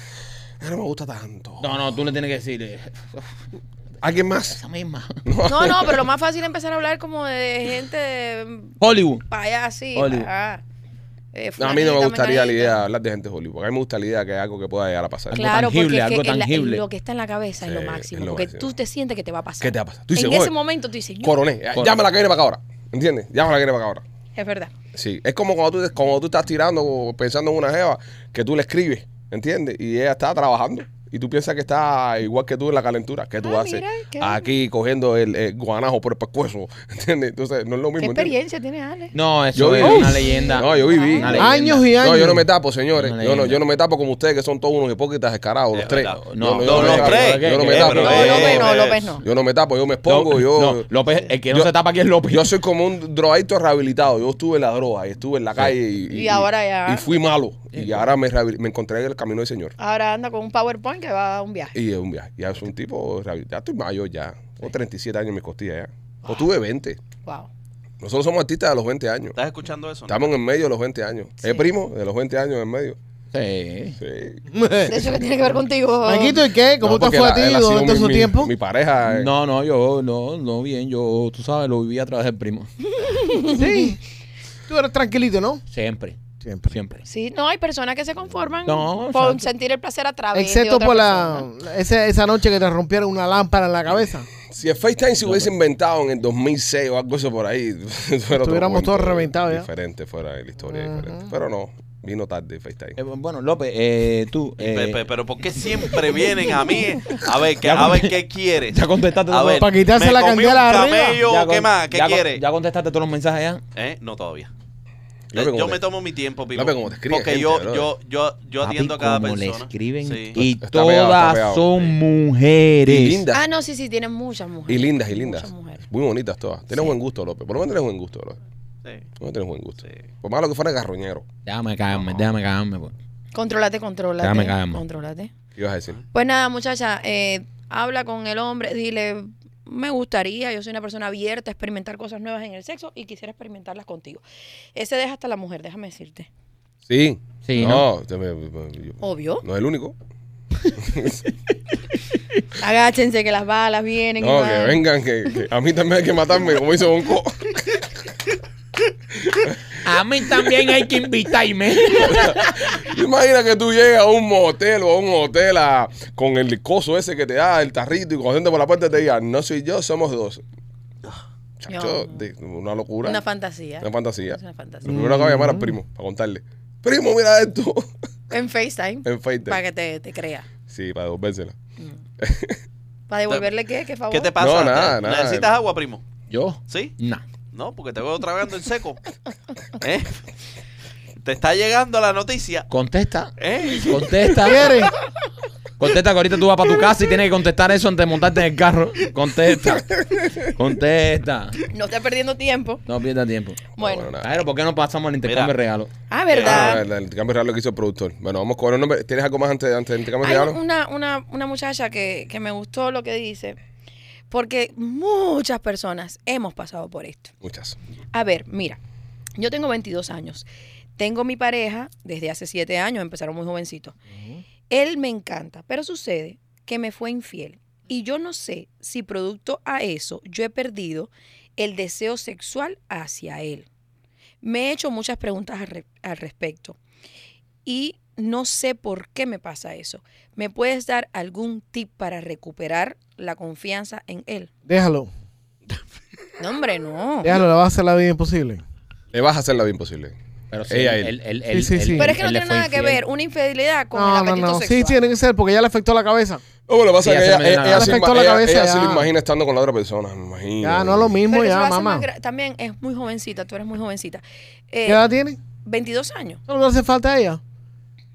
Speaker 1: "Ah, no me gusta tanto.
Speaker 2: No, no, tú le tienes que decir eh,
Speaker 1: ¿Alguien más?
Speaker 2: esa misma.
Speaker 5: No, no, pero lo más fácil es empezar a hablar como de gente mm, de-
Speaker 2: Hollywood.
Speaker 5: para allá así.
Speaker 2: Hollywood.
Speaker 5: para acá. Eh,
Speaker 1: No, a mí no me
Speaker 5: fulanita,
Speaker 1: gustaría la
Speaker 5: menganita.
Speaker 1: idea de hablar de gente de Hollywood. porque A mí me gusta la idea que algo que pueda llegar a pasar.
Speaker 2: Algo
Speaker 5: Claro,
Speaker 2: tangible,
Speaker 5: porque es que
Speaker 2: algo
Speaker 5: en la- en
Speaker 2: tangible.
Speaker 5: lo que está en la cabeza es lo
Speaker 1: Sí,
Speaker 5: máximo.
Speaker 1: es lo
Speaker 5: porque
Speaker 1: máximo.
Speaker 5: tú te sientes que te va a pasar.
Speaker 1: ¿Qué te va a pasar? Tú dices,
Speaker 5: en ese
Speaker 1: "Oye,
Speaker 5: momento tú dices, no,
Speaker 1: Coroné, eh,
Speaker 2: Coroné.
Speaker 1: llámala que viene para acá ahora. ¿Entiendes? Llámala que viene para acá ahora.
Speaker 5: es verdad.
Speaker 1: Sí, es como cuando tú, cuando tú estás tirando o pensando en una jeva que tú le escribes, ¿entiendes? Y ella está trabajando y tú piensas que está igual que tú en la calentura. ¿Qué tú
Speaker 5: Ah,
Speaker 1: haces?
Speaker 5: mira, qué-
Speaker 1: Aquí cogiendo el, el guanajo por el pescuezo, ¿entiendes? Entonces no es lo mismo.
Speaker 5: ¿Qué
Speaker 1: ¿entiendes?
Speaker 5: experiencia Ah. tiene Ale?
Speaker 2: No, eso
Speaker 1: Yo
Speaker 2: es
Speaker 1: viví.
Speaker 2: una leyenda.
Speaker 1: No, yo viví.
Speaker 2: Una leyenda.
Speaker 6: Años y años.
Speaker 1: No, yo no me tapo, señores.
Speaker 2: Una
Speaker 1: Yo no,
Speaker 2: leyenda.
Speaker 1: yo no me tapo como ustedes, que son todos unos hipócritas descarados, los
Speaker 4: Es
Speaker 1: tres.
Speaker 4: verdad.
Speaker 1: Yo
Speaker 2: Eh, No,
Speaker 1: yo
Speaker 2: no,
Speaker 1: me
Speaker 2: los
Speaker 1: tapo,
Speaker 2: tres.
Speaker 1: Yo no me
Speaker 2: Eh,
Speaker 1: tapo.
Speaker 4: pero
Speaker 5: No,
Speaker 4: eh,
Speaker 5: López no,
Speaker 4: eh,
Speaker 5: López no.
Speaker 1: Yo no me tapo, yo me expongo,
Speaker 2: No,
Speaker 1: yo.
Speaker 2: no, López, el que no
Speaker 1: yo-
Speaker 2: se tapa aquí es López.
Speaker 1: Pues Yo soy como un drogadicto rehabilitado. Yo estuve en la droga y estuve en la calle. Y,
Speaker 5: Y ahora ya.
Speaker 1: Y fui malo. Y ahora me, rehabil- me encontré en el camino del Señor.
Speaker 5: Ahora anda con un PowerPoint que va a un viaje.
Speaker 1: Y es un viaje. Ya soy un tipo rehabilitado. Estoy mayor ya. Tengo 37 años en mis costillas
Speaker 6: Ah.
Speaker 1: ya. O tuve 20.
Speaker 5: Wow.
Speaker 1: Nosotros somos artistas de los 20 años.
Speaker 4: ¿Estás escuchando eso? no?
Speaker 1: Estamos en el medio de los 20 años.
Speaker 5: Sí.
Speaker 1: ¿Eh, primo? De los 20 años en el medio.
Speaker 2: Sí.
Speaker 1: Sí.
Speaker 5: De eso que tiene que ver contigo.
Speaker 6: Maquito, ¿y qué? ¿Cómo
Speaker 1: No,
Speaker 6: te
Speaker 1: porque
Speaker 6: fue a
Speaker 1: la-
Speaker 6: ti
Speaker 1: él ha sido
Speaker 6: durante
Speaker 1: mi-
Speaker 6: su
Speaker 1: mi-
Speaker 6: tiempo?
Speaker 1: Mi pareja. eh.
Speaker 2: No, no, yo, no, no, bien, yo, tú sabes, lo viví a través del primo.
Speaker 6: Sí. Tú eres tranquilito, ¿no?
Speaker 2: Siempre,
Speaker 6: Siempre.
Speaker 2: siempre.
Speaker 5: Sí, no, hay personas que se conforman
Speaker 2: No,
Speaker 5: con
Speaker 2: exacto.
Speaker 5: sentir el placer a través de
Speaker 6: Excepto
Speaker 5: otra
Speaker 6: por
Speaker 5: persona.
Speaker 6: la, ese- esa noche que te rompieron una lámpara en la cabeza.
Speaker 1: Si el FaceTime se hubiese inventado en el 2006 o algo así por ahí,
Speaker 6: Estuviéramos todos reventados ya.
Speaker 1: Diferente fuera de la historia, diferente. Pero no, vino tarde el FaceTime.
Speaker 2: Eh, bueno, López, eh, tú, eh,
Speaker 4: Pe- pe- pero ¿por qué siempre vienen a mí? A ver, ¿qué, a ver, ¿qué quieres?
Speaker 2: ya contestaste
Speaker 4: A
Speaker 2: todos-
Speaker 4: ver,
Speaker 6: Para quitarse
Speaker 4: me
Speaker 6: la
Speaker 4: comí un
Speaker 6: candela de arriba.
Speaker 4: camello,
Speaker 2: ya
Speaker 4: ¿Qué
Speaker 2: con-
Speaker 4: más? ¿Qué
Speaker 2: ya con-
Speaker 4: quieres?
Speaker 2: ya contestaste todos los mensajes ya.
Speaker 4: ¿Eh? No, todavía.
Speaker 1: López,
Speaker 4: Eh,
Speaker 1: ¿cómo
Speaker 4: yo
Speaker 1: te-
Speaker 4: me tomo mi tiempo, Pipo.
Speaker 1: López, ¿cómo te escribe
Speaker 4: Porque
Speaker 1: gente,
Speaker 4: yo,
Speaker 1: brother?
Speaker 4: yo, yo, yo
Speaker 2: Papi,
Speaker 4: atiendo a cada
Speaker 2: como
Speaker 4: persona.
Speaker 2: le escriben
Speaker 4: Sí.
Speaker 2: y
Speaker 1: Está
Speaker 2: todas
Speaker 1: pegado, está pegado.
Speaker 2: son mujeres.
Speaker 1: Y lindas.
Speaker 5: Ah, no, sí, sí, tienen muchas mujeres.
Speaker 1: y lindas, y lindas.
Speaker 5: Muchas mujeres.
Speaker 1: Muy bonitas todas. Tienes buen gusto, López. Por lo menos tienes buen gusto, López.
Speaker 4: Sí.
Speaker 1: Por lo menos tienes buen gusto.
Speaker 4: Sí.
Speaker 1: Por más lo que fuera garroñero.
Speaker 2: Déjame cagarme, déjame cagarme. pues.
Speaker 5: Contrólate, contrólate.
Speaker 2: Déjame calmo.
Speaker 5: Contrólate.
Speaker 1: ¿Qué ibas a decir?
Speaker 5: Pues nada, muchacha, eh, habla con el hombre, dile, me gustaría, yo soy una persona abierta a experimentar cosas nuevas en el sexo y quisiera experimentarlas contigo. Ese deja hasta la mujer, déjame decirte.
Speaker 1: Sí.
Speaker 2: Sí,
Speaker 1: No, te me- me-
Speaker 4: Oh.
Speaker 1: yo-
Speaker 5: Obvio.
Speaker 1: no es el único.
Speaker 5: Agáchense que las balas vienen. y
Speaker 1: No, que
Speaker 5: van.
Speaker 1: vengan, que, que a mí también hay que matarme, como hizo Bonco.
Speaker 2: A mí también hay que invitarme.
Speaker 1: Imagina que tú llegas a un motel o a un hotel a- con el coso ese que te da el tarrito y cuando gente por la puerta te diga, no soy yo, somos dos. Chacho,
Speaker 5: No.
Speaker 1: de- una locura.
Speaker 5: Una fantasía.
Speaker 1: Una fantasía.
Speaker 5: Es una fantasía.
Speaker 1: Lo primero que voy a llamar al primo para contarle. Primo, mira esto.
Speaker 5: En FaceTime.
Speaker 1: en
Speaker 5: Para
Speaker 1: Facebook.
Speaker 5: que te, te crea.
Speaker 1: Sí, para devolvérsela.
Speaker 5: ¿Para devolverle qué? ¿Qué favor?
Speaker 4: ¿Qué te pasa?
Speaker 1: No, nada,
Speaker 4: ¿Te-
Speaker 1: nada.
Speaker 4: ¿Necesitas agua, primo?
Speaker 2: ¿Yo?
Speaker 4: ¿Sí?
Speaker 2: No.
Speaker 4: No, porque te veo tragando en seco. ¿Eh? Te está llegando la noticia.
Speaker 2: Contesta.
Speaker 4: ¿Eh?
Speaker 2: Contesta.
Speaker 6: ¿Quieres?
Speaker 2: Contesta que ahorita tú vas para tu casa y tienes que contestar eso antes de montarte en el carro. Contesta. Contesta.
Speaker 5: No estás perdiendo tiempo.
Speaker 2: No pierdas tiempo.
Speaker 5: Bueno.
Speaker 1: nada.
Speaker 2: Pero ¿por qué no pasamos al intercambio de
Speaker 4: Mira.
Speaker 2: regalo?
Speaker 5: Ah,
Speaker 1: Ah,
Speaker 5: ¿verdad?
Speaker 1: el, el cambio real lo que hizo el productor. Bueno, vamos con el nombre. ¿Tienes algo más antes, antes del cambio
Speaker 5: Hay
Speaker 1: real?
Speaker 5: una, una, una muchacha que, que me gustó lo que dice. Porque muchas personas hemos pasado por esto.
Speaker 1: Muchas.
Speaker 5: A ver, mira, yo tengo 22 años. Tengo mi pareja desde hace 7 años, empezaron muy jovencitos. Él me encanta, pero sucede que me fue infiel. Y yo no sé si producto a eso yo he perdido el deseo sexual hacia él. Me he hecho muchas preguntas al, re- al respecto. Y no sé por qué me pasa eso. ¿Me puedes dar algún tip para recuperar la confianza en él?
Speaker 6: Déjalo.
Speaker 5: No, hombre, no.
Speaker 6: Déjalo, la vas a hacer la vida imposible.
Speaker 1: Le vas a hacer la vida imposible.
Speaker 2: Pero sí,
Speaker 1: Ella,
Speaker 2: él,
Speaker 1: él.
Speaker 2: él-
Speaker 6: Sí,
Speaker 2: él-
Speaker 6: sí,
Speaker 2: él-
Speaker 6: sí.
Speaker 5: Pero es que no
Speaker 2: él le
Speaker 5: tiene
Speaker 2: fue
Speaker 5: nada que
Speaker 2: infiel.
Speaker 5: ver una infidelidad con el
Speaker 6: No, no,
Speaker 5: apetito
Speaker 6: no.
Speaker 5: sexual.
Speaker 6: Sí, tiene que ser, porque ya le afectó la cabeza.
Speaker 1: No, pero lo que pasa
Speaker 2: Sí,
Speaker 1: es que
Speaker 2: ya se me
Speaker 1: ella,
Speaker 2: viene
Speaker 1: ella, se,
Speaker 2: la-
Speaker 6: Le afectó
Speaker 1: ima-
Speaker 6: la
Speaker 1: ella-
Speaker 6: cabeza,
Speaker 1: ella se lo
Speaker 6: ya.
Speaker 1: imagina estando con la otra persona, me imagino.
Speaker 6: Ya, no lo mismo,
Speaker 5: Pero eso lo
Speaker 6: ya,
Speaker 5: hace
Speaker 6: mamá.
Speaker 5: más gra- también es muy jovencita, tú eres muy jovencita. Eh,
Speaker 6: ¿Qué edad tiene?
Speaker 5: 22 años.
Speaker 6: Solo le hace falta a ella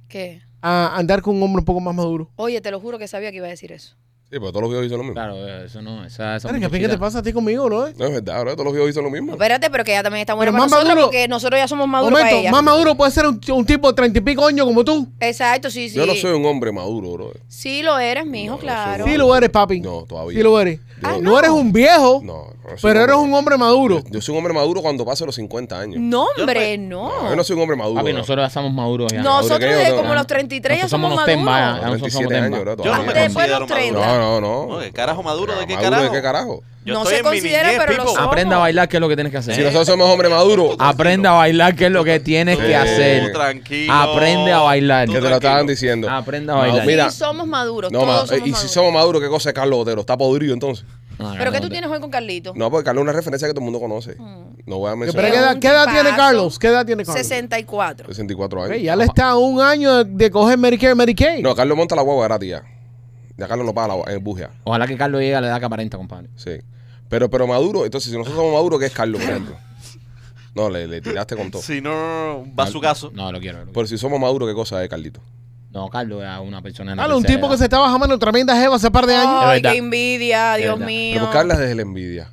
Speaker 5: ¿Qué?
Speaker 6: a andar con un hombre un poco más maduro.
Speaker 5: Oye, te lo juro que sabía que iba a decir eso.
Speaker 1: Sí, pero todos los videos dicen lo mismo.
Speaker 2: Claro, eso no, esa, esa
Speaker 6: Mira, ¿Qué
Speaker 2: muchachita-
Speaker 6: pinga te pasa a ti conmigo, bro? eh?
Speaker 1: No, es verdad, bro, todos los videos dicen lo
Speaker 4: Pues
Speaker 1: mismo.
Speaker 5: Espérate, pero que ella también está buena
Speaker 6: Pero
Speaker 5: para
Speaker 6: más
Speaker 5: nosotros
Speaker 6: maduro-
Speaker 5: porque nosotros ya somos maduros para
Speaker 6: Momento,
Speaker 5: ella.
Speaker 6: más maduro puede ser un, un tipo de treinta y pico años como tú.
Speaker 5: Exacto, sí, sí.
Speaker 1: Yo no soy un hombre maduro, bro.
Speaker 5: Sí lo eres, mijo,
Speaker 1: No, no
Speaker 5: claro.
Speaker 1: soy
Speaker 6: Sí lo eres, papi.
Speaker 1: No, todavía.
Speaker 6: Sí lo eres.
Speaker 1: Ah,
Speaker 6: no.
Speaker 5: no.
Speaker 6: eres un viejo,
Speaker 1: No, no soy
Speaker 6: pero eres un hombre maduro.
Speaker 1: Yo, yo soy un hombre maduro cuando pase los 50 años.
Speaker 5: No, hombre,
Speaker 1: Yo
Speaker 5: no.
Speaker 1: no soy un hombre maduro.
Speaker 2: Papi,
Speaker 1: bro.
Speaker 2: nosotros ya estamos maduros ya.
Speaker 1: No,
Speaker 5: Nosotros
Speaker 1: creo,
Speaker 5: desde
Speaker 1: no.
Speaker 5: como los 33 ya
Speaker 2: Nosotros somos
Speaker 5: somos
Speaker 2: unos tembas, ya.
Speaker 5: maduros.
Speaker 2: Nosotros somos
Speaker 1: 27 años,
Speaker 2: tembas.
Speaker 1: bro,
Speaker 4: Yo no me
Speaker 1: todavía.
Speaker 5: Después de
Speaker 4: considero
Speaker 5: los 30.
Speaker 4: maduro.
Speaker 1: No, no, no.
Speaker 4: No, ¿qué carajo maduro? ¿De qué
Speaker 1: ¿Maduro de
Speaker 4: carajo?
Speaker 1: qué carajo?
Speaker 4: Yo
Speaker 5: No
Speaker 4: estoy
Speaker 5: se
Speaker 4: en mi
Speaker 5: considera,
Speaker 4: niñez,
Speaker 5: pero lo
Speaker 4: people.
Speaker 5: somos.
Speaker 2: Aprenda a bailar, ¿qué es lo que tienes que hacer?
Speaker 1: Si nosotros Ah, somos hombres maduros,
Speaker 2: Aprenda a bailar, ¿qué es lo que tienes
Speaker 4: Eh, Tú
Speaker 2: que hacer?
Speaker 4: Tranquilo.
Speaker 2: Aprende a
Speaker 1: que
Speaker 2: bailar.
Speaker 4: Tú
Speaker 1: te lo
Speaker 4: tranquilo.
Speaker 1: estaban diciendo.
Speaker 2: Aprenda a
Speaker 1: No,
Speaker 2: bailar.
Speaker 1: mira,
Speaker 5: Sí somos maduros,
Speaker 1: no,
Speaker 5: todos
Speaker 1: ma-
Speaker 5: somos
Speaker 1: y
Speaker 5: maduros.
Speaker 1: si somos maduros, ¿qué cosa es Carlos Otero? Está podrido entonces.
Speaker 2: No, no,
Speaker 5: Pero ¿qué
Speaker 2: no,
Speaker 5: tú
Speaker 2: te-
Speaker 5: tienes hoy con Carlito?
Speaker 1: No, porque Carlos es una referencia que todo el mundo conoce.
Speaker 4: Mm.
Speaker 1: No voy a
Speaker 6: Pero
Speaker 1: mencionar.
Speaker 6: ¿qué edad,
Speaker 5: un
Speaker 6: qué edad tiene
Speaker 5: tipazo.
Speaker 6: Carlos? ¿Qué edad tiene Carlos?
Speaker 5: 64.
Speaker 1: 64
Speaker 6: Ok,
Speaker 1: años.
Speaker 6: ya le está a un año de, de coger Medicare, Medicaid.
Speaker 1: No, Carlos monta la guagua gratis ya. Ya Carlos no paga la eh, guagua, es bujea.
Speaker 2: Ojalá que Carlos llegue a la edad que aparenta, compadre.
Speaker 1: Sí. Pero, pero Maduro, entonces si nosotros somos Maduro, ¿qué es Carlos, por ejemplo? No, le, le tiraste con todo.
Speaker 4: Si no, va su caso.
Speaker 2: No, lo quiero. lo quiero.
Speaker 1: Pero si somos Maduro, ¿qué cosa es Carlito?
Speaker 2: No, Carlos es una persona. de la
Speaker 6: Claro, un
Speaker 2: tercera
Speaker 6: tipo que
Speaker 2: edad.
Speaker 6: se estaba jamando tremenda jeva hace par de años.
Speaker 5: Ay,
Speaker 2: verdad.
Speaker 5: qué envidia,
Speaker 2: Es
Speaker 5: Dios
Speaker 2: verdad.
Speaker 1: Pero
Speaker 5: mío.
Speaker 1: buscarla desde la envidia.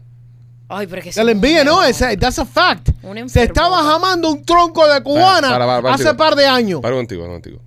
Speaker 5: Ay, pero es que
Speaker 6: Se le envía, ¿no? Ese- that's a fact.
Speaker 5: Un
Speaker 6: Se
Speaker 5: enfermo.
Speaker 6: estaba jamando un tronco de cubana
Speaker 1: Para, para, para,
Speaker 6: hace
Speaker 1: chico.
Speaker 6: par de años.
Speaker 1: Para contigo, para contigo.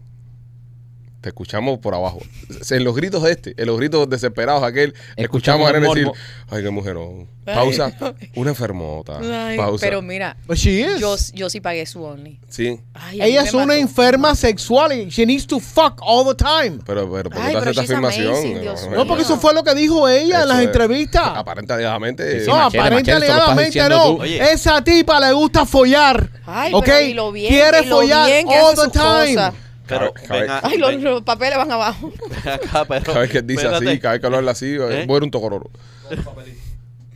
Speaker 1: Te escuchamos por abajo. Se- En los gritos de este, en los gritos desesperados aquel, escuchamos
Speaker 2: Escuchamos
Speaker 1: a Nene
Speaker 2: un
Speaker 1: decir,
Speaker 2: morbo.
Speaker 1: ay, qué mujerón. Pausa, una enfermota.
Speaker 5: Ay,
Speaker 1: Pausa.
Speaker 5: Pero mira,
Speaker 6: But she is.
Speaker 5: yo, yo sí pagué su only.
Speaker 1: Sí,
Speaker 5: Ay, a mí
Speaker 6: Ella
Speaker 5: me
Speaker 6: es una
Speaker 5: mató.
Speaker 6: enferma sexual. y She needs to fuck all the time.
Speaker 1: pero, pero ¿por qué
Speaker 5: Ay,
Speaker 1: tú haces
Speaker 5: pero
Speaker 1: esta
Speaker 5: she's
Speaker 1: afirmación?
Speaker 5: amazing, Dios mío.
Speaker 6: No, porque
Speaker 5: Dios.
Speaker 6: eso fue lo que dijo ella en las
Speaker 1: Eso es.
Speaker 6: entrevistas.
Speaker 1: Aparentemente.
Speaker 2: Sí,
Speaker 6: No,
Speaker 2: Machete, Machete,
Speaker 6: aparente
Speaker 2: tú lo estás
Speaker 6: alegadamente
Speaker 2: diciendo
Speaker 6: no.
Speaker 2: tú.
Speaker 4: Oye.
Speaker 6: Esa tipa le gusta follar.
Speaker 5: Ay,
Speaker 6: ¿Ok?
Speaker 5: pero y lo bien,
Speaker 6: Quiere
Speaker 5: y lo
Speaker 6: follar
Speaker 5: bien que
Speaker 6: all
Speaker 5: hace
Speaker 6: the
Speaker 5: sus
Speaker 6: time.
Speaker 5: cosas.
Speaker 4: Pero,
Speaker 1: Cabe- cabe-
Speaker 4: ven a-
Speaker 5: Ay, los,
Speaker 4: ven-
Speaker 5: los papeles van abajo.
Speaker 4: ven acá, pero.
Speaker 1: Cada vez que dice así,
Speaker 4: espérate.
Speaker 1: cada vez que lo habla así,
Speaker 4: ¿Eh?
Speaker 1: muere un tocororo.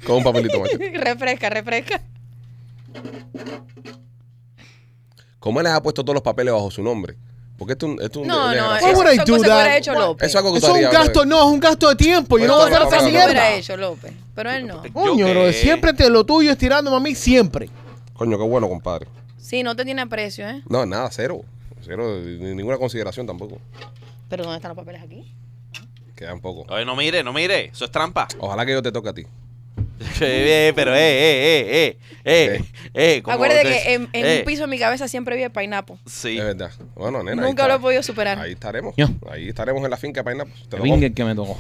Speaker 1: Con un papelito. machete.
Speaker 5: refresca, refresca.
Speaker 1: ¿Cómo él les ha puesto todos los papeles bajo su nombre? Porque esto es un. Esto es un
Speaker 5: No,
Speaker 1: una
Speaker 5: no,
Speaker 1: desgracia.
Speaker 6: would
Speaker 5: eso
Speaker 6: I
Speaker 5: son
Speaker 6: do
Speaker 5: cosas que
Speaker 6: that?
Speaker 5: hubiera hecho López.
Speaker 1: Eso es algo que
Speaker 6: Eso
Speaker 1: tú
Speaker 6: es un
Speaker 1: harías,
Speaker 6: gasto,
Speaker 1: brother.
Speaker 6: no, es un gasto de tiempo. Yo no voy a
Speaker 5: Son
Speaker 1: Bueno,
Speaker 6: hacer
Speaker 5: cosas
Speaker 6: esa
Speaker 5: que
Speaker 1: bueno,
Speaker 5: hubiera
Speaker 6: mierda.
Speaker 5: hecho López, pero él no.
Speaker 4: Yo
Speaker 6: Coño,
Speaker 4: que-
Speaker 6: bro, siempre te lo tuyo es tirando, mami, siempre.
Speaker 1: Coño, qué bueno, compadre.
Speaker 5: Sí, no te tiene aprecio, ¿eh?
Speaker 1: No, nada, cero. Cero, ni ninguna consideración tampoco.
Speaker 5: Pero ¿dónde están los papeles aquí?
Speaker 1: Quedan poco.
Speaker 4: Oye, no mire, no mire. Eso es trampa.
Speaker 1: Ojalá que yo te toque a ti.
Speaker 4: Eh, pero, eh, eh, eh, eh, eh, eh. como
Speaker 5: Acuérdate
Speaker 4: ustedes-
Speaker 5: que en, en
Speaker 4: eh,
Speaker 5: un piso de mi cabeza siempre vive Painapo.
Speaker 4: Sí.
Speaker 1: Es verdad. Bueno, nena. ahí
Speaker 5: Nunca
Speaker 1: está.
Speaker 5: lo he podido superar.
Speaker 1: Ahí estaremos.
Speaker 2: Yo.
Speaker 1: Ahí estaremos en la finca Paina. Te lo
Speaker 2: Winger que me tocó.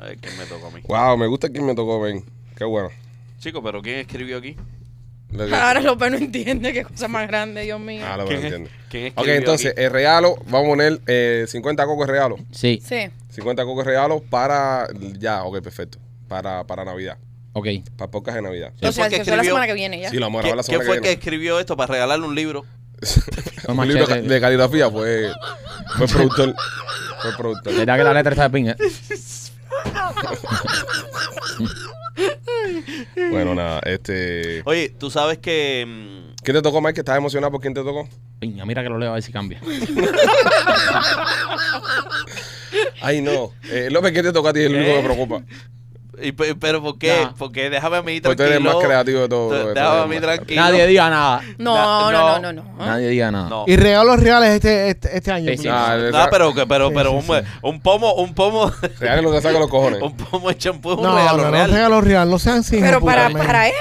Speaker 4: A ver, ¿quién me tocó a mí?
Speaker 1: Wow, me gusta quien me tocó, ven. Qué bueno.
Speaker 4: Chico, pero ¿quién escribió aquí?
Speaker 1: Le- le-
Speaker 5: Ahora López no entiende qué cosa más grande, Dios mío.
Speaker 1: Ah, lo
Speaker 4: ¿Quién es-
Speaker 1: entiendo.
Speaker 4: quién
Speaker 1: Ok,
Speaker 4: escribió
Speaker 1: entonces,
Speaker 4: aquí?
Speaker 1: el regalo, vamos a poner eh, 50 cocos de regalo.
Speaker 2: Sí,
Speaker 5: Sí.
Speaker 1: 50 cocos de regalo para. Ya, ok, perfecto. Para, para Navidad.
Speaker 2: ok.
Speaker 1: Para pocas de Navidad.
Speaker 5: O sea,
Speaker 4: fue que
Speaker 5: que fue la
Speaker 4: escribió?
Speaker 5: semana que viene ya.
Speaker 1: Sí, lo vamos a
Speaker 4: ¿Qué,
Speaker 1: grabar la
Speaker 4: quién
Speaker 1: semana
Speaker 4: fue
Speaker 1: que
Speaker 4: que
Speaker 1: viene.
Speaker 4: escribió esto para regalarle un libro?
Speaker 2: No,
Speaker 1: Un libro
Speaker 2: machete.
Speaker 1: de caligrafía fue, fue el productor. Fue el productor.
Speaker 2: ¿Verdad que la letra está de eh. pinga?
Speaker 1: Bueno, nada, este.
Speaker 4: Oye, tú sabes que. mm,
Speaker 1: ¿Quién te tocó, Mike? ¿Estás emocionado por quién te tocó?
Speaker 2: Pinga, mira que lo leo a ver si cambia.
Speaker 1: Ay, no. Eh, López, ¿quién te tocó a ti? Es el único que
Speaker 4: ¿Eh?
Speaker 1: me preocupa.
Speaker 4: y pe- pero ¿por qué?
Speaker 2: Nah.
Speaker 4: Porque déjame a mí
Speaker 1: Pues
Speaker 4: tranquilo.
Speaker 1: tú eres más creativo de todo,
Speaker 4: Tú-
Speaker 1: bro, tú
Speaker 4: Déjame
Speaker 1: eres
Speaker 4: a mí
Speaker 1: más
Speaker 4: tranquilo.
Speaker 2: Nadie diga nada.
Speaker 5: No, no,
Speaker 4: Na-
Speaker 5: no, ¿Ah? no. no.
Speaker 2: Nadie diga nada.
Speaker 4: No.
Speaker 6: Y regalos reales este, este, este año.
Speaker 2: Sí, sí.
Speaker 6: please.
Speaker 1: Ah, el-
Speaker 4: No, pero, que- pero,
Speaker 6: Sí,
Speaker 4: pero
Speaker 6: sí,
Speaker 4: un, un pomo, un pomo,
Speaker 1: Real es lo que saca los cojones.
Speaker 4: un pomo de champú,
Speaker 6: No,
Speaker 4: un
Speaker 6: no,
Speaker 4: regalo
Speaker 6: no,
Speaker 4: real.
Speaker 6: regalo real, no sean sin
Speaker 5: Pero para,
Speaker 6: puta, man.
Speaker 5: para él.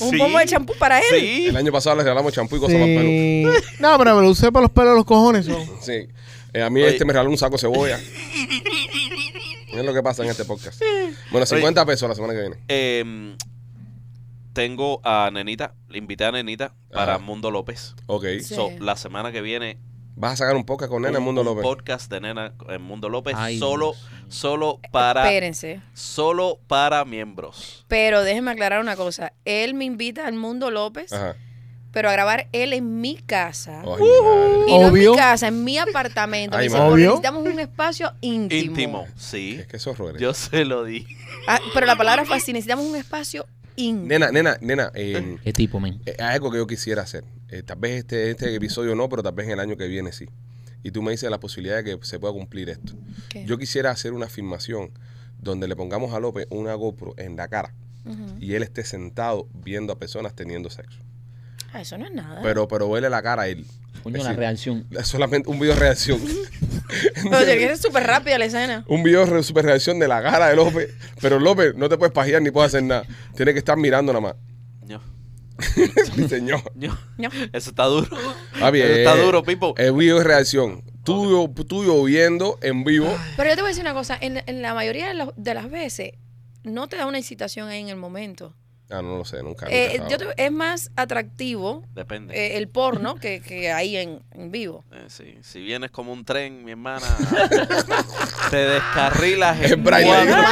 Speaker 5: Un
Speaker 4: Sí.
Speaker 5: pomo de champú para él.
Speaker 4: Sí.
Speaker 1: El año pasado le regalamos champú y cosas más peludas.
Speaker 6: Sí. No, pero me lo usé para los pelos de los cojones. ¿no?
Speaker 1: Sí. Eh, a mí
Speaker 4: Oye.
Speaker 1: este me regaló un saco de cebolla. Es lo que pasa en este podcast. Bueno, 50 pesos la semana que viene.
Speaker 4: Em, tengo a Nenita, le invité a Nenita para
Speaker 1: Ajá.
Speaker 4: Mundo López.
Speaker 1: Ok.
Speaker 5: Sí.
Speaker 4: So, la semana que viene
Speaker 1: Vas a sacar un podcast con Nena
Speaker 4: un-
Speaker 1: Mundo
Speaker 4: un
Speaker 1: López.
Speaker 4: podcast de Nena en Mundo López
Speaker 2: Ay,
Speaker 4: solo
Speaker 2: Dios mío.
Speaker 4: solo para
Speaker 5: Espérense.
Speaker 4: solo para miembros.
Speaker 5: Pero déjenme aclarar una cosa. Él me invita al Mundo López,
Speaker 1: Ajá.
Speaker 5: pero a grabar él en mi casa.
Speaker 1: Ay,
Speaker 4: Uh-huh.
Speaker 1: mi madre.
Speaker 5: Y no en mi
Speaker 6: Obvio.
Speaker 5: casa, en mi apartamento. Me
Speaker 1: Ay,
Speaker 5: dice,
Speaker 1: madre.
Speaker 5: "Porque
Speaker 6: Obvio.
Speaker 5: necesitamos un espacio íntimo.
Speaker 4: Íntimo, sí.
Speaker 1: Es que eso es
Speaker 4: Yo se lo di.
Speaker 5: Ah, pero la palabra fue así, necesitamos un espacio íntimo.
Speaker 1: Nena, nena, nena. eh,
Speaker 2: ¿Qué tipo, men?
Speaker 1: eh, hay algo que yo quisiera hacer. Eh, tal vez este, este episodio no, pero tal vez en el año que viene sí. Y tú me dices la posibilidad de que se pueda cumplir esto.
Speaker 4: Eh.
Speaker 5: ¿Qué?
Speaker 1: Yo quisiera hacer una afirmación donde le pongamos a López una GoPro en la cara
Speaker 5: Ujú.
Speaker 1: y él esté sentado viendo a personas teniendo sexo.
Speaker 5: Ah, eso no es nada.
Speaker 1: Pero, pero huele la cara a él.
Speaker 2: Coño,
Speaker 1: Es
Speaker 2: la
Speaker 1: decir,
Speaker 2: reacción.
Speaker 1: Solamente un video de reacción.
Speaker 5: Oye, que es súper rápida la escena.
Speaker 1: un video de super reacción de la cara de López. Pero López no te puedes pajear ni puedes hacer nada. Tienes que estar mirando nada más.
Speaker 4: Ño,
Speaker 1: Mi señor.
Speaker 4: ño.
Speaker 5: No.
Speaker 4: Eso está duro.
Speaker 1: Ah, bien,
Speaker 4: Eso está
Speaker 1: eh,
Speaker 4: duro, Pipo.
Speaker 1: El video de reacción. Tuyo, tuyo viendo en vivo.
Speaker 5: Pero yo te voy a decir una cosa, en, en la mayoría de, los- de las veces no te da una excitación ahí en el momento.
Speaker 1: Ah, no lo sé, nunca. nunca
Speaker 5: Eh,
Speaker 1: he estado.
Speaker 5: yo te- es más atractivo
Speaker 4: Depende.
Speaker 5: eh, el porno que, que ahí en, en vivo.
Speaker 4: Eh, sí, Si vienes como un tren, mi hermana, te descarrilas
Speaker 1: Es
Speaker 4: en
Speaker 1: Braille.
Speaker 4: cuatro.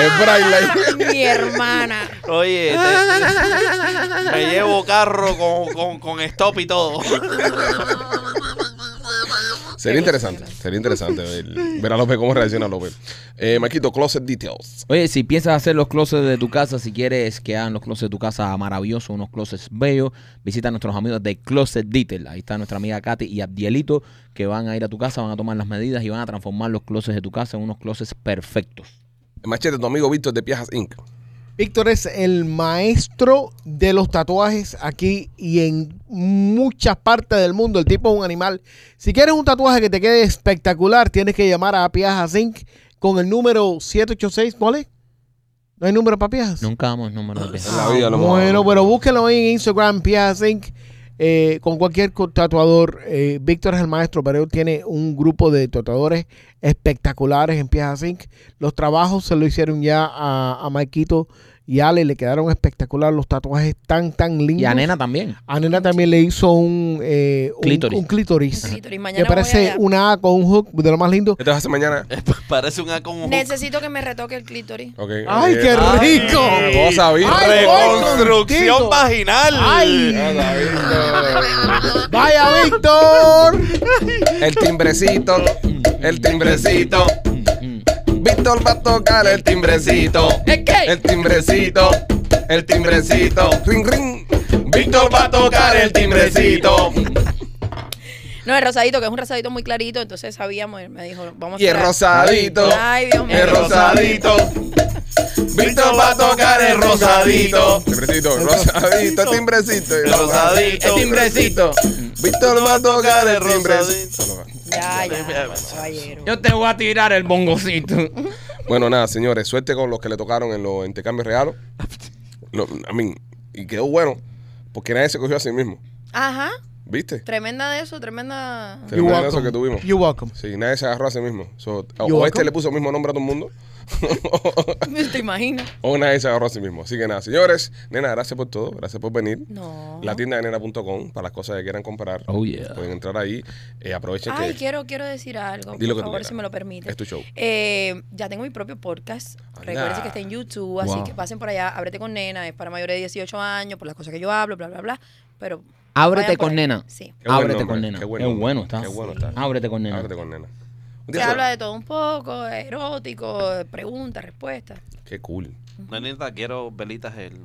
Speaker 1: es Braille.
Speaker 5: Ah, Mi hermana.
Speaker 4: Oye, te- me llevo carro con, con, con stop y todo.
Speaker 1: Sería interesante. Sería interesante ver, ver a López cómo reacciona López. Eh, Maquito, Closet Details.
Speaker 2: Oye, si piensas hacer los closets de tu casa, si quieres que hagan los closets de tu casa maravillosos, unos closets bellos, visita a nuestros amigos de Closet Detail. Ahí está nuestra amiga Katy y Abdielito, que van a ir a tu casa, van a tomar las medidas y van a transformar los closets de tu casa en unos closets perfectos.
Speaker 1: Machete, tu amigo Víctor de Piajas Inc.
Speaker 6: Víctor es el maestro de los tatuajes aquí y en muchas partes del mundo. El tipo es un animal. Si quieres un tatuaje que te quede espectacular, tienes que llamar a Piaja Zinc con el número 786. ¿Cuál es? ¿No hay número para Piajas?
Speaker 2: Nunca damos el número de piezas.
Speaker 1: En la vida lo hemos
Speaker 6: bueno,
Speaker 1: hablado.
Speaker 6: pero búsquenlo ahí en Instagram, Piaja Zinc, eh, con cualquier co- tatuador. Eh, Víctor es el maestro, pero él tiene un grupo de tatuadores espectaculares en Piaja Zinc. Los trabajos se lo hicieron ya a, a Maikito y Ale, le quedaron espectacular los tatuajes tan, tan lindos.
Speaker 2: Y a Nena también.
Speaker 6: A Nena también le hizo un, eh, un-
Speaker 2: Clítoris.
Speaker 6: un clítoris.
Speaker 5: Un clítoris.
Speaker 6: Que
Speaker 5: Mañana voy
Speaker 6: parece
Speaker 5: allá.
Speaker 6: una A con un hook de lo más lindo.
Speaker 1: ¿Qué te vas a hacer mañana?
Speaker 4: Parece un A con un hook.
Speaker 5: Necesito que me retoque el clítoris.
Speaker 1: Ok. Eh,
Speaker 6: ¡Ay, qué
Speaker 4: Ay.
Speaker 6: rico!
Speaker 1: Cosa, Víctor.
Speaker 6: Ay, voy contigo.
Speaker 4: vaginal.
Speaker 6: ¡Ay!
Speaker 1: Cosa, Víctor.
Speaker 6: ¡Vaya, Víctor!
Speaker 1: El timbrecito, el timbrecito. Víctor va a tocar el timbrecito. El timbrecito, el timbrecito. Ring, ring. Víctor va a tocar el timbrecito.
Speaker 5: No, el rosadito, que es un rosadito muy clarito, entonces sabíamos, él me dijo, vamos a
Speaker 1: Y el
Speaker 5: esperar.
Speaker 1: rosadito,
Speaker 5: Ay, Dios
Speaker 4: Eh,
Speaker 5: mío.
Speaker 1: el rosadito. Víctor va a tocar el rosadito. Timbrecito, rosadito, timbrecito. El
Speaker 4: rosadito.
Speaker 1: timbrecito. Víctor va a tocar el timbrecito.
Speaker 5: Ya, ya, caballero.
Speaker 2: Yo te voy a tirar el bongocito.
Speaker 1: Bueno, nada, señores, suerte con los que le tocaron en los intercambios regalos. No, I mean, y quedó bueno, porque nadie se cogió a sí mismo.
Speaker 5: Ajá,
Speaker 1: ¿Viste?
Speaker 5: tremenda de eso, tremenda...
Speaker 1: Te- Tremendo eso que tuvimos.
Speaker 6: You're welcome.
Speaker 1: Sí, nadie se agarró a sí mismo. So, o
Speaker 6: Yo
Speaker 1: o este
Speaker 6: acá-
Speaker 1: le puso el mismo nombre a todo el mundo,
Speaker 5: ¿Te imaginas?
Speaker 1: o nadie se agarró a sí mismo. Así que nada, señores, nena, gracias por todo, gracias por venir.
Speaker 5: No.
Speaker 1: La tienda de nena.com para las cosas que quieran comprar.
Speaker 2: Oh, yeah.
Speaker 1: Pueden entrar ahí. Eh, aprovechen
Speaker 5: Ay,
Speaker 1: que
Speaker 5: quiero, quiero decir algo,
Speaker 1: Di lo que tú
Speaker 5: por favor,
Speaker 1: quieras.
Speaker 5: si me lo permite.
Speaker 1: es tu show.
Speaker 5: Eh, ya tengo mi propio podcast.
Speaker 1: Anda.
Speaker 5: Recuerden que está en YouTube, así
Speaker 2: Wow.
Speaker 5: que pasen por allá. Ábrete con nena, es para mayores de 18 años, por las cosas que yo hablo, bla, bla, bla. Pero.
Speaker 2: Ábrete
Speaker 5: vayan por
Speaker 2: con
Speaker 5: ahí.
Speaker 2: Nena.
Speaker 5: Sí.
Speaker 1: Qué buen
Speaker 2: Ábrete
Speaker 1: nombre,
Speaker 2: con nena.
Speaker 1: Qué buen
Speaker 2: Qué
Speaker 1: nombre,
Speaker 2: bueno está.
Speaker 1: Qué bueno está.
Speaker 2: Ábrete con nena.
Speaker 1: Ábrete con nena. Un
Speaker 5: Se
Speaker 1: día
Speaker 5: habla de todo un poco, erótico, de preguntas, respuestas.
Speaker 1: Qué cool.
Speaker 4: Nenita, quiero velitas en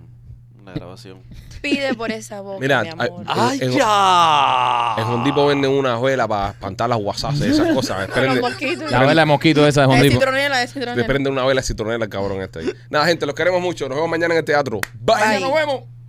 Speaker 4: la grabación.
Speaker 5: Pide por esa boca.
Speaker 1: Mira,
Speaker 5: mi amor.
Speaker 1: ay, ¡Ay, Es-
Speaker 4: ya!
Speaker 1: En Home Depot venden una juela para espantar las guasas y esas cosas.
Speaker 5: Con los
Speaker 1: Esperen,
Speaker 5: mosquitos.
Speaker 2: La vela de mosquito esa de
Speaker 5: La
Speaker 2: Home
Speaker 5: de
Speaker 2: Depot.
Speaker 5: citronela, de citronela.
Speaker 1: le prende una vela citronera al cabrón este ahí. Nada, gente, los queremos mucho. Nos vemos mañana en el teatro. Bye.
Speaker 5: Bye.
Speaker 1: Nos vemos.